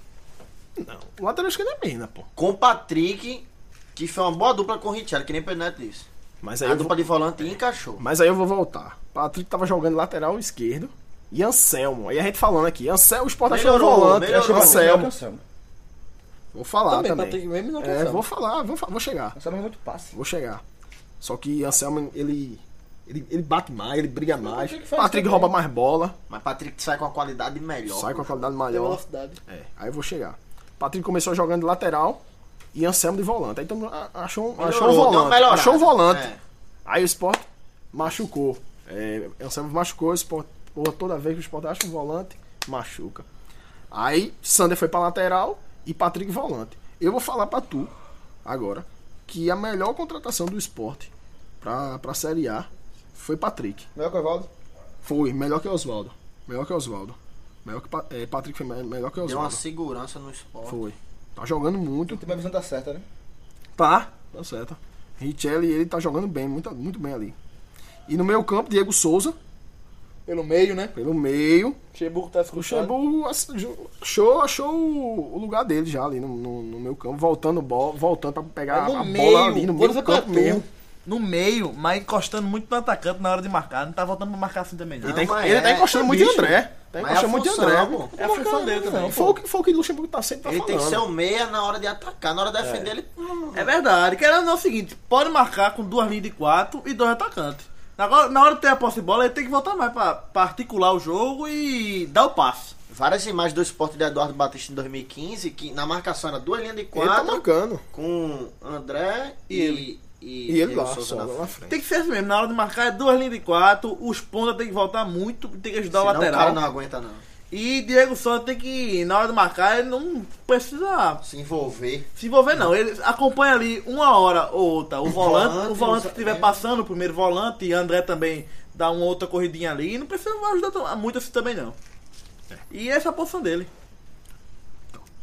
Speaker 4: O lateral esquerdo é Mena, pô.
Speaker 3: com o Patrick, que foi uma boa dupla com o Richard, que nem o Pedro disse.
Speaker 4: Mas aí
Speaker 3: A
Speaker 4: eu vou-
Speaker 3: dupla de volante encaixou.
Speaker 4: Mas aí eu vou voltar. Patrick tava jogando lateral esquerdo. E Anselmo. Aí a gente falando aqui. Anselmo, o Sport achou um
Speaker 3: Melhorou,
Speaker 4: volante.
Speaker 3: melhorou.
Speaker 4: Achou
Speaker 6: Marcelo.
Speaker 4: Anselmo.
Speaker 6: Marcelo.
Speaker 4: Vou falar também.
Speaker 2: Patrick mesmo não
Speaker 4: É,
Speaker 2: alcançava.
Speaker 4: vou falar, vou, fa- vou chegar.
Speaker 6: Marcelo é muito passe.
Speaker 4: Vou chegar. Só que Anselmo, ele, ele, ele bate mais, ele briga mais.
Speaker 6: Patrick faz
Speaker 4: Patrick
Speaker 6: também.
Speaker 4: rouba mais bola.
Speaker 3: Mas Patrick sai com a qualidade melhor.
Speaker 4: Sai com a qualidade
Speaker 2: Tem
Speaker 4: maior.
Speaker 2: velocidade.
Speaker 4: É, aí eu vou chegar. Patrick começou jogando de lateral e Anselmo de volante. Aí todo mundo a- achou,
Speaker 3: Melhorou,
Speaker 4: achou um
Speaker 3: deu uma
Speaker 4: volante.
Speaker 3: melhorada.
Speaker 4: Achou um volante.
Speaker 3: É.
Speaker 4: Aí o Sport machucou. É, Anselmo machucou, o Sport. Porra, toda vez que o Sport acha um volante, machuca. Aí Sander foi pra lateral e Patrick volante. Eu vou falar pra tu agora que a melhor contratação do Sport pra, pra Série A foi Patrick.
Speaker 6: Melhor que o Evaldo?
Speaker 4: Foi melhor que Oswaldo. Melhor que Oswaldo. Melhor que Pa- é, Patrick foi me- melhor que
Speaker 3: Deu uma
Speaker 4: Oswaldo.
Speaker 3: segurança no esporte.
Speaker 4: Foi. Tá jogando muito.
Speaker 6: Tem uma visão tá certa, né?
Speaker 4: Tá. Tá certo. Richelli, ele tá jogando bem, muito, muito bem ali. E no meio campo, Diego Souza,
Speaker 2: Pelo meio, né?
Speaker 4: pelo meio.
Speaker 2: Luxemburgo tá
Speaker 4: O
Speaker 2: escutando.
Speaker 4: Luxemburgo ass- achou, achou o o lugar dele já ali no, no, no meio campo, voltando, bola, voltando pra pegar
Speaker 2: É no
Speaker 4: a
Speaker 2: meio,
Speaker 4: bola ali no
Speaker 2: vou
Speaker 4: meio
Speaker 2: dizer
Speaker 4: campo
Speaker 2: pra tu.
Speaker 4: mesmo.
Speaker 7: No meio, mas encostando muito no atacante na hora de marcar. Não tá voltando pra marcar assim também, não.
Speaker 3: Ele tem-
Speaker 4: Ele
Speaker 3: mas
Speaker 4: tá
Speaker 3: é-
Speaker 4: encostando
Speaker 3: é
Speaker 4: muito em
Speaker 3: bicho.
Speaker 4: André. Tá
Speaker 3: Mas é a
Speaker 4: encostando muito em
Speaker 3: função,
Speaker 4: André. Tá
Speaker 3: pô.
Speaker 4: viu?
Speaker 2: É a função dele também,
Speaker 4: Foi o, que, foi o que o Luxemburgo tá sempre tá
Speaker 3: Ele tem que
Speaker 4: falando.
Speaker 3: ser um o meia na hora de atacar, na hora de defender ele. hum,
Speaker 7: É verdade. Querendo ou não, é o seguinte: pode marcar com duas linhas de quatro e dois atacantes. Agora, na hora de ter a posse de bola, ele tem que voltar mais pra, pra articular o jogo e dar o passe.
Speaker 3: Várias imagens do esporte de Eduardo Batista em 2015, que na marcação era duas linhas de
Speaker 4: Ele tá
Speaker 3: quatro,
Speaker 4: marcando.
Speaker 3: com André e,
Speaker 7: ele.
Speaker 3: e, e,
Speaker 4: E ele
Speaker 3: Diego
Speaker 4: lá,
Speaker 3: Souza
Speaker 4: só
Speaker 3: na
Speaker 4: lá na
Speaker 3: frente.
Speaker 4: frente.
Speaker 2: Tem que ser assim mesmo, na hora de marcar é duas linhas de quatro, os pontas tem que voltar muito, tem que ajudar
Speaker 3: Senão
Speaker 2: o
Speaker 3: O
Speaker 2: lateral.
Speaker 3: cara não aguenta, não.
Speaker 2: E Diego Souza tem que, na hora de marcar, ele não precisa
Speaker 3: Se envolver.
Speaker 2: se envolver não. Ele acompanha ali uma hora ou outra o volante,
Speaker 3: volante,
Speaker 2: o volante
Speaker 3: os-
Speaker 2: que estiver
Speaker 3: é.
Speaker 2: passando, o primeiro volante, e André também dá uma outra corridinha ali, e não precisa ajudar tão- muito assim também não. E essa é a posição dele.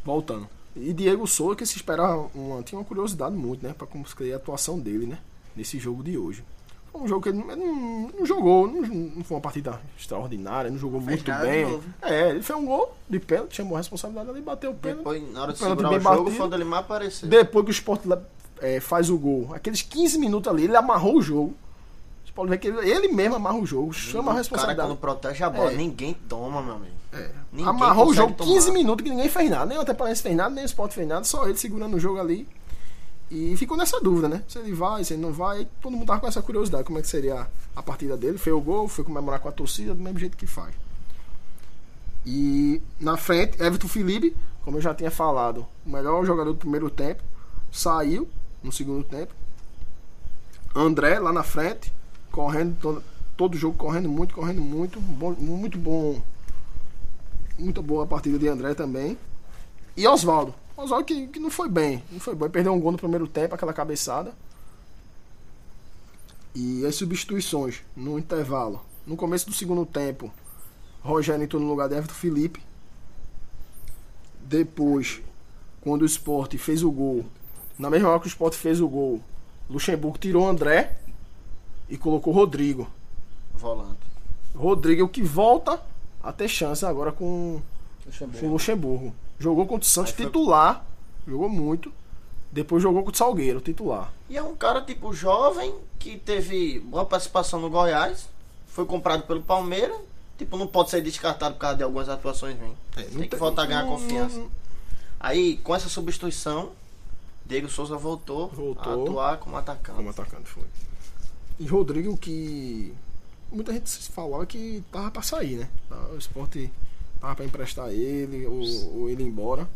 Speaker 4: Voltando. E Diego Souza, que se esperava uma, tinha uma curiosidade muito, né? Pra como seria a atuação dele, né? Nesse jogo de hoje. Foi um jogo que ele não, ele não- não jogou, não, não foi uma partida extraordinária, não jogou muito
Speaker 5: nada de
Speaker 4: bem.
Speaker 5: novo.
Speaker 4: É, ele fez um gol de pênalti, chamou a responsabilidade ali, bateu o pênalti.
Speaker 3: Depois, na hora de
Speaker 4: Pelo
Speaker 3: segurar
Speaker 4: bem
Speaker 3: o jogo,
Speaker 4: batido.
Speaker 3: foi onde ele mais apareceu.
Speaker 4: Depois que o Sport é, faz o gol, aqueles 15 minutos ali, ele amarrou o jogo. Você pode ver que ele, ele mesmo amarra o jogo, chama a
Speaker 3: o cara
Speaker 4: responsabilidade.
Speaker 3: quando protege a bola,
Speaker 4: É.
Speaker 3: ninguém toma, meu amigo. Ninguém
Speaker 4: Amarrou o
Speaker 3: consegue
Speaker 4: jogo 15
Speaker 3: tomar.
Speaker 4: minutos que ninguém fez nada, nem o Atepalhaense fez nada, nem o Sport fez nada, só ele segurando o jogo ali. E ficou nessa dúvida, né? Se ele vai, se ele não vai, todo mundo tava com essa curiosidade, como é que seria a partida dele. Foi o gol, foi comemorar com a torcida, do mesmo jeito que faz. E na frente, Everton Felipe, como eu já tinha falado, o melhor jogador do primeiro tempo, saiu no segundo tempo. André lá na frente, correndo, todo, todo jogo correndo muito, correndo muito, bom- muito bom muito boa a partida de André também. E Oswaldo. Oswaldo que, que não foi bem. Não foi bem. Perdeu um gol no primeiro tempo, aquela cabeçada. E as substituições no intervalo. No começo do segundo tempo, Rogério entrou no lugar de Everton Felipe. Depois, quando o Sport fez o gol, na mesma hora que o Sport fez o gol, Luxemburgo tirou André e colocou Rodrigo.
Speaker 3: Volante.
Speaker 4: Rodrigo é o que volta a ter chance agora com com o Luxemburgo. Jogou contra o Santos titular, jogou muito. Depois jogou contra o Salgueiro, titular.
Speaker 3: E é um cara, tipo, jovem, que teve boa participação no Goiás, foi comprado pelo Palmeiras, tipo, não pode ser descartado por causa de algumas atuações ruins. tem, que voltar a ganhar confiança. Aí, com essa substituição, Diego Souza voltou,
Speaker 4: Voltou.
Speaker 3: a atuar como atacante.
Speaker 4: Como atacante foi. E Rodrigo que muita gente se falava que tava pra sair, né? O Sport tava pra emprestar ele ou, ou ele ir embora.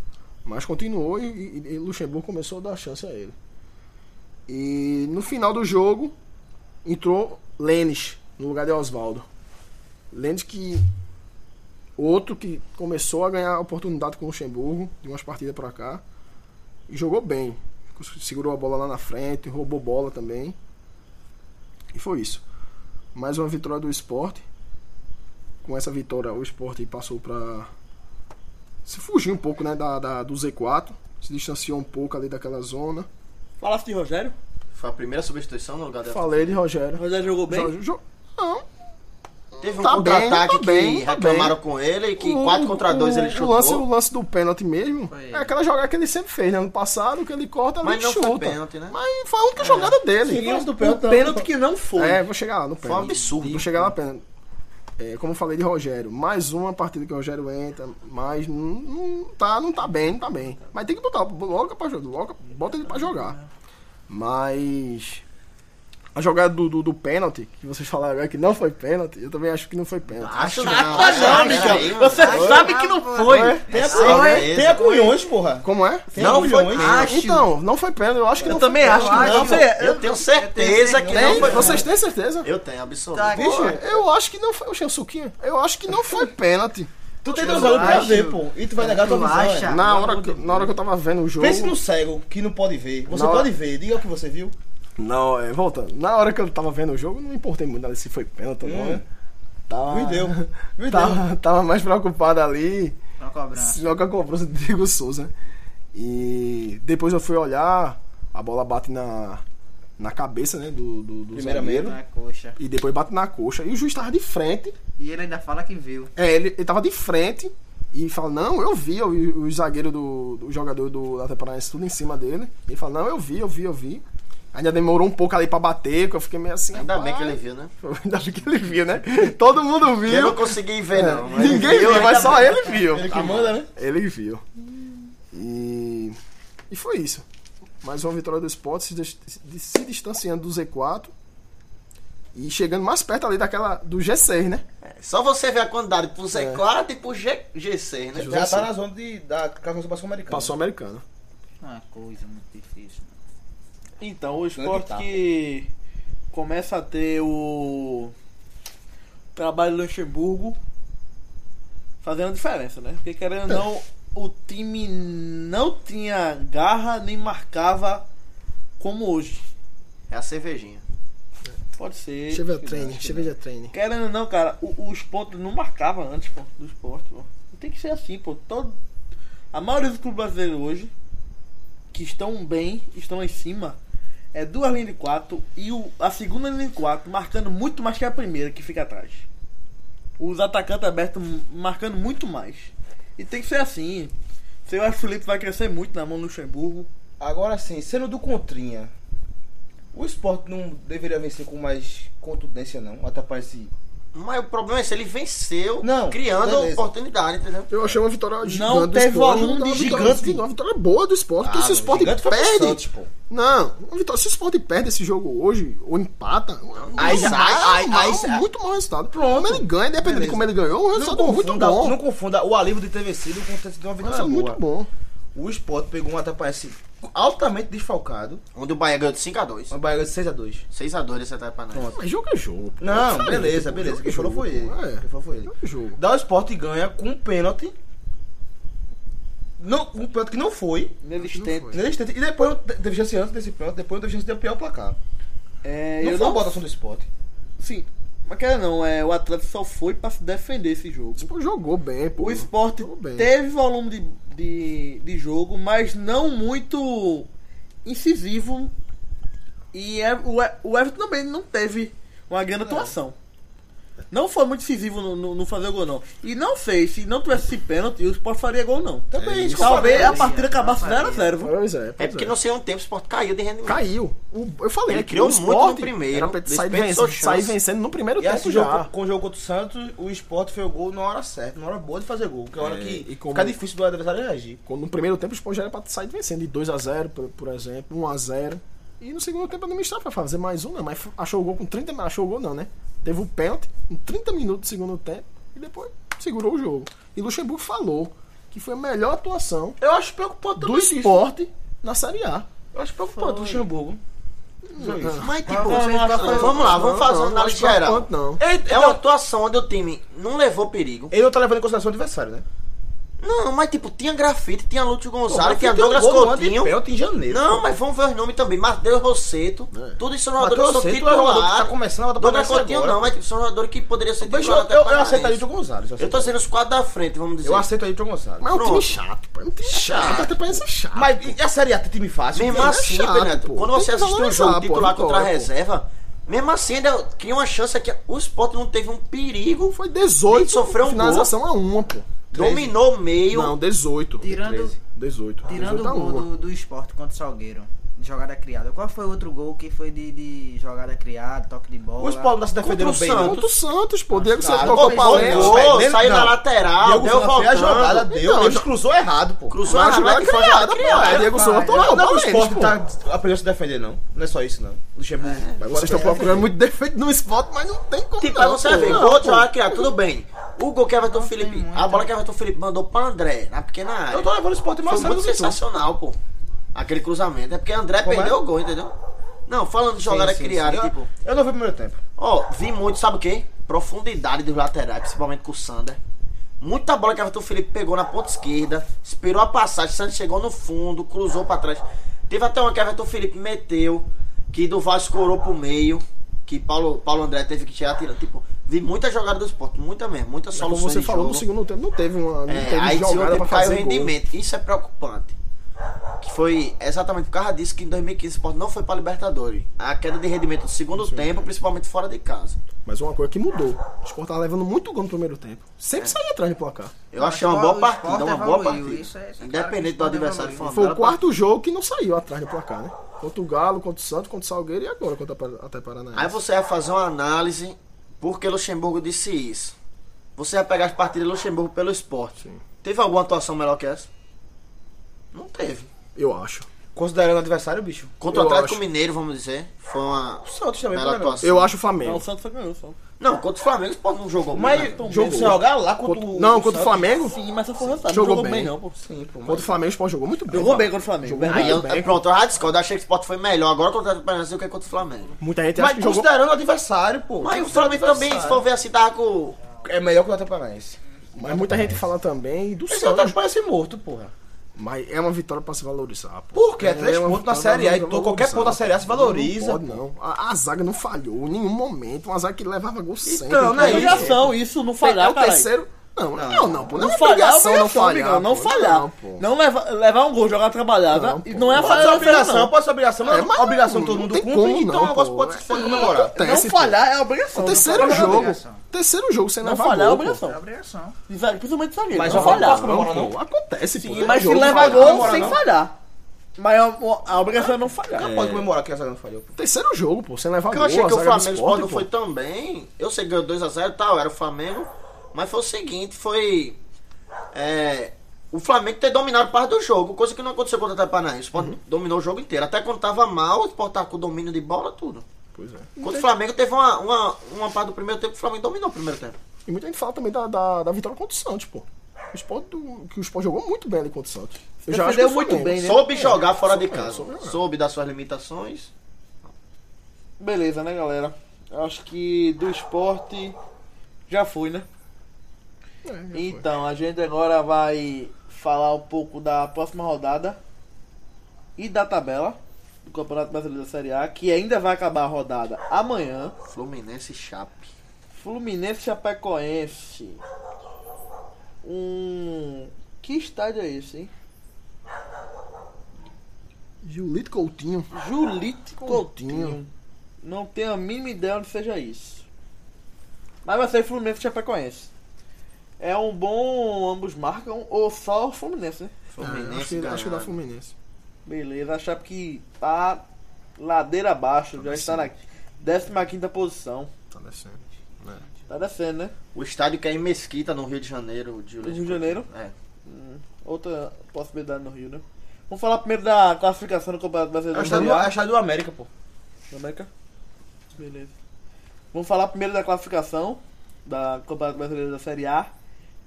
Speaker 4: Mas continuou e, e- e Luxemburgo começou a dar chance a ele. E no final do jogo entrou Lênis no lugar de Oswaldo. Lênis que outro que começou a ganhar oportunidade com o Luxemburgo de umas partidas pra cá e jogou bem. Segurou a bola lá na frente, roubou bola também. E foi isso. Mais uma vitória do esporte. Com essa vitória, o esporte passou pra. Se fugir um pouco né, da, da- do Z4. Se distanciou um pouco ali daquela zona.
Speaker 2: Falasse de Rogério?
Speaker 3: Foi a primeira substituição no lugar dela.
Speaker 4: Falei de Rogério.
Speaker 2: Rogério jogou bem?
Speaker 4: Jo- jo- Não,
Speaker 3: Teve um
Speaker 4: Tá bem,
Speaker 3: contra-ataque
Speaker 4: tá
Speaker 3: que
Speaker 4: bem, tá
Speaker 3: reclamaram com ele, que 4 contra 2
Speaker 4: o-
Speaker 3: ele chutou.
Speaker 4: O lance, o lance do pênalti mesmo
Speaker 5: Foi.
Speaker 4: é aquela jogada que ele sempre fez, né? Ano passado, que ele corta ali
Speaker 3: Mas
Speaker 4: e
Speaker 3: não foi
Speaker 4: chuta.
Speaker 3: pênalti, né?
Speaker 4: Mas foi a única jogada É. dele.
Speaker 2: do pênalti, pênalti que não foi.
Speaker 4: É, vou chegar lá no pênalti.
Speaker 3: Foi um absurdo.
Speaker 4: Vou chegar lá no pênalti. É, como eu falei de Rogério, mais uma partida que o Rogério entra, mas não, não tá, não tá bem, não tá bem. Mas tem que botar logo pra jogar, logo, bota ele pra jogar. Mas a jogada do, do, do pênalti, que vocês falaram agora que não foi pênalti, eu também acho que não foi pênalti.
Speaker 3: Acho não.
Speaker 2: Mas não,
Speaker 3: acho
Speaker 2: amigão.
Speaker 3: aí, mano.
Speaker 2: Você sabe que não foi.
Speaker 3: É certeza.
Speaker 6: Tem agulhões, porra.
Speaker 4: Como é?
Speaker 3: Não foi
Speaker 4: Ah, então, não foi pênalti, eu acho que
Speaker 2: Eu
Speaker 4: não
Speaker 2: também
Speaker 4: foi
Speaker 2: acho que
Speaker 4: pênalti.
Speaker 2: não.
Speaker 3: Não,
Speaker 2: Você- é
Speaker 3: eu tenho certeza que não
Speaker 4: Tem?
Speaker 3: foi.
Speaker 4: Vocês têm certeza?
Speaker 3: Eu tenho, absoluto.
Speaker 5: Tá,
Speaker 4: Bicho, eu acho que não foi. Oxe, é o suquinho. Eu acho que não foi pênalti.
Speaker 6: Tu tem dois olhos pra
Speaker 5: acho-
Speaker 6: ver, pô. E tu vai negar tua
Speaker 5: Tu
Speaker 6: visão,
Speaker 5: acha?
Speaker 6: é.
Speaker 4: Na hora, que, na hora que eu tava vendo o jogo.
Speaker 6: Pense no cego que não pode ver. Você
Speaker 4: Não.
Speaker 6: pode ver, diga o que você viu.
Speaker 4: Não, é, voltando. Na hora que eu tava vendo o jogo, não me importei muito se foi pênalti ou não,
Speaker 6: Hum.
Speaker 4: né? Tava,
Speaker 6: Me deu. Me deu.
Speaker 4: tava, tava mais preocupado ali.
Speaker 5: Uma cobrança.
Speaker 4: Se joga a cobrança do Diego Souza. né?" E depois eu fui olhar, a bola bate na, na cabeça, né? Do, do, do
Speaker 6: Primeiramente,
Speaker 4: zagueiro.
Speaker 5: Na coxa.
Speaker 4: E depois bate na coxa. E o juiz tava de frente.
Speaker 5: E ele ainda fala que viu.
Speaker 4: É, ele, ele tava de frente e fala, não, eu vi eu vi o zagueiro do, do jogador do da Paranaense tudo em cima dele. Ele fala, não, eu vi, eu vi, eu vi. Ainda demorou um pouco ali pra bater, que eu fiquei meio assim.
Speaker 3: Ainda bem que
Speaker 4: rapaz.
Speaker 3: ele viu, né?
Speaker 4: Ainda bem que ele viu, né? Todo mundo
Speaker 3: Eu não
Speaker 4: viu. É,
Speaker 3: consegui ver, não. mas
Speaker 4: Ninguém viu, mas só ele viu.
Speaker 6: Ele que manda, né?
Speaker 4: Ele viu. E. E foi isso. Mais uma vitória do Sport se, dis- se distanciando do Z4 e chegando mais perto ali daquela do G6, né?
Speaker 3: Só você vê a quantidade pro Z4 e pro tipo, G, G6, né?
Speaker 6: Já
Speaker 4: Assim.
Speaker 6: tá na zona de, da classificação sul-americana.
Speaker 4: Passou o americano.
Speaker 5: Uma coisa muito difícil.
Speaker 2: Então, o esporte
Speaker 3: etapa.
Speaker 2: que começa a ter o trabalho do Luxemburgo fazendo a diferença, né? Porque querendo ou não, o time não tinha garra nem marcava como hoje.
Speaker 3: É a cervejinha.
Speaker 2: Pode ser. acho
Speaker 4: Cerveja
Speaker 2: que não,
Speaker 4: treine,
Speaker 2: acho que
Speaker 4: cerveja treine.
Speaker 2: Querendo ou não, cara, o- os pontos não marcavam antes, pô, do esporte, pô. Não Tem que ser assim, pô. Todo... A maioria dos clubes brasileiros hoje, que estão bem, estão lá em cima, é duas linhas de quatro e o, a segunda linha de quatro marcando muito mais que a primeira que fica atrás. Os atacantes abertos m- marcando muito mais. E tem que ser assim. Eu acho que o Felipe vai crescer muito na mão do Luxemburgo.
Speaker 6: Agora sim, sendo do Contrinha, o esporte não deveria vencer com mais contundência, não. Até parece.
Speaker 3: Mas o problema é se ele venceu
Speaker 6: Não,
Speaker 3: criando
Speaker 6: beleza.
Speaker 3: oportunidade, entendeu?
Speaker 4: Eu achei uma vitória gigante.
Speaker 2: Não
Speaker 4: do
Speaker 2: teve
Speaker 4: esporte,
Speaker 2: volume
Speaker 4: uma
Speaker 2: de
Speaker 4: vitória-
Speaker 2: gigante.
Speaker 4: Uma vitória boa do esporte.
Speaker 6: Ah,
Speaker 4: Porque se o esporte perde.
Speaker 6: pô.
Speaker 4: Não, uma vitória- se o esporte perde esse jogo hoje, ou empata,
Speaker 3: Aí já-
Speaker 4: é um
Speaker 3: aí- aí-
Speaker 4: mal,
Speaker 3: aí-
Speaker 4: muito mau resultado. Como ele ganha, dependendo de
Speaker 6: Beleza.
Speaker 4: como ele ganhou, é um
Speaker 6: Não
Speaker 4: resultado muito
Speaker 6: confunda,
Speaker 4: bom.
Speaker 6: não confunda o alívio de ter vencido com ter sido uma
Speaker 4: Um
Speaker 6: vitória
Speaker 4: resultado
Speaker 6: boa.
Speaker 4: muito bom.
Speaker 6: O esporte pegou um até parece altamente desfalcado.
Speaker 3: Onde o Bahia ganhou de 5x2.
Speaker 6: Uma Bahia de 6x2.
Speaker 3: 6x2 dessa etapa pra nós.
Speaker 4: Mas jogo é jogo. pô.
Speaker 6: Não,
Speaker 4: Diferente,
Speaker 6: beleza,
Speaker 4: pô.
Speaker 6: beleza.
Speaker 4: Jogo
Speaker 6: Quem
Speaker 4: é
Speaker 6: falou
Speaker 4: jogo,
Speaker 6: foi ele.
Speaker 4: pô. É.
Speaker 6: Quem falou foi ele.
Speaker 4: Jogo é jogo.
Speaker 6: Dá o esporte ganha com um pênalti. Não, um pênalti que não foi.
Speaker 2: Neles
Speaker 4: Não
Speaker 2: tentam.
Speaker 4: foi.
Speaker 6: Nele instante. E depois teve chance antes desse pênalti, depois teve chance de ampliar o placar.
Speaker 2: É,
Speaker 6: Não
Speaker 2: eu
Speaker 6: foi uma
Speaker 2: não-
Speaker 6: botação do esporte.
Speaker 2: Sim. Mas querendo ou não, é, o Atlético só foi pra se defender esse jogo.
Speaker 4: Pô, jogou bem, pô.
Speaker 2: O esporte
Speaker 4: Jogou bem.
Speaker 2: teve volume de, de, de jogo, mas não muito incisivo. E é- o, E- o Everton também não teve uma grande atuação. Não foi muito incisivo no, no- no fazer o gol, não. E não sei, se não tivesse esse pênalti, o Sport faria gol, não.
Speaker 6: Também, isso que eu
Speaker 2: Talvez a
Speaker 6: falei.
Speaker 2: partida acabasse 0x0.
Speaker 4: Pois é, pois
Speaker 3: É porque
Speaker 4: é.
Speaker 3: não sei um tempo o Sport caiu de rendimento.
Speaker 4: Caiu. O- eu falei
Speaker 3: Ele
Speaker 4: que
Speaker 3: criou
Speaker 4: o
Speaker 3: muito
Speaker 4: esporte
Speaker 3: no primeiro,
Speaker 4: Era pra ele sair,
Speaker 3: desperdiçou
Speaker 4: vencendo, sair
Speaker 3: chance.
Speaker 4: vencendo no primeiro
Speaker 6: E
Speaker 4: tempo
Speaker 6: assim,
Speaker 4: É já.
Speaker 6: jogo, com o jogo contra o Santos, o esporte fez o gol na hora certa, na hora boa de fazer gol. Que é a hora
Speaker 4: É,
Speaker 6: que
Speaker 4: e como-
Speaker 6: fica difícil do adversário é reagir.
Speaker 4: Quando no primeiro tempo o esporte já era pra sair vencendo de 2x0, por, por exemplo, 1x0. E no segundo tempo administrar pra fazer mais um, não. Mas achou o gol com 30 minutos. Achou o gol não, né? Teve o pênalti com 30 minutos do segundo tempo e depois segurou o jogo. E Luxemburgo falou que foi a melhor atuação
Speaker 6: Eu acho preocupante
Speaker 4: do
Speaker 6: também isso.
Speaker 4: esporte na Série A.
Speaker 6: Eu acho preocupante do Luxemburgo.
Speaker 3: Mas, tipo,
Speaker 2: não,
Speaker 3: vocês
Speaker 2: não acho
Speaker 3: estão-
Speaker 2: não.
Speaker 3: vamos lá, Ah, vamos fazer uma
Speaker 4: não,
Speaker 3: análise
Speaker 4: não acho
Speaker 3: geral.
Speaker 4: preocupante, não.
Speaker 6: Ele,
Speaker 3: É uma atuação onde o time não levou perigo.
Speaker 6: ele não tá levando em consideração o adversário, né?
Speaker 3: Não, mas tipo, tinha Grafite, tinha Lúcio Gonzaga,
Speaker 6: Pô,
Speaker 3: tinha
Speaker 6: mas tem um
Speaker 3: Douglas
Speaker 6: gol do André
Speaker 3: Coutinho.
Speaker 6: Pelt em janeiro.
Speaker 3: Não, mas vamos ver os nomes também. Matheus Rosseto. Tudo isso são jogadores
Speaker 6: Matheus
Speaker 3: que são
Speaker 6: É. Rosseto é um jogador que
Speaker 3: titulares.
Speaker 6: tá começando a botar
Speaker 3: Douglas
Speaker 6: pressão
Speaker 3: Coutinho
Speaker 6: agora.
Speaker 3: não, mas tipo, são jogadores que poderiam ser
Speaker 6: Deixa
Speaker 3: titulares.
Speaker 6: eu,
Speaker 3: até
Speaker 6: eu, eu
Speaker 3: Paranaense.
Speaker 6: aceitaria o João Gonzalez.
Speaker 3: Eu tô sendo os quatro da frente, vamos dizer. assim.
Speaker 6: Eu aceitaria o João Gonzalez.
Speaker 4: Mas é um time
Speaker 3: Pronto.
Speaker 4: chato, pô. É um time
Speaker 3: Chato.
Speaker 4: chato. Até parece chato.
Speaker 6: Mas e a Série A tem time fácil?
Speaker 3: Mesmo
Speaker 6: Tem. né?
Speaker 3: assim,
Speaker 4: chato,
Speaker 3: Bernardo,
Speaker 4: pô.
Speaker 3: quando
Speaker 4: Tem
Speaker 3: você
Speaker 4: que
Speaker 3: assiste um
Speaker 4: valorizar,
Speaker 3: jogo
Speaker 4: pô,
Speaker 3: titular contra a
Speaker 4: vitória, pô.
Speaker 3: reserva, mesmo assim ainda cria uma chance que o Sport não teve um perigo.
Speaker 4: Foi 18.
Speaker 3: Sofreu um
Speaker 4: finalização a 1, pô.
Speaker 3: Dominou o meio.
Speaker 4: Não, 18.
Speaker 5: Tirando,
Speaker 4: 18.
Speaker 5: tirando
Speaker 4: 18 a
Speaker 5: o gol
Speaker 4: uma.
Speaker 5: do, do esporte contra o Salgueiro, de jogada criada. Qual foi o outro gol que foi de, de jogada criada, toque de bola?
Speaker 6: O Sport não tá se defendendo
Speaker 3: Contra o
Speaker 6: bem, não.
Speaker 4: Contra o Santos, pô. Diego
Speaker 6: Cara,
Speaker 4: Santos tocou
Speaker 6: não,
Speaker 4: pra
Speaker 3: Paulinho,
Speaker 6: Palmeiras,
Speaker 4: lente.
Speaker 6: não, velho,
Speaker 3: saiu
Speaker 6: não.
Speaker 3: na lateral,
Speaker 6: Diego
Speaker 3: deu
Speaker 6: Santos fez a jogada,
Speaker 3: voltando.
Speaker 6: deu,
Speaker 4: Então,
Speaker 6: ele
Speaker 4: já-
Speaker 6: cruzou errado, pô.
Speaker 3: Cruzou a
Speaker 4: Mas
Speaker 3: jogada
Speaker 4: jogada
Speaker 3: que foi
Speaker 4: criada,
Speaker 3: jogada
Speaker 4: pô.
Speaker 3: criada.
Speaker 4: É, Diego Santos
Speaker 6: Não,
Speaker 4: tocou
Speaker 6: não, o
Speaker 4: pra
Speaker 6: esporte
Speaker 4: lente,
Speaker 6: tá
Speaker 4: tá...
Speaker 6: aprendendo a se defender, não. Não é só isso, não. Luxemburgo.
Speaker 3: É.
Speaker 6: é Agora
Speaker 4: Vocês estão
Speaker 6: aprendeu a
Speaker 4: procurando muito defeito no esporte, mas não tem como
Speaker 3: Tipo,
Speaker 4: não,
Speaker 3: aí você
Speaker 4: pô.
Speaker 3: vê,
Speaker 4: Não,
Speaker 3: gol de
Speaker 4: pô.
Speaker 3: hora criada, ah, tudo bem. O gol que Everton Felipe,
Speaker 5: muito.
Speaker 3: a bola que Everton Felipe mandou pra André, na pequena
Speaker 6: defender.
Speaker 3: área.
Speaker 6: Eu tô levando o esporte mais
Speaker 3: Foi
Speaker 6: sério
Speaker 3: muito
Speaker 6: do que tu.
Speaker 3: sensacional, pô. Aquele cruzamento. É porque André
Speaker 6: Como é?
Speaker 3: perdeu o gol, entendeu? Não, falando de jogada
Speaker 6: sim,
Speaker 3: criada,
Speaker 6: sim.
Speaker 3: tipo.
Speaker 6: Eu não vi o primeiro tempo.
Speaker 3: Ó, vi muito, sabe o quê? Profundidade dos laterais, principalmente com o Sander. Muita bola que Everton Felipe pegou na ponta esquerda, esperou a passagem, Sander chegou no fundo, cruzou pra trás. Teve até uma que Everton Felipe meteu, que do Vasco corou pro meio, que Paulo, Paulo André teve que tirar tirando. Tipo, vi muita jogada do esporte, muita mesmo, muita
Speaker 4: Mas É Como
Speaker 3: solução.
Speaker 4: você
Speaker 3: de
Speaker 4: falou,
Speaker 3: jogo.
Speaker 4: no segundo tempo não teve uma não
Speaker 3: É,
Speaker 4: teve
Speaker 3: aí no segundo
Speaker 4: jogada pra
Speaker 3: tempo caiu o
Speaker 4: fazer gol.
Speaker 3: rendimento. Isso é preocupante. Que foi exatamente por causa disso que em 2015 o Sport não foi para Libertadores. A queda de rendimento do segundo tempo, principalmente fora de casa.
Speaker 4: Mas uma coisa que mudou. O esporte tava levando muito gol no primeiro tempo. Sempre saía atrás do placar.
Speaker 3: Eu achei uma boa
Speaker 5: o
Speaker 3: partida,
Speaker 5: Sport
Speaker 3: uma boa
Speaker 5: evoluiu,
Speaker 3: partida.
Speaker 5: isso é- isso é
Speaker 3: Independente do
Speaker 5: claro que o Sport
Speaker 3: adversário. tá?
Speaker 5: evoluiu.
Speaker 4: Foi
Speaker 3: uma
Speaker 4: o
Speaker 3: bela
Speaker 4: quarto jogo que não saiu atrás do placar, né? Contra o Galo, contra o Santos, contra o Salgueiro e agora contra a Par- até Paranaense.
Speaker 3: Aí você vai fazer uma análise porque Luxemburgo disse isso. Você vai pegar as partidas de Luxemburgo pelo esporte. Teve alguma atuação melhor que essa? Não teve.
Speaker 4: Eu acho.
Speaker 6: Considerando o adversário, bicho.
Speaker 3: Contra o
Speaker 4: Eu
Speaker 3: Atlético
Speaker 4: acho.
Speaker 3: Mineiro, vamos dizer, foi uma
Speaker 6: O Santos também, né?
Speaker 3: bela
Speaker 6: pelo menos.
Speaker 3: atuação.
Speaker 4: Eu acho
Speaker 2: Não,
Speaker 4: o
Speaker 2: o
Speaker 4: Flamengo.
Speaker 2: Santos só ganhou, só.
Speaker 3: Não, contra o Flamengo o Sport não jogou
Speaker 6: Mas
Speaker 3: muito. né?
Speaker 6: jogo
Speaker 2: bem.
Speaker 6: sem jogar lá contra
Speaker 4: Contra-
Speaker 6: o.
Speaker 4: não,
Speaker 6: o
Speaker 4: contra o
Speaker 6: Santos.
Speaker 4: Flamengo?
Speaker 2: Sim, mas só foi o resultado. Não
Speaker 4: Jogou
Speaker 2: jogou bem,
Speaker 4: bem.
Speaker 2: não, pô.
Speaker 6: Sim, pô. mas-
Speaker 4: Contra o Flamengo, o Sport jogou muito bem.
Speaker 2: Jogou bem contra o Flamengo.
Speaker 4: Jogou
Speaker 3: Aí
Speaker 2: verdade.
Speaker 3: eu,
Speaker 4: bem.
Speaker 3: pronto, eu já discordo, achei que o Sport foi melhor agora contra o Atlético Paranaense do que contra o Flamengo.
Speaker 4: Muita gente acha
Speaker 6: Mas
Speaker 4: que jogou.
Speaker 6: considerando o adversário, pô.
Speaker 3: Mas o
Speaker 6: Considerando
Speaker 3: Flamengo também, se for ver assim, tava com.
Speaker 6: adversário, É melhor que o Atlético Paranaense.
Speaker 4: Mas muita gente fala também do
Speaker 6: Esse Atlético
Speaker 4: Santos.
Speaker 6: Paranaense é morto, porra.
Speaker 4: Mas é uma vitória pra se valorizar, pô.
Speaker 6: Por quê? É
Speaker 4: É
Speaker 6: três
Speaker 4: uma
Speaker 6: pontos na
Speaker 4: vitória
Speaker 6: Série A.
Speaker 4: pra
Speaker 6: Então, qualquer
Speaker 4: valorizar.
Speaker 6: ponto da Série A se valoriza.
Speaker 4: Não pode, não. A, a zaga não falhou em nenhum momento. Uma zaga que levava gol sempre.
Speaker 6: Então,
Speaker 4: Então,
Speaker 6: né,
Speaker 2: É obrigação isso, não falhar,
Speaker 4: é o
Speaker 2: caralho.
Speaker 4: terceiro. Não, não, não, pô. Não,
Speaker 2: Não
Speaker 4: é
Speaker 2: falhar,
Speaker 4: obrigação
Speaker 2: obrigação,
Speaker 4: não falhar.
Speaker 2: amigão, não
Speaker 4: pô.
Speaker 2: falhar. Não,
Speaker 4: pô.
Speaker 2: leva- levar um gol, jogar trabalhada.
Speaker 4: Não,
Speaker 2: e
Speaker 4: pô.
Speaker 2: não é
Speaker 6: Pode ser
Speaker 2: falhar, não,
Speaker 6: obrigação,
Speaker 2: não.
Speaker 6: pode ser obrigação, mas é uma obrigação que todo mundo
Speaker 4: tem
Speaker 6: cumpre,
Speaker 4: como
Speaker 6: então
Speaker 4: não,
Speaker 6: o negócio
Speaker 4: pô.
Speaker 6: pode ser
Speaker 4: É,
Speaker 6: comemorado.
Speaker 2: Não
Speaker 4: Acontece, pô.
Speaker 2: falhar é obrigação.
Speaker 4: O
Speaker 2: não
Speaker 4: terceiro
Speaker 2: falhar,
Speaker 4: jogo.
Speaker 5: obrigação.
Speaker 4: Terceiro jogo sem
Speaker 2: Não
Speaker 4: levar
Speaker 2: falhar é
Speaker 4: gol. pô.
Speaker 2: obrigação.
Speaker 5: É obrigação.
Speaker 2: De zague- Principalmente zagueiro.
Speaker 6: Mas
Speaker 2: não
Speaker 6: não falhar,
Speaker 2: falhar.
Speaker 6: não.
Speaker 4: Pô, acontece,
Speaker 2: Sim,
Speaker 4: pô. É
Speaker 2: um mas se
Speaker 4: jogo,
Speaker 2: levar
Speaker 4: falhar.
Speaker 2: gol
Speaker 6: Não,
Speaker 2: sem
Speaker 6: não.
Speaker 2: falhar. Mas a, a obrigação é não falhar.
Speaker 6: Não pode comemorar que essa não falhou. pô.
Speaker 4: Terceiro jogo, pô. Sem levar
Speaker 3: Porque
Speaker 4: gol.
Speaker 3: eu achei
Speaker 4: a
Speaker 3: que o
Speaker 4: zaga do
Speaker 3: Flamengo
Speaker 4: Sport,
Speaker 3: quando
Speaker 4: pô.
Speaker 3: foi tão bem. Eu sei que ganhou 2x0 e tal, era o Flamengo. Mas foi o seguinte, foi. é, o Flamengo ter dominado parte do jogo, coisa que não aconteceu contra o Atlético Paranaense. O Sport
Speaker 4: Uhum.
Speaker 3: dominou o jogo inteiro. Até quando tava mal, o Sport tava com domínio de bola, tudo.
Speaker 4: Pois é.
Speaker 3: Contra o Flamengo teve uma, uma, uma parte do primeiro tempo, que o Flamengo dominou o primeiro tempo.
Speaker 4: E muita gente fala também da, da, da vitória contra o Santos, pô. O Sport, do- que o Sport jogou muito bem ali contra o Santos. Eu já acho que
Speaker 2: Defendeu
Speaker 4: o
Speaker 2: muito
Speaker 4: Flamengo- É,
Speaker 2: bem, né?
Speaker 3: Soube jogar fora de
Speaker 4: soube,
Speaker 3: casa.
Speaker 4: soube jogar.
Speaker 3: Soube das suas limitações.
Speaker 2: Beleza, né, galera? Eu acho que do esporte já fui, né?
Speaker 4: É, já foi.
Speaker 2: Então, a gente agora vai falar um pouco da próxima rodada e da tabela do Campeonato Brasileiro da Série A, que ainda vai acabar a rodada amanhã.
Speaker 3: Fluminense e Chape.
Speaker 2: Fluminense e Chapecoense. Um. Que estádio é esse, hein?
Speaker 4: Julito Coutinho.
Speaker 2: Julite Coutinho. Não tenho a mínima ideia onde seja isso. Mas vai ser Fluminense e Chapecoense. É um bom. Ambos marcam, ou só o Fluminense, né?
Speaker 4: Ah, acho,
Speaker 3: Fluminense
Speaker 4: que, acho que dá
Speaker 3: ganhando.
Speaker 4: Fluminense.
Speaker 2: Beleza, a Chape que tá ladeira abaixo, já está na 15 posição.
Speaker 4: Tá descendo.
Speaker 2: Tá descendo, né?
Speaker 3: O estádio que é em Mesquita, no Rio de Janeiro. De
Speaker 2: Rio de Janeiro?
Speaker 3: É.
Speaker 2: Outra possibilidade no Rio, né? Vamos falar primeiro da classificação do Campeonato
Speaker 6: É
Speaker 2: Brasileiro.
Speaker 6: o estádio, é o estádio do América, pô.
Speaker 2: Da América? Beleza. Vamos falar primeiro da classificação da Campeonato Brasileiro da Série A,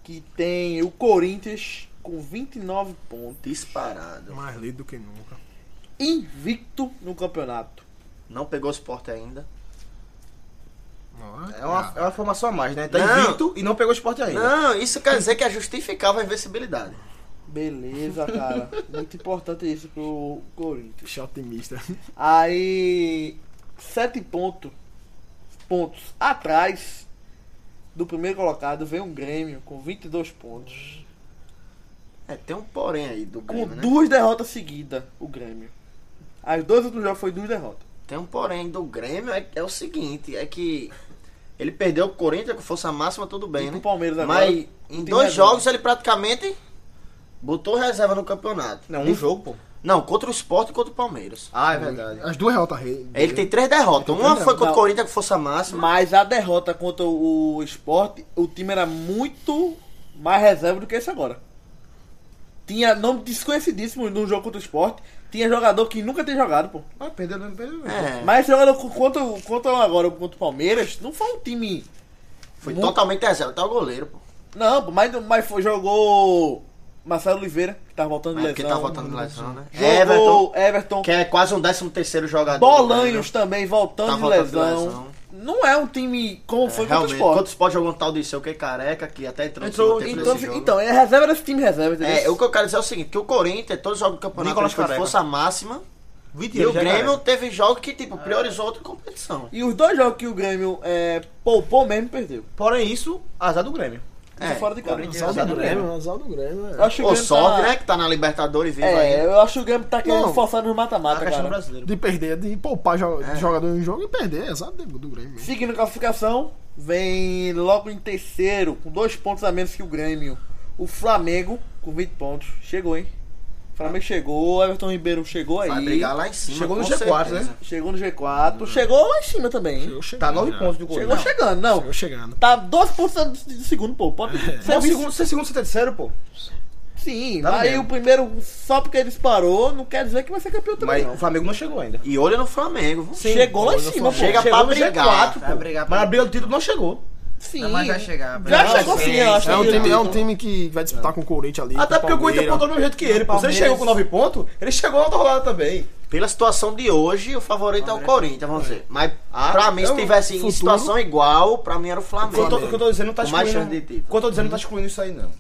Speaker 2: que tem o Corinthians com 29 pontos,
Speaker 3: Disparado.
Speaker 4: É Mais lido do que nunca.
Speaker 2: invicto no campeonato.
Speaker 3: Não pegou o esporte ainda.
Speaker 6: É uma, é uma formação a mais, né? Tá
Speaker 3: Não.
Speaker 6: invicto e não pegou esporte ainda.
Speaker 3: Não, isso quer dizer que é justificável a invencibilidade.
Speaker 2: Beleza, cara. Muito importante isso pro Corinthians.
Speaker 4: Deixa otimista.
Speaker 2: Aí, sete ponto, pontos atrás do primeiro colocado vem o Grêmio com 22 pontos.
Speaker 3: É, tem um porém aí do
Speaker 2: Com
Speaker 3: Grêmio, né?
Speaker 2: duas derrotas seguidas, o Grêmio. As duas últimas jogos foi duas derrotas.
Speaker 3: Tem um porém do Grêmio, é, é o seguinte, é que ele perdeu o Corinthians com força máxima, tudo bem,
Speaker 2: E
Speaker 3: né?
Speaker 2: pro Palmeiras agora,
Speaker 3: Mas em
Speaker 2: tem
Speaker 3: dois
Speaker 2: reserva.
Speaker 3: jogos ele praticamente botou reserva no campeonato.
Speaker 6: Não, um jogo, pô.
Speaker 3: Não, contra o Sport e contra o Palmeiras.
Speaker 6: Ah, é verdade.
Speaker 4: As duas derrotas rei.
Speaker 3: Ele tem três derrotas. Uma foi contra o Corinthians com força máxima.
Speaker 2: Mas a derrota contra o esporte, o time era muito mais reserva do que esse agora. Tinha nome desconhecidíssimo no jogo contra o esporte. Tinha jogador que nunca tem jogado, pô.
Speaker 6: Ah, perdeu, não perdeu.
Speaker 3: É,
Speaker 2: Mas esse jogador co- contra, o- contra o- agora contra o Palmeiras, não foi um time.
Speaker 3: foi
Speaker 2: muito-
Speaker 3: totalmente reserva. Tá o goleiro, pô.
Speaker 2: Não, pô, mas, mas foi, jogou Marcelo Oliveira, que tava voltando de
Speaker 3: É porque
Speaker 2: lesão.
Speaker 3: tá voltando de lesão, né?
Speaker 2: Jogou
Speaker 3: Everton,
Speaker 2: Everton.
Speaker 3: que é quase um décimo terceiro jogador. do Grêmio.
Speaker 2: Bolanhos também voltando,
Speaker 3: Tá
Speaker 2: de,
Speaker 3: voltando de
Speaker 2: lesão.
Speaker 3: lesão.
Speaker 2: Não é um time como
Speaker 3: É,
Speaker 2: foi contra o
Speaker 3: realmente,
Speaker 2: Sport.
Speaker 3: quando o Sport jogou um tal de seu que é careca, que até entrou,
Speaker 2: Entrou,
Speaker 3: no segundo tempo
Speaker 2: então,
Speaker 3: nesse jogo.
Speaker 2: então, é reserva desse time reserva, entendeu?
Speaker 3: É, o que eu quero dizer é o seguinte, que o Corinthians, todos os jogos do campeonato,
Speaker 6: Nicolas
Speaker 3: ele foi de
Speaker 6: Careca.
Speaker 3: força máxima, e
Speaker 6: anos
Speaker 3: o
Speaker 6: já é
Speaker 3: Grêmio
Speaker 6: careca.
Speaker 3: teve jogos que, tipo, priorizou outra competição.
Speaker 2: E os dois jogos que o Grêmio é, poupou mesmo, perdeu.
Speaker 6: Porém, isso, azar do Grêmio.
Speaker 2: Isso
Speaker 3: É,
Speaker 2: Tá fora de casa.
Speaker 6: Corinthians-
Speaker 4: Azar do Grêmio, É, azar do Grêmio.
Speaker 2: Eu acho que o
Speaker 3: Ou
Speaker 2: Grêmio
Speaker 3: sorte,
Speaker 2: tá...
Speaker 3: né, que tá na Libertadores vivo
Speaker 2: É,
Speaker 3: aí.
Speaker 2: eu acho que o Grêmio tá querendo
Speaker 4: Não.
Speaker 2: forçar nos
Speaker 6: A
Speaker 2: mata-mata,
Speaker 6: questão
Speaker 2: cara.
Speaker 6: brasileira.
Speaker 4: De perder, de poupar jo- jogador em um jogo e perder. é Azar do, do Grêmio. mesmo.
Speaker 2: Seguindo a classificação, vem logo em terceiro, com dois pontos a menos que o Grêmio. O Flamengo, com 20 pontos. Chegou, hein? O Flamengo chegou, Everton Ribeiro chegou aí.
Speaker 3: Ah. Vai brigar lá em cima,
Speaker 6: Chegou no
Speaker 3: com
Speaker 6: G4,
Speaker 3: certeza.
Speaker 6: né?
Speaker 2: Chegou no G4. Chegou lá em cima também, hein?
Speaker 4: Eu chegando,
Speaker 6: Tá nove
Speaker 4: já.
Speaker 6: pontos do
Speaker 2: Chegou
Speaker 6: Corinthians.
Speaker 2: chegando, não.
Speaker 4: Eu chegando.
Speaker 2: Tá 12 pontos do segundo, pô. Pode ser
Speaker 3: É.
Speaker 6: Não,
Speaker 2: vice-
Speaker 6: é segundo, ser segundo, ser terceiro, tá pô.
Speaker 2: Sim, Sim,
Speaker 6: Tá
Speaker 2: aí
Speaker 6: mesmo.
Speaker 2: o primeiro, só porque ele disparou, não quer dizer que vai ser campeão também.
Speaker 6: Mas
Speaker 2: não.
Speaker 6: o Flamengo não chegou ainda.
Speaker 3: E olha no Flamengo, viu?
Speaker 2: Chegou lá em cima, pô.
Speaker 3: Chega
Speaker 2: Chegou
Speaker 3: pra
Speaker 2: no
Speaker 3: brigar.
Speaker 2: G4,
Speaker 5: Vai
Speaker 2: pô.
Speaker 5: brigar
Speaker 6: Mas
Speaker 5: pra-
Speaker 6: a briga do título não chegou.
Speaker 2: Sim.
Speaker 5: Não, mas vai chegar.
Speaker 2: Já
Speaker 5: Não,
Speaker 2: chegou
Speaker 5: sim,
Speaker 2: sim, eu acho.
Speaker 4: É um
Speaker 2: que-
Speaker 4: time, é um time que vai disputar com o Corinthians ali.
Speaker 6: Até
Speaker 4: com
Speaker 6: porque o Corinthians
Speaker 4: Palmeiras.
Speaker 6: pontuou do mesmo jeito que ele, pô. Se ele
Speaker 5: Palmeiras-
Speaker 6: chegou com 9 pontos, ele chegou na outra rodada também.
Speaker 3: Pela situação de hoje, o favorito é o Corinthians, vamos dizer. Mas
Speaker 6: Ah,
Speaker 3: pra mim, se
Speaker 6: então,
Speaker 3: tivesse em
Speaker 4: futuro-
Speaker 3: situação igual, pra mim era o
Speaker 6: O que eu
Speaker 3: Flamengo.
Speaker 6: tô- o que eu tô dizendo não tá
Speaker 3: Com mais
Speaker 6: excluindo.
Speaker 3: chance de título.
Speaker 6: O que eu tô dizendo não tá excluindo isso aí, não.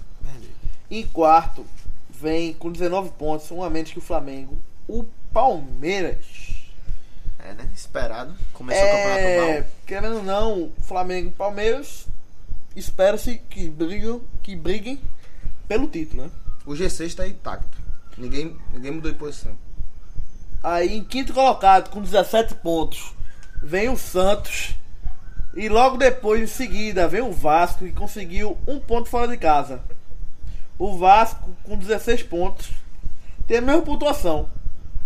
Speaker 2: Em quarto, vem com 19 pontos, um a menos que o Flamengo. O Palmeiras.
Speaker 3: É, né? Esperado. Começou o
Speaker 2: É,
Speaker 3: campeonato mal.
Speaker 2: querendo ou não, Flamengo e Palmeiras espera-se que brigam, que briguem pelo título, né?
Speaker 6: O G6 tá intacto. Ninguém, ninguém mudou de posição.
Speaker 2: Aí em quinto colocado com 17 pontos vem o Santos e logo depois em seguida vem o Vasco que conseguiu um ponto fora de casa. O Vasco com 16 pontos tem a mesma pontuação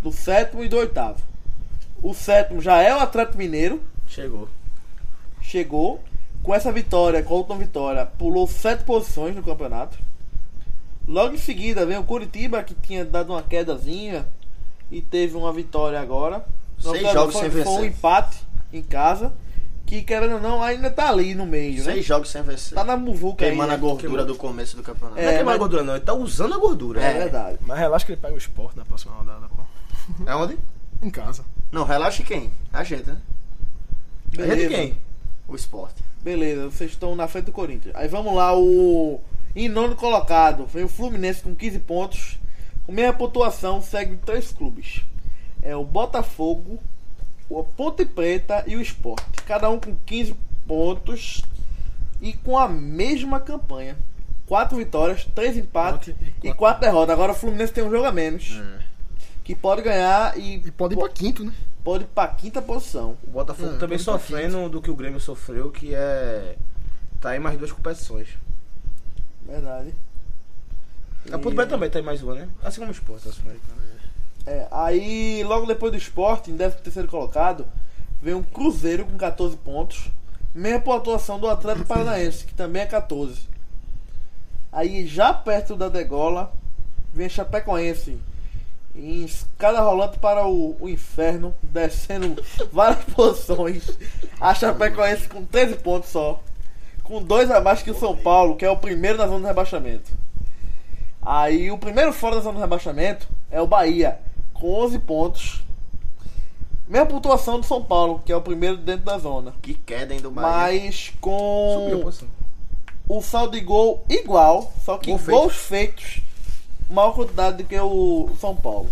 Speaker 2: do sétimo e do oitavo. O sétimo já é o Atlético Mineiro
Speaker 6: Chegou.
Speaker 2: chegou. Com essa vitória, com a última vitória, pulou sete posições no campeonato. Logo em seguida vem o Curitiba, que tinha dado uma quedazinha e teve uma vitória agora. Não,
Speaker 3: Seis
Speaker 2: cara,
Speaker 3: jogos
Speaker 2: foi,
Speaker 3: sem
Speaker 2: Foi um
Speaker 3: vencer.
Speaker 2: empate em casa, que querendo ou não, ainda tá ali no meio, né?
Speaker 3: Seis jogos sem vencer.
Speaker 2: Tá na muvuca
Speaker 3: Queimando
Speaker 2: aí, né?
Speaker 3: a gordura do começo do campeonato.
Speaker 6: Não é
Speaker 2: É,
Speaker 6: queimar
Speaker 2: mas-
Speaker 6: a gordura, não. Ele tá usando a gordura.
Speaker 2: É verdade.
Speaker 4: Mas relaxa que ele pega o esporte na próxima rodada, pô.
Speaker 6: É onde?
Speaker 4: Em casa.
Speaker 3: Não, relaxa quem? A gente, né? é
Speaker 6: A gente
Speaker 2: Beleza.
Speaker 6: é quem?
Speaker 3: O esporte.
Speaker 2: Beleza, vocês estão na frente do Corinthians. Aí vamos lá, o. Em nono colocado, vem o Fluminense com 15 pontos. Com mesma pontuação, segue três clubes. É o Botafogo, o Ponte Preta e o Sport. Cada um com 15 pontos e com a mesma campanha. Quatro vitórias, três empates
Speaker 4: Quatro e
Speaker 2: e quatro derrotas. Agora o Fluminense tem um jogo a menos. Que pode ganhar e,
Speaker 4: E pode ir pra quinto, né?
Speaker 2: pode ir pra quinta posição.
Speaker 6: O Botafogo
Speaker 4: Hum,
Speaker 6: também
Speaker 4: tá
Speaker 6: sofrendo do que o Grêmio sofreu, que é. Tá em mais duas competições.
Speaker 2: Verdade.
Speaker 6: A Ponte Preta também tá em mais uma, né? Assim como o Sport, tá sofrendo.
Speaker 2: É, aí, logo depois do esporte, em 13 colocado, vem um Cruzeiro com 14 pontos. Mesma pontuação do Atlético Paranaense, que também é 14. Aí, já perto da degola, vem Chapecoense. Em escada rolante para o, o inferno, descendo várias posições. A Chapecoense com 13 pontos só. Com dois a mais que o São Paulo, que é o primeiro na zona de rebaixamento. Aí o primeiro fora da zona de rebaixamento é o Bahia, com 11 pontos. Mesma pontuação do São Paulo, que é o primeiro dentro da zona.
Speaker 3: Que queda, hein, do Bahia.
Speaker 2: Mas
Speaker 6: Subiu a
Speaker 2: com
Speaker 6: posição.
Speaker 2: o saldo de gol igual, só que
Speaker 6: Gol feito.
Speaker 2: gols feitos, maior quantidade do que o São Paulo.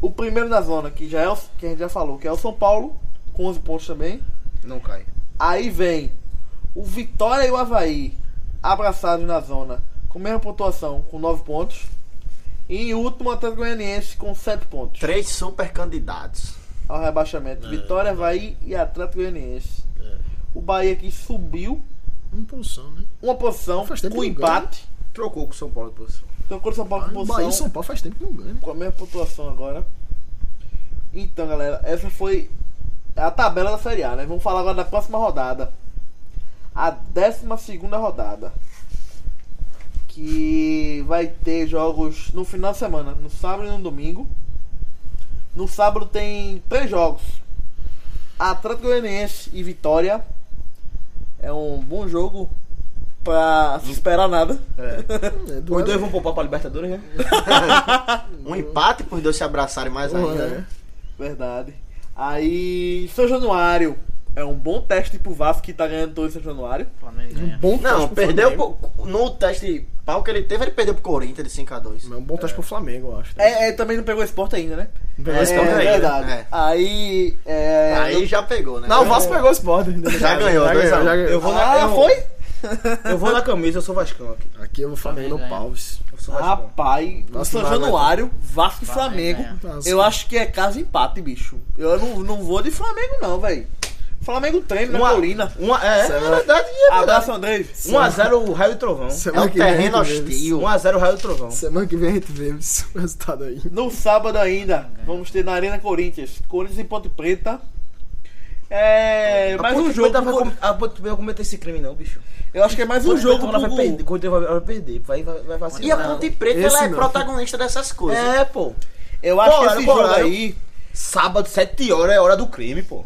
Speaker 2: O primeiro da zona, que já é o, que a gente já falou, que é o São Paulo, com 11 pontos também.
Speaker 6: Não cai.
Speaker 2: Aí vem o Vitória e o Havaí abraçados na zona com a mesma pontuação, com 9 pontos. E em último, o Atlético Goianiense com 7 pontos
Speaker 3: Três super candidatos.
Speaker 2: ao
Speaker 4: É.
Speaker 2: rebaixamento. Vitória, Havaí e Atlético Goianiense. O Bahia que subiu
Speaker 4: Impulsão, É. né?
Speaker 2: uma posição
Speaker 4: Faz tempo
Speaker 2: com
Speaker 4: que não ganha.
Speaker 2: empate.
Speaker 6: Trocou com o São Paulo de posição.
Speaker 2: Trocou o São Paulo
Speaker 4: Ah,
Speaker 2: com
Speaker 4: o Bahia e
Speaker 2: posição
Speaker 4: São Paulo faz tempo que não ganha, né?
Speaker 2: com a mesma pontuação agora. Então, galera, essa foi a tabela da Série A, né? Vamos falar agora da próxima rodada. A 12 segunda rodada. Que vai ter jogos no final de semana, no sábado e no domingo. No sábado tem três jogos. Atlético Goianiense e Vitória. É um bom jogo pra se esperar nada.
Speaker 4: É,
Speaker 6: Os
Speaker 4: duelo-
Speaker 6: dois vão poupar pra Libertadores, né?
Speaker 3: Um empate pros dois se abraçarem mais
Speaker 4: Porra,
Speaker 3: ainda.
Speaker 4: é.
Speaker 3: né?
Speaker 2: Verdade. Aí, São Januário é um bom teste pro Vasco que tá ganhando todo em São Januário.
Speaker 5: Flamengo ganha.
Speaker 4: Um bom teste
Speaker 3: Não,
Speaker 4: pro
Speaker 3: perdeu
Speaker 4: Flamengo.
Speaker 3: pro- no teste de pau que ele teve, ele perdeu pro Corinthians de 5x2.
Speaker 4: É um bom teste pro Flamengo, eu acho.
Speaker 2: É, é, também não pegou esse esporte ainda, né?
Speaker 4: Pegou esse
Speaker 2: é,
Speaker 4: Sport
Speaker 3: ainda,
Speaker 2: verdade.
Speaker 3: é.
Speaker 2: Aí, é...
Speaker 3: Aí já pegou, né?
Speaker 4: Não, o Vasco pegou o Sport.
Speaker 3: Já ganhou,
Speaker 4: já
Speaker 3: dois a
Speaker 4: ganhou,
Speaker 3: um.
Speaker 4: já ganhou.
Speaker 6: Eu vou na,
Speaker 2: Ah,
Speaker 6: eu,
Speaker 2: foi?
Speaker 6: Eu vou na camisa, eu sou Vascão aqui.
Speaker 4: Aqui eu vou Flamengo no
Speaker 5: Flamengo ganha.
Speaker 4: Palves.
Speaker 6: Eu sou Vascão.
Speaker 2: Rapaz, o
Speaker 4: Vasco
Speaker 2: São
Speaker 4: vai,
Speaker 2: Januário,
Speaker 6: então.
Speaker 2: Vasco e
Speaker 5: Flamengo
Speaker 2: Flamengo.
Speaker 4: ganha.
Speaker 2: Eu acho que é casa empate, bicho. Eu não, não vou de Flamengo, não, velho. Flamengo treina
Speaker 3: Ah,
Speaker 2: na
Speaker 6: Uma-
Speaker 2: Colina.
Speaker 6: Uma, é, é verdade, é verdade.
Speaker 2: Abraço, André.
Speaker 6: 1x0 o Raio e Trovão.
Speaker 3: É um
Speaker 4: Semana que vem a
Speaker 3: terreno
Speaker 4: gente vê isso.
Speaker 3: hostil.
Speaker 6: 1x0 o Raio e Trovão.
Speaker 4: Semana que vem a gente vê esse resultado aí.
Speaker 2: No sábado ainda, vamos ter na Arena Corinthians. Corinthians e Ponte Preta. É. Mais um jogo.
Speaker 6: Vai, com- a Ponte Preta vai cometer esse crime, não, bicho.
Speaker 2: Eu acho que é mais um
Speaker 6: Ponte
Speaker 2: jogo
Speaker 6: Preta, ela
Speaker 2: pro-
Speaker 6: vai perder. Corinthians vai, vai perder. Vai, vai, vai vacilar.
Speaker 3: E a Ponte Preta
Speaker 4: Esse
Speaker 3: ela é
Speaker 4: não.
Speaker 3: protagonista dessas coisas.
Speaker 6: É, pô.
Speaker 2: Eu acho que
Speaker 6: Bora,
Speaker 2: esse
Speaker 6: bora.
Speaker 2: jogo aí.
Speaker 6: Sábado, 7 horas, é hora do crime, pô.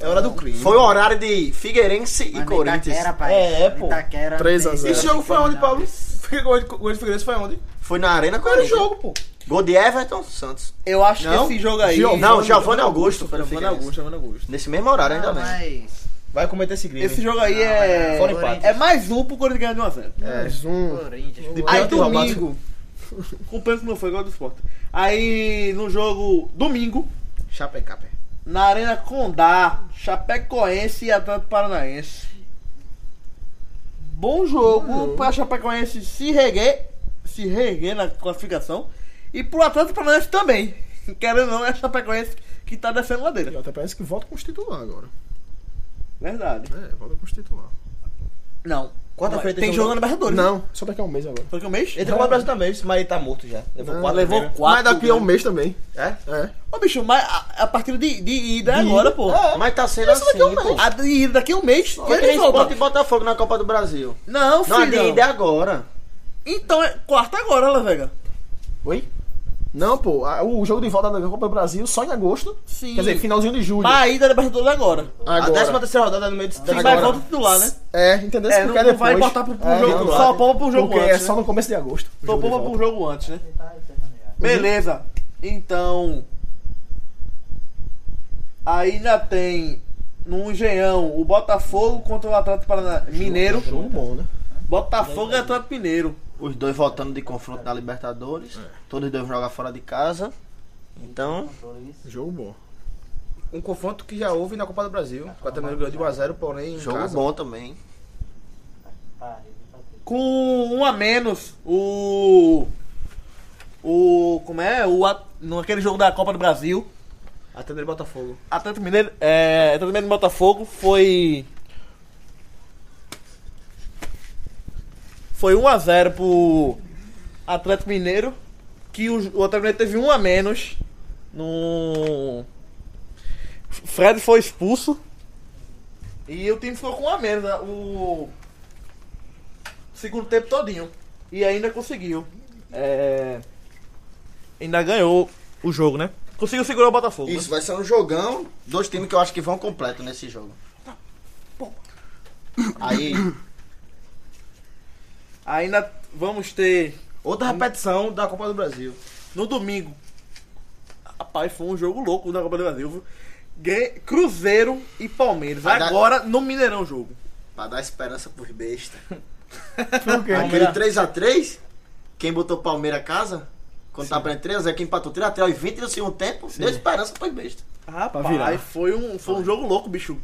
Speaker 6: É hora do crime.
Speaker 3: Foi o horário de Figueirense e
Speaker 5: Mas no
Speaker 3: Corinthians.
Speaker 5: Itaquera, pai.
Speaker 6: É, pô.
Speaker 5: Itaquera.
Speaker 4: 3 a 0.
Speaker 6: Esse jogo foi onde, Paulo?
Speaker 5: Paulo?
Speaker 6: Fica com o Gol de Figueirense foi onde?
Speaker 3: Foi na Arena
Speaker 6: Foi o
Speaker 3: Corinthians.
Speaker 6: jogo, pô.
Speaker 3: Gol de Everton Santos.
Speaker 2: Eu acho
Speaker 6: Não?
Speaker 2: que esse jogo aí.
Speaker 3: não, Giovanni Augusto. foi no
Speaker 6: Giovanni
Speaker 3: Figueirense.
Speaker 6: Augusto, Giovanni Augusto.
Speaker 3: Nesse mesmo horário,
Speaker 6: Ah,
Speaker 3: ainda bem.
Speaker 5: Mas.
Speaker 6: Vai cometer esse crime.
Speaker 2: Esse jogo aí é.
Speaker 6: Fora empate.
Speaker 2: É mais um pro Corinthians ganhar de 1x0.
Speaker 3: É,
Speaker 4: Mais um.
Speaker 5: Corinthians. pô.
Speaker 2: Aí
Speaker 6: Pênalti roubado.
Speaker 2: domingo. Com pênalti não foi, igual do esporte. Aí no jogo domingo,
Speaker 6: Chapecá, pé.
Speaker 2: na Arena Condá, Chapecoense e Atlético Paranaense. Bom
Speaker 6: Hum.
Speaker 2: jogo pra Chapecoense se reguer, se reguer na classificação. E pro Atlético Paranaense também. Querendo ou não, é a Chapecoense que tá descendo
Speaker 4: E
Speaker 2: ladeira.
Speaker 4: até parece que volta com os titular agora.
Speaker 2: Verdade.
Speaker 4: É, volta com os titular.
Speaker 2: Não.
Speaker 6: Quarta-feira
Speaker 2: tem
Speaker 6: tem
Speaker 2: jogo
Speaker 6: jogo-
Speaker 2: na Libertadores.
Speaker 4: Não, só daqui a um mês agora.
Speaker 2: Foi que é o mês?
Speaker 6: Entra com o Brasil também, esse Maria tá morto já. Levou
Speaker 4: Não,
Speaker 6: quatro.
Speaker 2: levou
Speaker 6: né?
Speaker 2: quatro.
Speaker 4: Mas daqui a um mês também.
Speaker 6: É?
Speaker 4: É.
Speaker 2: Ô, bicho, mas a, a partida de, de ida é agora, pô.
Speaker 3: Mas tá sendo
Speaker 6: é
Speaker 3: assim,
Speaker 6: então,
Speaker 3: pô.
Speaker 2: A de ida daqui a um mês.
Speaker 3: Foi
Speaker 2: ele
Speaker 3: que nem
Speaker 2: volta.
Speaker 3: Sport e Botafogo na Copa do Brasil.
Speaker 2: Não,
Speaker 3: Não, a
Speaker 2: filho.
Speaker 3: de ida é agora.
Speaker 2: Então é quarta agora, La Vega.
Speaker 3: Oi?
Speaker 4: Não, pô, a- o jogo de volta da Copa do Brasil só em agosto.
Speaker 2: Sim.
Speaker 4: Quer dizer, finalzinho de julho.
Speaker 2: Mas a ida da Libertadores é agora.
Speaker 6: A décima
Speaker 4: Agora.
Speaker 6: terceira rodada é no meio de
Speaker 2: Sim, mas volta titular, né?
Speaker 4: É, entendeu?
Speaker 2: É,
Speaker 4: Porque É,
Speaker 2: não- não vai botar pro- pro jogo,
Speaker 4: não
Speaker 2: só
Speaker 4: vai.
Speaker 2: poupa pro jogo
Speaker 4: Porque
Speaker 2: antes,
Speaker 4: é só
Speaker 2: né?
Speaker 4: no começo de agosto. o
Speaker 2: Tô
Speaker 4: jogo de
Speaker 2: bomba
Speaker 4: volta.
Speaker 2: pro jogo antes, né? Beleza. Então. Ainda tem no Engenhão o Botafogo contra o Atlético Parana... Mineiro.
Speaker 4: Jogo bom, né?
Speaker 2: Botafogo e Atlético Mineiro.
Speaker 3: Os dois voltando de confronto na Libertadores.
Speaker 6: É.
Speaker 3: Todos dois vão jogar fora de casa. Então,
Speaker 4: Jogo bom.
Speaker 6: Um confronto que já houve na Copa do Brasil. O Atlético ganhou de 1x0, porém. em
Speaker 3: jogo
Speaker 6: casa.
Speaker 3: bom também.
Speaker 2: Com um a menos, o. O. Como é? O. At- Naquele jogo da Copa do Brasil.
Speaker 6: Atlético e Botafogo.
Speaker 2: Atlético Mineiro, é, Atlético Mineiro e Botafogo foi. Foi 1x0 pro Atlético Mineiro. Que o, o Atlético Mineiro teve 1 a menos. No. Fred foi expulso. E o time ficou com 1 a menos. né, O. Segundo tempo todinho. E ainda conseguiu. É, ainda ganhou o jogo, né? Conseguiu segurar o Botafogo. né?
Speaker 3: Isso vai ser um jogão. Dois times que eu acho que vão completo nesse jogo.
Speaker 6: Tá.
Speaker 3: Aí,
Speaker 2: Ainda vamos ter
Speaker 6: Outra repetição da Copa do Brasil.
Speaker 2: no domingo. Rapaz, foi um jogo louco da Copa do Brasil, viu? Gre- Cruzeiro e Palmeiras.
Speaker 3: Vai dar-
Speaker 2: Agora no Mineirão o jogo.
Speaker 3: pra dar esperança pros bestas. Aquele 3x3, quem botou Palmeiras a casa, quando tá pra 3 é quem empatou 3x3 aos 20 do segundo tempo, deu esperança pros bestas.
Speaker 2: Rapaz, foi um, foi um jogo louco, bicho.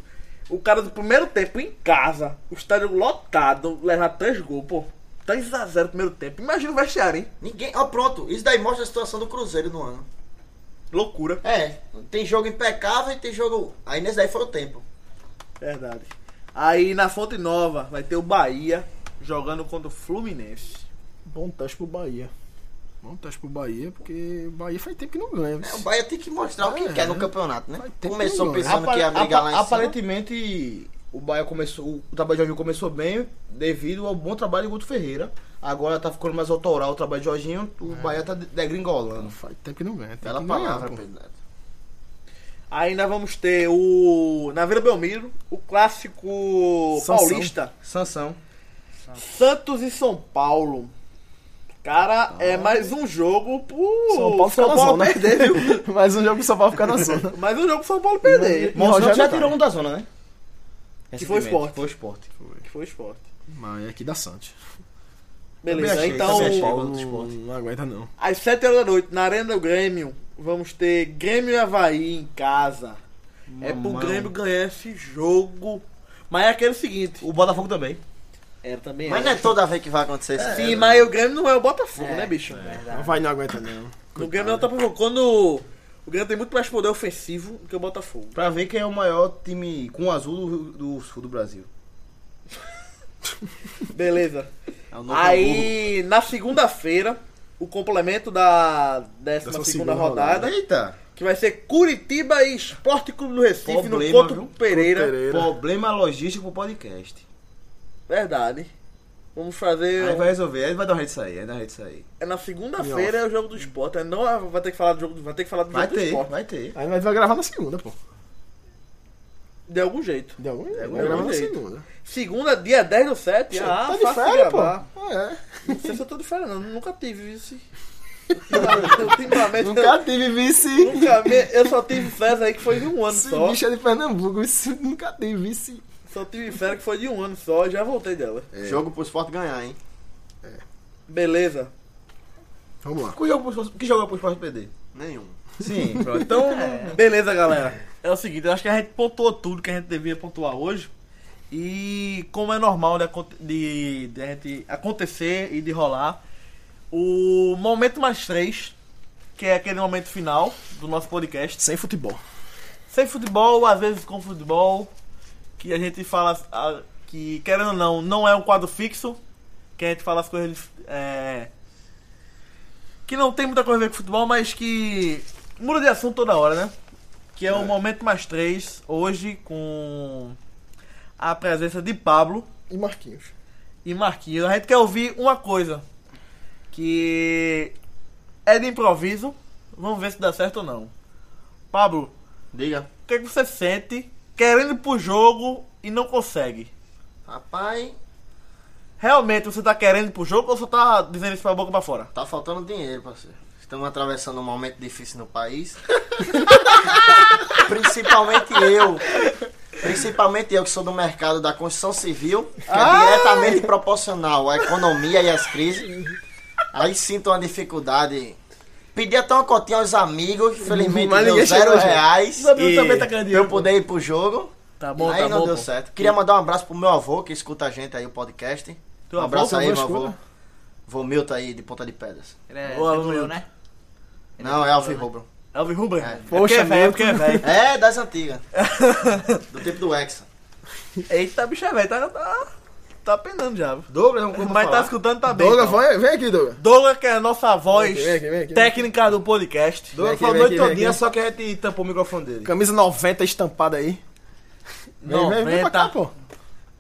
Speaker 2: O cara do primeiro tempo em casa, o estádio lotado, levar três gols, pô. 3x0 no primeiro tempo. Imagina o vestiário, hein?
Speaker 3: Ninguém. Ó, pronto. Isso daí mostra a situação do Cruzeiro no ano.
Speaker 2: Loucura.
Speaker 3: É, tem jogo impecável e tem jogo. Aí nesse daí foi o tempo.
Speaker 2: Verdade. Aí na Fonte Nova vai ter o Bahia jogando contra o Fluminense.
Speaker 4: Bom teste pro Bahia. Bom teste pro Bahia, porque o Bahia faz tempo que não ganha.
Speaker 3: É, o Bahia tem que mostrar o que
Speaker 4: É.
Speaker 3: quer no campeonato, né?
Speaker 4: Vai ter
Speaker 3: Começou
Speaker 4: que ganhar.
Speaker 3: pensando que ia brigar lá em cima.
Speaker 6: aparentemente, o Bahia começou. O trabalho de Jorginho começou bem devido ao bom trabalho de Guto Ferreira. Agora tá ficando mais autoral o trabalho de Jorginho. O Bahia tá de- degringolando.
Speaker 4: Faz tempo que não ganha. Tem
Speaker 3: Bela
Speaker 4: que ganhar,
Speaker 3: palavra,
Speaker 4: pô.
Speaker 3: Pedro Neto.
Speaker 2: Ainda vamos ter o. Na Vila Belmiro, o clássico
Speaker 4: Sansão.
Speaker 2: paulista.
Speaker 6: Sansão.
Speaker 2: Santos e São Paulo. Cara, é mais um jogo pro.
Speaker 4: São Paulo fica na zona.
Speaker 2: perder, viu?
Speaker 4: Mais um jogo que só vai ficar na zona.
Speaker 2: mais um jogo pro São Paulo perder.
Speaker 4: E
Speaker 6: Monsanto
Speaker 4: Rogério
Speaker 6: já
Speaker 4: tá.
Speaker 6: tirou um da zona, né?
Speaker 2: Que foi o esporte.
Speaker 6: Foi o esporte.
Speaker 2: Que foi o esporte.
Speaker 4: Mas é aqui da Santos.
Speaker 2: Beleza,
Speaker 6: Também achei,
Speaker 2: então.
Speaker 3: tá
Speaker 6: também achei.
Speaker 4: Paulo
Speaker 6: do
Speaker 4: não,
Speaker 6: esporte.
Speaker 4: não aguenta, não.
Speaker 2: Às 7 horas da noite, na Arena do Grêmio, vamos ter Grêmio e Havaí em casa. É pro
Speaker 6: Mamão.
Speaker 2: Grêmio ganhar esse jogo. Mas é aquele seguinte.
Speaker 6: O Botafogo também.
Speaker 2: Era também.
Speaker 3: Mas não
Speaker 2: era.
Speaker 3: é toda vez que vai acontecer isso.
Speaker 2: Sim, mas o Grêmio não é o Botafogo, né, bicho?
Speaker 4: Não vai, não aguenta, não.
Speaker 2: O Grêmio não tá provocando. O Grêmio tem muito mais poder ofensivo do que o Botafogo.
Speaker 6: Pra ver quem é o maior time com azul do, do sul do Brasil.
Speaker 2: Beleza.
Speaker 3: É o novo burro.
Speaker 2: Aí, na segunda-feira, o complemento da 12
Speaker 4: Décima
Speaker 2: segunda
Speaker 4: segunda
Speaker 2: rodada.
Speaker 6: Eita!
Speaker 7: Que vai ser Curitiba e Esporte Clube do Recife no
Speaker 3: Problema,
Speaker 7: Couto
Speaker 3: viu?
Speaker 7: Pereira.
Speaker 3: Problema logístico pro podcast.
Speaker 7: Verdade. Vamos fazer.
Speaker 3: Aí vai resolver, aí vai dar um jeito de sair, aí dá um jeito de sair.
Speaker 7: É na segunda-feira é o jogo do esporte. É, Não é- vai ter que falar do jogo, vai ter que falar do
Speaker 3: Vai
Speaker 7: jogo do
Speaker 3: ter,
Speaker 7: esporte.
Speaker 3: vai ter.
Speaker 4: Aí nós vai gravar na segunda, pô.
Speaker 7: De algum jeito.
Speaker 4: De algum jeito.
Speaker 7: algum
Speaker 4: Vai gravar na
Speaker 7: É, jeito.
Speaker 4: segunda.
Speaker 7: Segunda, dia 10 do 7. Ah,
Speaker 4: tá de
Speaker 7: fácil
Speaker 4: férias, pô.
Speaker 7: gravar.
Speaker 4: É.
Speaker 7: Não sei se eu tô de férias, não. Nunca tive isso. Ultimamente,
Speaker 4: Nunca tive
Speaker 7: eu,
Speaker 4: vice.
Speaker 7: nunca me- eu só tive férias aí que foi de um ano
Speaker 4: Esse
Speaker 7: só.
Speaker 4: bicho é de Pernambuco. Esse nunca teve vice.
Speaker 7: Só tive férias que foi de um ano só. Já voltei dela.
Speaker 3: Jogo pro esporte ganhar, hein?
Speaker 7: Beleza.
Speaker 4: Vamos lá.
Speaker 3: Que jogo pro esporte, que jogo é pro esporte perder? Nenhum.
Speaker 2: Sim, pronto. Então,
Speaker 7: Beleza, galera.
Speaker 2: é o seguinte, eu acho que a gente pontuou tudo que a gente devia pontuar hoje. E como é normal de, aconte- de- de a gente acontecer e de rolar, o momento mais três, que é aquele momento final do nosso podcast.
Speaker 4: Sem futebol.
Speaker 2: Sem futebol, às vezes com futebol, que a gente fala ah, que, querendo ou não, não é um quadro fixo, que a gente fala as coisas é, que não tem muita coisa a ver com futebol, mas que muda de assunto toda hora, né? Que é o Momento Mais Três, hoje com a presença de Pablo
Speaker 4: E Marquinhos.
Speaker 2: e Marquinhos. A gente quer ouvir uma coisa, que é de improviso, vamos ver se dá certo ou não. Pablo,
Speaker 3: Diga.
Speaker 2: o que, é que você sente querendo ir pro jogo e não consegue?
Speaker 3: Rapaz,
Speaker 2: Realmente você tá querendo ir pro jogo ou só tá dizendo isso pra boca pra fora?
Speaker 3: tá faltando dinheiro, parceiro. Estamos atravessando um momento difícil no país. Principalmente eu. Principalmente eu que sou do mercado da construção civil, que é diretamente proporcional à economia e às crises. Aí sinto uma dificuldade. Pedi até uma cotinha aos amigos, que felizmente
Speaker 4: Mas
Speaker 3: deu
Speaker 4: ninguém
Speaker 3: zero
Speaker 4: chegou já.
Speaker 3: reais.
Speaker 2: amigos também tá querendo
Speaker 3: pra eu poder ir pro jogo.
Speaker 2: Tá bom,
Speaker 3: aí
Speaker 2: tá
Speaker 3: não
Speaker 2: bom.
Speaker 3: deu
Speaker 2: pô.
Speaker 3: certo. Queria mandar um abraço pro meu avô que escuta a gente aí o podcast.
Speaker 2: Teu
Speaker 3: um
Speaker 2: avô,
Speaker 3: abraço
Speaker 2: teu
Speaker 3: aí,
Speaker 2: avô
Speaker 3: meu avô.
Speaker 2: escuta?
Speaker 3: Vô Milton aí de Ponta de Pedras.
Speaker 5: Ele é
Speaker 2: Boa,
Speaker 5: tricolor,
Speaker 2: Milton.
Speaker 5: né?
Speaker 3: Não, é Alves Rubro.
Speaker 2: Elvis Rubens.
Speaker 3: É.
Speaker 2: É.
Speaker 4: Poxa,
Speaker 2: porque é velho,
Speaker 4: meu.
Speaker 2: porque é velho.
Speaker 3: É, das antigas. do tempo do Hexa.
Speaker 2: Eita, bicho é velho, tá, tá, tá penando já.
Speaker 3: Douglas, é vamos começar
Speaker 2: Mas
Speaker 3: a
Speaker 2: tá
Speaker 3: falar.
Speaker 2: escutando, tá bem.
Speaker 4: Douglas,
Speaker 2: então.
Speaker 4: vai- vem aqui, Douglas.
Speaker 2: Douglas, que é a nossa voz
Speaker 4: Vem aqui, vem aqui.
Speaker 2: técnica do podcast.
Speaker 3: Douglas
Speaker 4: aqui,
Speaker 3: falou
Speaker 4: vem
Speaker 3: a noite
Speaker 4: aqui, vem
Speaker 3: todinha,
Speaker 4: aqui.
Speaker 3: só que a gente tampou o microfone dele.
Speaker 4: Camisa 90 estampada aí. Vem, vem, vem pra cá, pô. Dá uma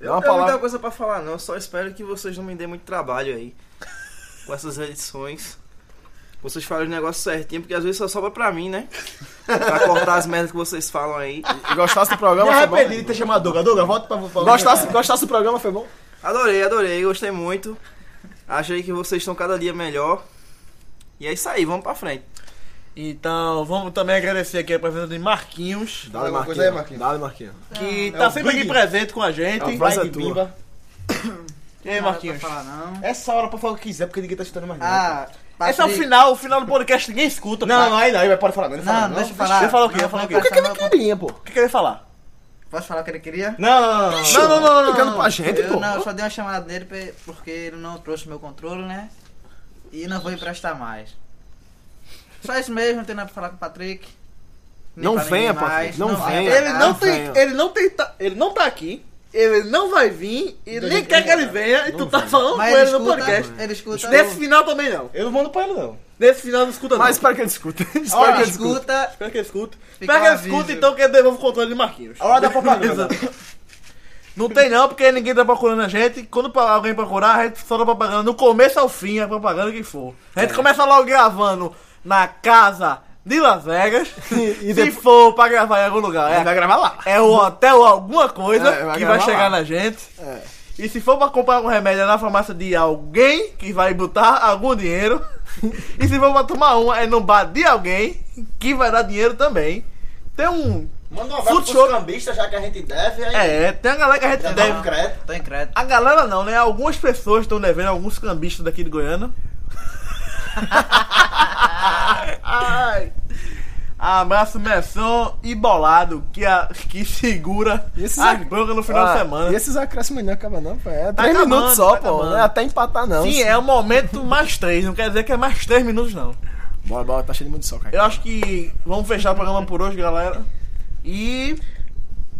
Speaker 6: Eu não tenho
Speaker 4: palavra.
Speaker 6: coisa pra falar, não. Só espero que vocês não me deem muito trabalho aí. Com essas edições. Vocês falem os negócios certinho, porque às vezes só sobra pra mim, né? Pra cortar as merdas que vocês falam aí.
Speaker 4: Gostasse do
Speaker 3: Me
Speaker 4: programa, foi bom.
Speaker 3: arrependi de ter chamado Douglas. Douglas, volta pra falar.
Speaker 4: Gostasse, gostasse do programa, foi bom.
Speaker 6: Adorei, adorei. Gostei muito. Achei que vocês estão cada dia melhor. E é isso aí, vamos pra frente.
Speaker 2: Então, vamos também agradecer aqui a presença de Marquinhos,
Speaker 4: Dá-lhe,
Speaker 6: alguma coisa
Speaker 4: Marquinhos.
Speaker 6: aí, Marquinhos?
Speaker 4: Dá-lhe, Marquinhos.
Speaker 2: que tá sempre aqui presente com a gente.
Speaker 4: É o Brasil Tua.
Speaker 2: E aí,
Speaker 5: Não dá pra
Speaker 2: Marquinhos?
Speaker 5: falar, não.
Speaker 3: Essa hora pra falar o que quiser, porque ninguém tá escutando mais
Speaker 5: Ah,
Speaker 2: Esse é o final, o final do podcast, ninguém escuta. tá?
Speaker 3: Não,
Speaker 2: cara.
Speaker 6: Ah.
Speaker 3: não, aí não, aí pode falar. Não, ele fala,
Speaker 5: Não, deixa eu falar.
Speaker 2: Ele falou o quê?
Speaker 5: Não,
Speaker 2: Ele falou o quê?
Speaker 5: não,
Speaker 4: O que, que ele
Speaker 5: não,
Speaker 4: queria, pô?
Speaker 2: O que que ele ia falar?
Speaker 5: Posso falar o que ele queria?
Speaker 3: não, não, não, não.
Speaker 2: Não, não, não, não, não.
Speaker 4: Ficando pra gente,
Speaker 5: eu
Speaker 4: pô.
Speaker 5: não, eu só dei uma chamada nele pe- porque ele não trouxe meu controle, né? E não vou emprestar mais. Só isso mesmo, não tem nada pra falar com o Patrick. nem
Speaker 4: Não
Speaker 5: pra
Speaker 4: venha,
Speaker 5: ninguém mais,
Speaker 4: Patrick, não venha.
Speaker 5: pra
Speaker 2: Ele
Speaker 5: cá.
Speaker 2: não
Speaker 4: Ah,
Speaker 2: tem.
Speaker 4: velho.
Speaker 2: Ele não tem. ta- Ele não tá aqui. Ele não vai vir. E nem quer que ele venha. E tu tá falando
Speaker 5: Ah, Mas
Speaker 2: com
Speaker 5: ele
Speaker 2: ele no
Speaker 5: escuta, é,
Speaker 2: podcast.
Speaker 5: ele tá escuta.
Speaker 2: Nesse
Speaker 5: o-
Speaker 2: final também não.
Speaker 3: Eu não mando pra ele, não.
Speaker 2: Nesse final não escuta
Speaker 4: Mas
Speaker 2: não.
Speaker 4: espero que ele escute. espero
Speaker 5: Olha,
Speaker 4: que ele escute.
Speaker 5: escuta.
Speaker 2: Espero que ele escute.
Speaker 5: Fica
Speaker 2: Espero que ele
Speaker 5: um
Speaker 2: escuta,
Speaker 5: aviso.
Speaker 2: então que ele devolva o controle de Marquinhos.
Speaker 3: A hora da propaganda.
Speaker 2: Não tem não, porque ninguém tá procurando a gente. Quando pra- alguém procurar, a gente só dá propaganda. No começo ao fim, a propaganda que for. A gente começa logo gravando na casa de Las Vegas.
Speaker 4: E- e
Speaker 2: Se
Speaker 4: depois-
Speaker 2: for pra gravar em algum lugar. É a
Speaker 4: Vai gravar lá.
Speaker 2: É o hotel alguma coisa
Speaker 4: É, vai
Speaker 2: que vai
Speaker 4: gravar
Speaker 2: chegar
Speaker 4: lá.
Speaker 2: na gente.
Speaker 4: É.
Speaker 2: E se for pra comprar um remédio é na farmácia de alguém que vai botar algum dinheiro. e se for pra tomar uma, é no bar de alguém que vai dar dinheiro também. Tem um.
Speaker 3: Manda um abraço
Speaker 2: Fute
Speaker 3: pros
Speaker 2: show.
Speaker 3: cambistas, já que a gente deve, aí.
Speaker 2: É, tem a galera que a gente
Speaker 3: Já dá um
Speaker 2: deve.
Speaker 3: crédito.
Speaker 5: Tô em crédito.
Speaker 2: A galera não, né? Algumas pessoas estão devendo, alguns cambistas daqui de Goiânia. Ai. Abraço, Messon e Bolado, que, a, que segura
Speaker 4: E esses
Speaker 2: as
Speaker 4: ac-
Speaker 2: broncas no final de
Speaker 4: Ah,
Speaker 2: semana.
Speaker 4: E esses acréscimos não acabam não, pô. É três
Speaker 2: acabando,
Speaker 4: minutos só,
Speaker 2: tá
Speaker 4: pô.
Speaker 2: acabando.
Speaker 4: Não é até empatar, não.
Speaker 2: Sim, é o momento mais três. Não quer dizer que é mais três minutos, não.
Speaker 4: Bora, bora. Tá cheio de munição, cara.
Speaker 2: Eu acho que vamos fechar o programa por hoje, galera. E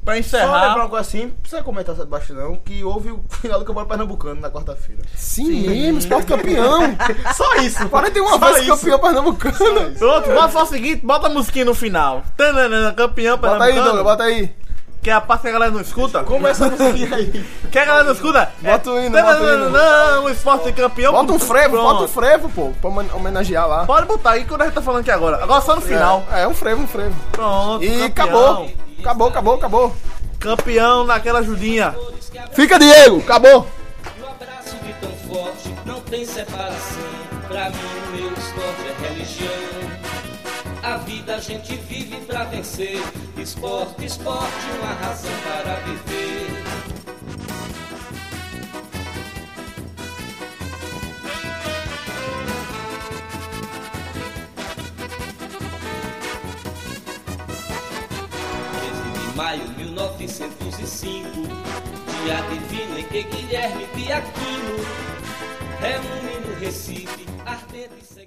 Speaker 2: Pra
Speaker 6: Só lembrar uma
Speaker 2: encerrar.
Speaker 6: coisa assim, não precisa comentar abaixo não, que houve o final do Campeonato Pernambucano na quarta-feira.
Speaker 4: Sim, mesmo, esporte campeão.
Speaker 6: Só isso.
Speaker 4: 41
Speaker 6: Só
Speaker 4: vezes
Speaker 6: isso.
Speaker 4: campeão pernambucano.
Speaker 2: Pronto, bora fazer o seguinte, bota a musiquinha no final. Tananana, campeão,
Speaker 4: Bota aí,
Speaker 2: pernambucano,
Speaker 4: Douglas, bota aí.
Speaker 2: Que é a parte que a galera não escuta.
Speaker 6: Começa a é musiquinha aí.
Speaker 2: Que a galera não escuta.
Speaker 4: Bota o
Speaker 2: é,
Speaker 4: hino, bota o hino.
Speaker 2: tananana, o esporte campeão.
Speaker 4: Bota um frevo,
Speaker 2: Pronto.
Speaker 4: bota um frevo, pô, pra homen- homenagear lá.
Speaker 2: Pode botar aí quando a gente tá falando aqui agora. Agora só no final.
Speaker 4: É, é um frevo, um frevo.
Speaker 2: Pronto.
Speaker 4: E
Speaker 2: campeão.
Speaker 4: acabou. Acabou, acabou, acabou.
Speaker 2: Campeão naquela ajudinha.
Speaker 4: Fica, Diego, acabou.
Speaker 10: E o abraço de tão forte não tem separação. Pra mim, o meu esporte é religião. A vida a gente vive pra vencer. Esporte, esporte, uma razão para viver. Desde de maio 1905, dia divino em que Guilherme de Aquino reúne no Recife ardente seguidores.